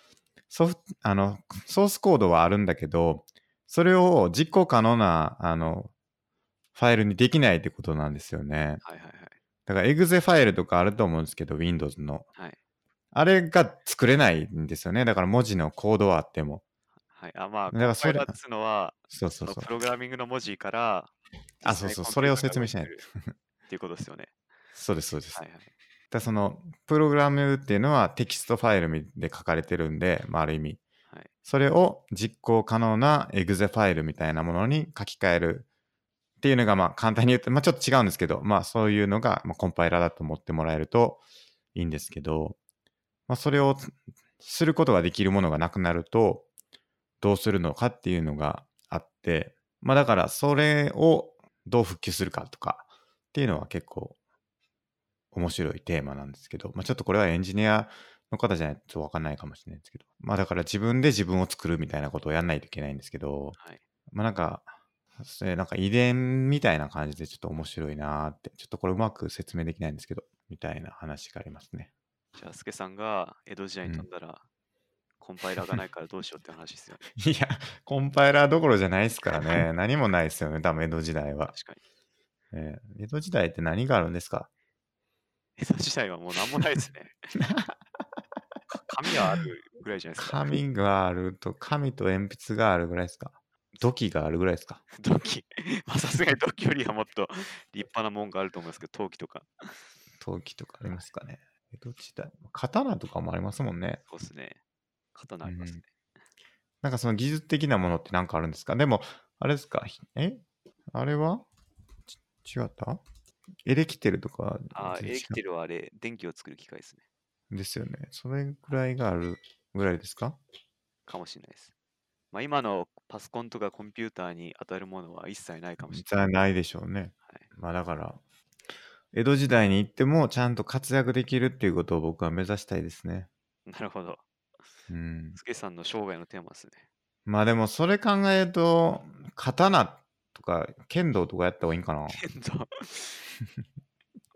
Speaker 1: ソフト、あの、ソースコードはあるんだけど、それを実行可能な、あの、ファイルにできないってことなんですよね。
Speaker 2: う。はいはいはい。
Speaker 1: だから、エグゼファイルとかあると思うんですけど、Windows の。
Speaker 2: はい。
Speaker 1: あれが作れないんですよね。だから文字のコードはあっても。
Speaker 2: はい、あ、まあ、コ
Speaker 1: だか
Speaker 2: ンパ
Speaker 1: ら
Speaker 2: イ
Speaker 1: それ
Speaker 2: ラーっつうのは、
Speaker 1: そうそう
Speaker 2: その
Speaker 1: そう
Speaker 2: プ。ログラミングの文字から、
Speaker 1: あ
Speaker 2: 実際
Speaker 1: そうそう
Speaker 2: コン
Speaker 1: それを
Speaker 2: ピュータ
Speaker 1: 説
Speaker 2: ーが
Speaker 1: 明しないと
Speaker 2: 動くっていうことですよね。
Speaker 1: そうです、 そうです。
Speaker 2: はいはい。
Speaker 1: だからそのプログラムっていうのはテキストファイルで書かれてるんで、まあ、ある意味、
Speaker 2: はい
Speaker 1: それを実行可能なエグゼファイルみたいなものに書き換えるっていうのがまあ簡単に言うと、まあ、ちょっと違うんですけど、まあ、そういうのがまあコンパイラーだと思ってもらえるといいんですけど、まあ、それをすることができるものがなくなるとどうするのかっていうのがあって、まあ、だからそれをどう復旧するかとかっていうのは結構面白いテーマなんですけど、まあ、ちょっとこれはエンジニアの方じゃないと分かんないかもしれないんですけど、まあだから自分で自分を作るみたいなことをやんないといけないんですけど、
Speaker 2: はい、
Speaker 1: まあなんか、それなんか遺伝みたいな感じでちょっと面白いなーって、ちょっとこれうまく説明できないんですけど、みたいな話がありますね。
Speaker 2: じゃあ、スケさんが江戸時代に飛んだら、コンパイラーがないからどうしようって話ですよね。
Speaker 1: いや、コンパイラーどころじゃないですから ね。何もないですよね、多分江戸時代は。
Speaker 2: 確かに。
Speaker 1: えー江戸時代って何があるんですか
Speaker 2: 江戸時代はもう何もないです ね。か紙はあるぐらいじゃないですか。
Speaker 1: 紙があると、紙と鉛筆があるぐらいですか土器があるぐらいですか
Speaker 2: 土器。まあさすがに土器よりはもっと立派なもんがあると思いますけど、陶器とか。
Speaker 1: 陶器とかありますかね江戸時代。刀とかもありますもんね。
Speaker 2: そうですね。刀ありますね。
Speaker 1: なんかその技術的なものってなんかあるんですかでも、あれですかひえあれはち違ったエレキテルとか。
Speaker 2: ああ、エレキテ
Speaker 1: ル。
Speaker 2: ルはあれ、電気を作る機械ですね。
Speaker 1: ですよね。それぐらいがあるぐらいですか
Speaker 2: かもしれないです。まあ、今のパソコンとかコンピューターに当たるものは一切ないかもし
Speaker 1: じ
Speaker 2: れ
Speaker 1: ゃ
Speaker 2: ない。
Speaker 1: ないでしょうね。
Speaker 2: はい
Speaker 1: まあだから、江戸時代に行ってもちゃんと活躍できるっていうことを僕は目指したいですね。
Speaker 2: なるほど。
Speaker 1: うん。
Speaker 2: スケさんの生涯のテーマ ですね。
Speaker 1: まあでもそれ考えると、刀とか剣道とかやった方がいいんかな
Speaker 2: 剣道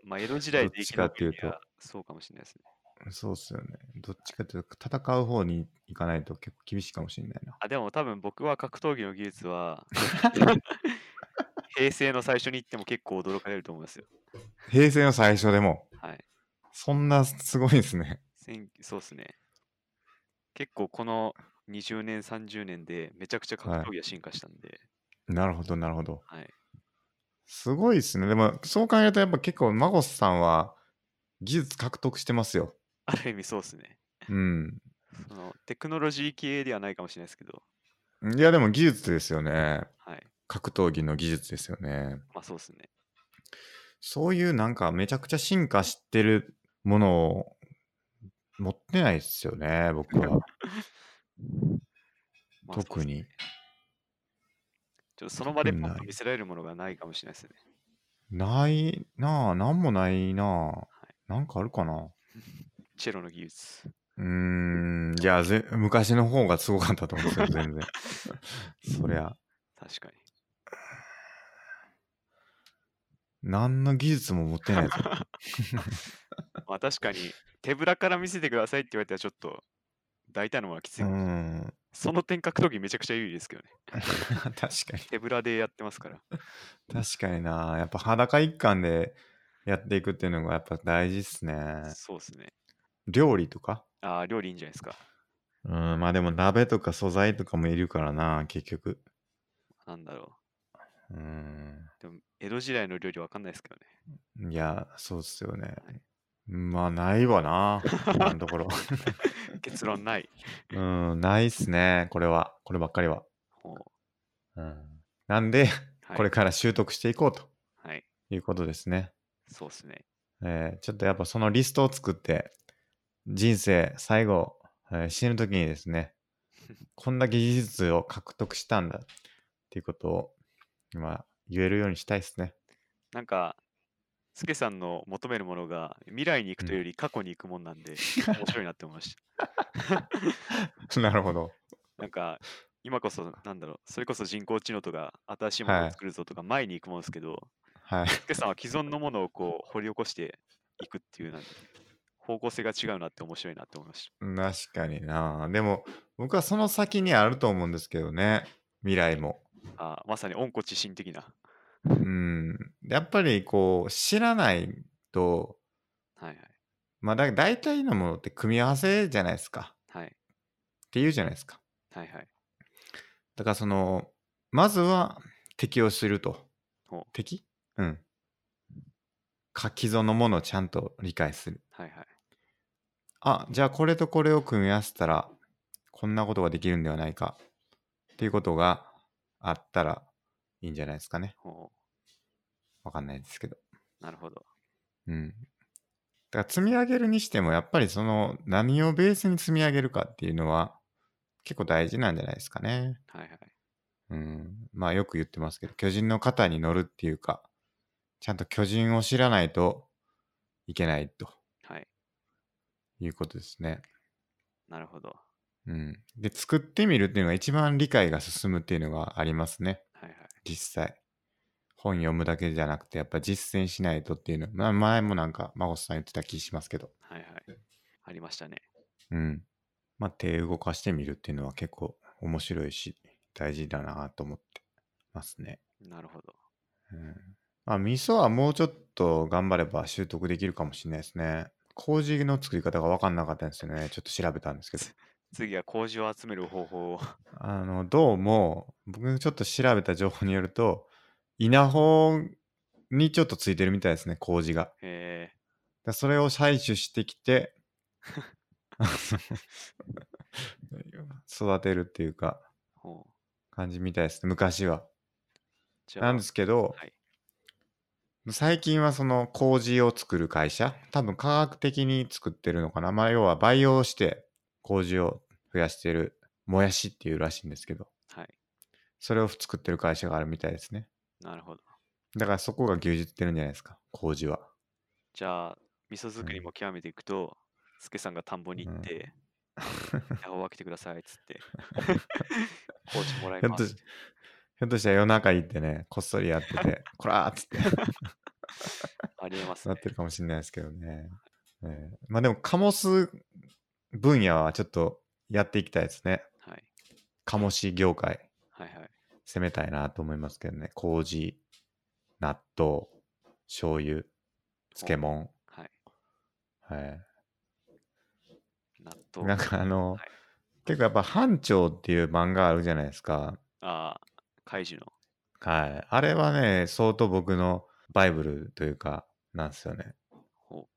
Speaker 2: まあ、江戸時代で生き残る
Speaker 1: ど
Speaker 2: に
Speaker 1: っちか
Speaker 2: はそうかもしれないですね。
Speaker 1: そうっすよね。どっちかというと、戦う方に行かないと結構厳しいかもしれないな。
Speaker 2: あ、でも多分僕は格闘技の技術 は平成の最初に言っても結構驚かれると思いますよ。
Speaker 1: 平成の最初でも、
Speaker 2: はい。
Speaker 1: そんなすごいですね。
Speaker 2: せんそうですね。結構この20年、30年でめちゃくちゃ格
Speaker 1: はい
Speaker 2: 闘技は進化したんで、
Speaker 1: なるほど、なるほど。
Speaker 2: はい。
Speaker 1: すごいですね。でも、そう考えると、やっぱ結構、マゴスさんは技術獲得してますよ。
Speaker 2: ある意味そうですね。
Speaker 1: うん。
Speaker 2: そのテクノロジー系ではないかもしれないですけど、
Speaker 1: いや、でも技術ですよね。
Speaker 2: はい。
Speaker 1: 格闘技の技術ですよね。
Speaker 2: まあそうですね。
Speaker 1: そういうなんかめちゃくちゃ進化してるものを持ってないですよね、僕は。
Speaker 2: まあそうっす
Speaker 1: 特
Speaker 2: ね
Speaker 1: に。
Speaker 2: ちょっとその場で
Speaker 1: 特に
Speaker 2: パッと
Speaker 1: ない
Speaker 2: 見せられるものがないかもしれないですね。
Speaker 1: ないなあ、なんもないなあ。なんかあるかな。
Speaker 2: チェロの技術。
Speaker 1: うーん、いや、ぜ昔の方がすごかったと思うん ですよ、全然。そりゃ、
Speaker 2: 確かに。
Speaker 1: 何の技術も持 ってないですよ。
Speaker 2: まあ確かに、手ぶらから見せてくださいって言われたらちょっと大体のものはきつ
Speaker 1: う
Speaker 2: い
Speaker 1: ー
Speaker 2: かもしれない。
Speaker 1: ん、
Speaker 2: その点格闘技めちゃくちゃ有利ですけどね。
Speaker 1: 確かに。
Speaker 2: 手ぶらでやってますから。
Speaker 1: 確かになやっぱ裸一貫でやっていくっていうのがやっぱ大事っすね。
Speaker 2: そうですね。
Speaker 1: 料理とか
Speaker 2: ああ、料理いいんじゃないですか。
Speaker 1: うん、まあでも鍋とか素材とかもいるからな結局。
Speaker 2: なんだろ
Speaker 1: うん。
Speaker 2: う。でも、江戸時代の料理わかんないですけどね。
Speaker 1: いや、そうっすよね。まあないわな今のところ。
Speaker 2: 結論ない。
Speaker 1: うん、ないっすね。これは。こればっかりは。
Speaker 2: ほう
Speaker 1: うん、なんで、
Speaker 2: はい
Speaker 1: これから習得していこうと
Speaker 2: はい。
Speaker 1: いうことですね。
Speaker 2: そうですね。
Speaker 1: えーちょっとやっぱそのリストを作って、人生最後、えー死ぬ時にですね、 こんだけ技術を獲得したんだっていうことを、今、言えるようにしたいですね。
Speaker 2: なんか、スケさんの求めるものが未来に行くというより過去に行くもんな んで、面白いなって思いまし た。
Speaker 1: なるほど。
Speaker 2: なんか、今こそ、なんだろう、それこそ人工知能とか、新しいもの
Speaker 1: は
Speaker 2: を
Speaker 1: い
Speaker 2: 作るぞとか、前に行くもんですけど、
Speaker 1: はい。
Speaker 2: スケさんは既存のものをこう掘り起こしていくっていうなんか方向性が違うなって面白いなって思いまし
Speaker 1: 確かにな。でも、僕はその先にあると思うんですけどね。未来も。
Speaker 2: た。あーまさに温故知新的な。
Speaker 1: うん。やっぱりこう、知らないと、
Speaker 2: はいはい。
Speaker 1: まあだ、大体のものって組み合わせじゃないですか。
Speaker 2: はい
Speaker 1: っていうじゃないですか。
Speaker 2: はいはい。
Speaker 1: だからその、まずは敵を知ると
Speaker 2: ほう。
Speaker 1: 敵うん。か既存のものをちゃんと理解する。
Speaker 2: はいはい。
Speaker 1: あ、じゃあこれとこれを組み合わせたら、こんなことができるんではないか。っていうことがあったらいいんじゃないですかね。
Speaker 2: ほ
Speaker 1: わかんないですけど。
Speaker 2: うなるほど。
Speaker 1: うん。だから積み上げるにしても、やっぱりその何をベースに積み上げるかっていうのは結構大事なんじゃないですかね。
Speaker 2: はいはい。
Speaker 1: うん、まあよく言ってますけど巨人の肩に乗るっていうかちゃんと巨人を知らないといけないと
Speaker 2: はい。
Speaker 1: いうことですね。
Speaker 2: なるほど。
Speaker 1: うん、で作ってみるっていうのが一番理解が進むっていうのがありますね
Speaker 2: はいはい。
Speaker 1: 実際。本読むだけじゃなくてやっぱ実践しないとっていうの、まあ、前もなんか孫さん言ってた気しますけど、
Speaker 2: はいはい。ありましたね。
Speaker 1: うん、まあ手動かしてみるっていうのは結構面白いし大事だなと思ってますね。
Speaker 2: なるほど。
Speaker 1: うんまあ、味噌はもうちょっと頑張れば習得できるかもしれないですね。麹の作り方が分かんなかったんですよね。ちょっと調べたんですけど。
Speaker 2: 次は麹を集める方法を。
Speaker 1: あの、どうも、僕がちょっと調べた情報によると、稲穂にちょっとついてるみたいですね、麹が。だか
Speaker 2: え
Speaker 1: らそれを採取してきて、あの育てるっていうか、
Speaker 2: ー、ほう
Speaker 1: 感じみたいですね、昔は。
Speaker 2: じゃ
Speaker 1: な
Speaker 2: あ
Speaker 1: んですけど、
Speaker 2: はい
Speaker 1: 最近はその麹を作る会社、多分科学的に作ってるのかな。まあ要は培養して麹を増やしてる、もやしっていうらしいんですけど、
Speaker 2: はい。
Speaker 1: それを作ってる会社があるみたいですね。
Speaker 2: なるほど。
Speaker 1: だからそこが牛耳ってるんじゃないですか、麹は。
Speaker 2: じゃあ、味噌作り
Speaker 1: うん
Speaker 2: も極めていくと、スケさんが田んぼに行って、ヤホー分けてくださいっつ って。麹もらい
Speaker 1: ひょっ
Speaker 2: ま
Speaker 1: と
Speaker 2: すっ。
Speaker 1: してひょっとしたら夜中行ってね、こっそりやってて、 こらーっつって
Speaker 2: ありえます
Speaker 1: な
Speaker 2: ね
Speaker 1: っ。てるかもしれないですけどね。ええまあでも、カモス分野はちょっとやっていきたいですね。
Speaker 2: はい。
Speaker 1: カモシ業界。
Speaker 2: はいはい。
Speaker 1: 攻めたいなと思いますけどね。麹、納豆、醤油、漬物。
Speaker 2: はい。
Speaker 1: はい。
Speaker 2: 納豆。
Speaker 1: なんかあの、
Speaker 2: はい
Speaker 1: 結構やっぱ班長っていう漫画あるじゃないですか。
Speaker 2: ああ、怪獣の。
Speaker 1: はい。あれはね、相当僕のバイブルというか、なんですよね。
Speaker 2: ほ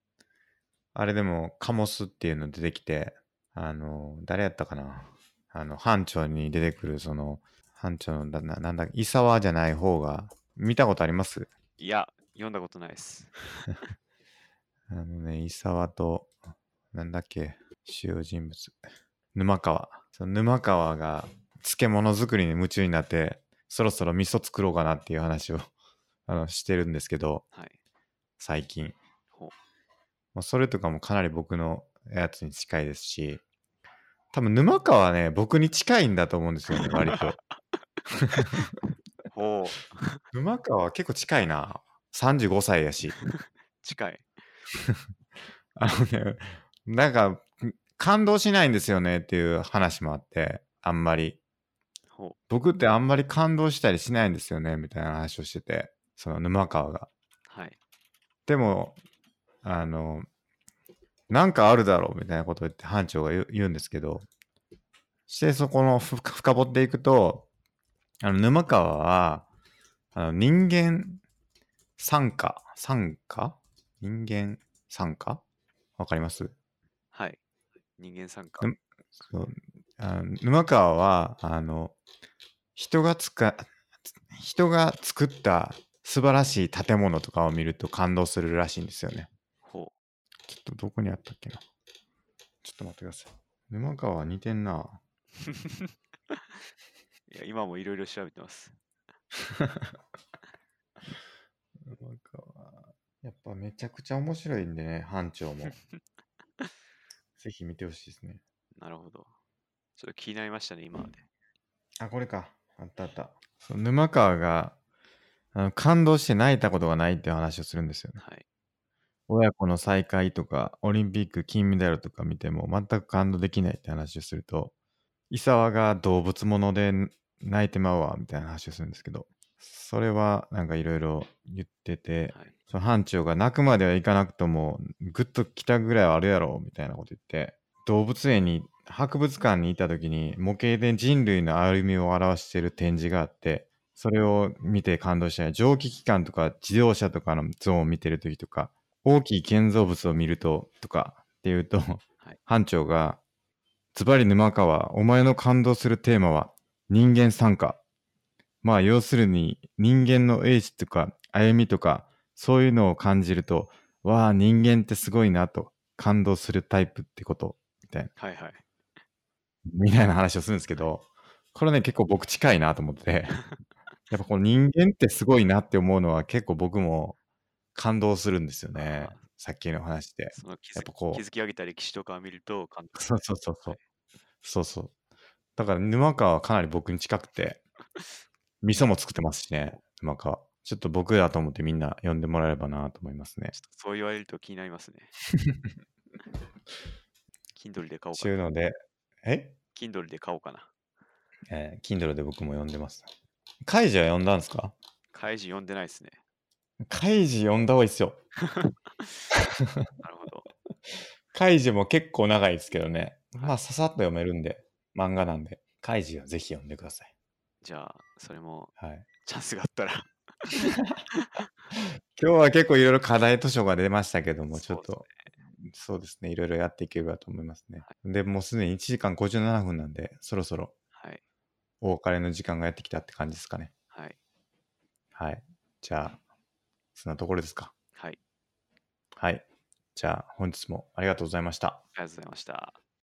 Speaker 1: あれでも、カモスっていうの出てきて、あの、誰やったかな。あの、班長に出てくる、その、班長のだ、ななんだ、伊沢じゃない方が、見たことあります
Speaker 2: ういや、読んだことないです。
Speaker 1: あのね、伊沢と、なんだっけ、主要人物。沼川。その沼川が漬物作りに夢中になって、そろそろ味噌作ろうかなっていう話を あのしてるんですけど、
Speaker 2: はい。
Speaker 1: 最近。
Speaker 2: ほう
Speaker 1: まあ、それとかもかなり僕のやつに近いですし、多分沼川はね、僕に近いんだと思うんですよね、割 と。
Speaker 2: ほう。
Speaker 1: 沼川は結構近いな。35歳やし。
Speaker 2: 近い。
Speaker 1: あのね、なんか、ん感動しないんですよねっていう話もあって、あんまり。
Speaker 2: ほう。
Speaker 1: 僕ってあんまり感動したりしないんですよね、みたいな話をしてて、その沼川が。
Speaker 2: はい。
Speaker 1: でも、あの、なんかあるだろうみたいなことを言って班長が言う言うんですけど、してそこのふ深掘っていくと、あの沼川は、あの人間参加、参加人間参加わかります
Speaker 2: はい。人間参加
Speaker 1: う。んそうあの沼川はあの人がつか人が作った素晴らしい建物とかを見ると感動するらしいんですよね。
Speaker 2: ほ
Speaker 1: ちょっとどこにあったっけなちょっと待ってください。沼川は似てんな。
Speaker 2: う。いや、今もいろいろ調べてます。
Speaker 1: 沼川。やっぱめちゃくちゃ面白いんでね、班長 も。ぜひ見てほしいですね。
Speaker 2: なるほど。ちょっと気になりましたね、今まで。
Speaker 1: あ、これか。あったあった。そう沼川があの感動して泣いたことがないっていう話をするんですよね。
Speaker 2: はい。
Speaker 1: 親子の再会とか、オリンピック金メダルとか見ても全く感動できないって話をすると、伊沢が動物もので泣いてまうわみたいな話をするんですけど、それはなんかいろいろ言ってて、
Speaker 2: はい。
Speaker 1: その班長が泣くまではいかなくとも、ぐっと来たぐらいはあるやろ、みたいなこと言って、動物園に、博物館に行った時に模型で人類の歩みを表している展示があって、それを見て感動したり、蒸気機関とか自動車とかのゾーンを見てる時とか、大きい建造物を見ると、とかっていうと、
Speaker 2: い
Speaker 1: 班長が、ズバリ沼川、お前の感動するテーマは人間参加。まあ要するに人間の英知とか歩みとかそういうのを感じると、わあ、人間ってすごいなと感動するタイプってこと、
Speaker 2: はいはい。
Speaker 1: みたいな話をするんですけど、これね、結構僕近いなと思ってて、 やっぱこの人間ってすごいなって思うのは結構僕も感動するんですよね
Speaker 2: あ。
Speaker 1: さっきの話で。
Speaker 2: その気
Speaker 1: や
Speaker 2: づ
Speaker 1: っぱこう
Speaker 2: 気づき上げた歴史とかを見ると感動
Speaker 1: そうそうそうそう。そうそう。だから沼川はかなり僕に近くて、味噌も作ってますしね、沼川。ちょっと僕だと思ってみんな呼んでもらえればなと思いますね。
Speaker 2: ちょっとそう言われると気になりますね。Kindle で買おう
Speaker 1: と
Speaker 2: か
Speaker 1: い
Speaker 2: な。
Speaker 1: うので、え
Speaker 2: Kindle で買おうかな。
Speaker 1: えー Kindle で僕も読んでます。カイジは読んだんですか
Speaker 2: 開示読んでないですね。
Speaker 1: カイジ読んだ方がいいですよ。
Speaker 2: なるほど。
Speaker 1: カイジも結構長いですけどね。まあ、ささっと読めるんで、漫画なんで。カイジはぜひ読んでください。
Speaker 2: じゃあ、それも
Speaker 1: はい。
Speaker 2: チャンスがあったら。
Speaker 1: 今日は結構いろいろ課題図書が出ましたけども、ちょっ
Speaker 2: そ
Speaker 1: と、そうですね、いろいろやっていければと思いますね。で、もうすでに1時間57分なんで、そろそろ
Speaker 2: はい。
Speaker 1: お別れの時間がやってきたって感じですかね。
Speaker 2: はい。
Speaker 1: はい。じゃあ、そんなところですか。
Speaker 2: はい。
Speaker 1: はい。じゃあ、本日もありがとうございました。
Speaker 2: ありがとうございました。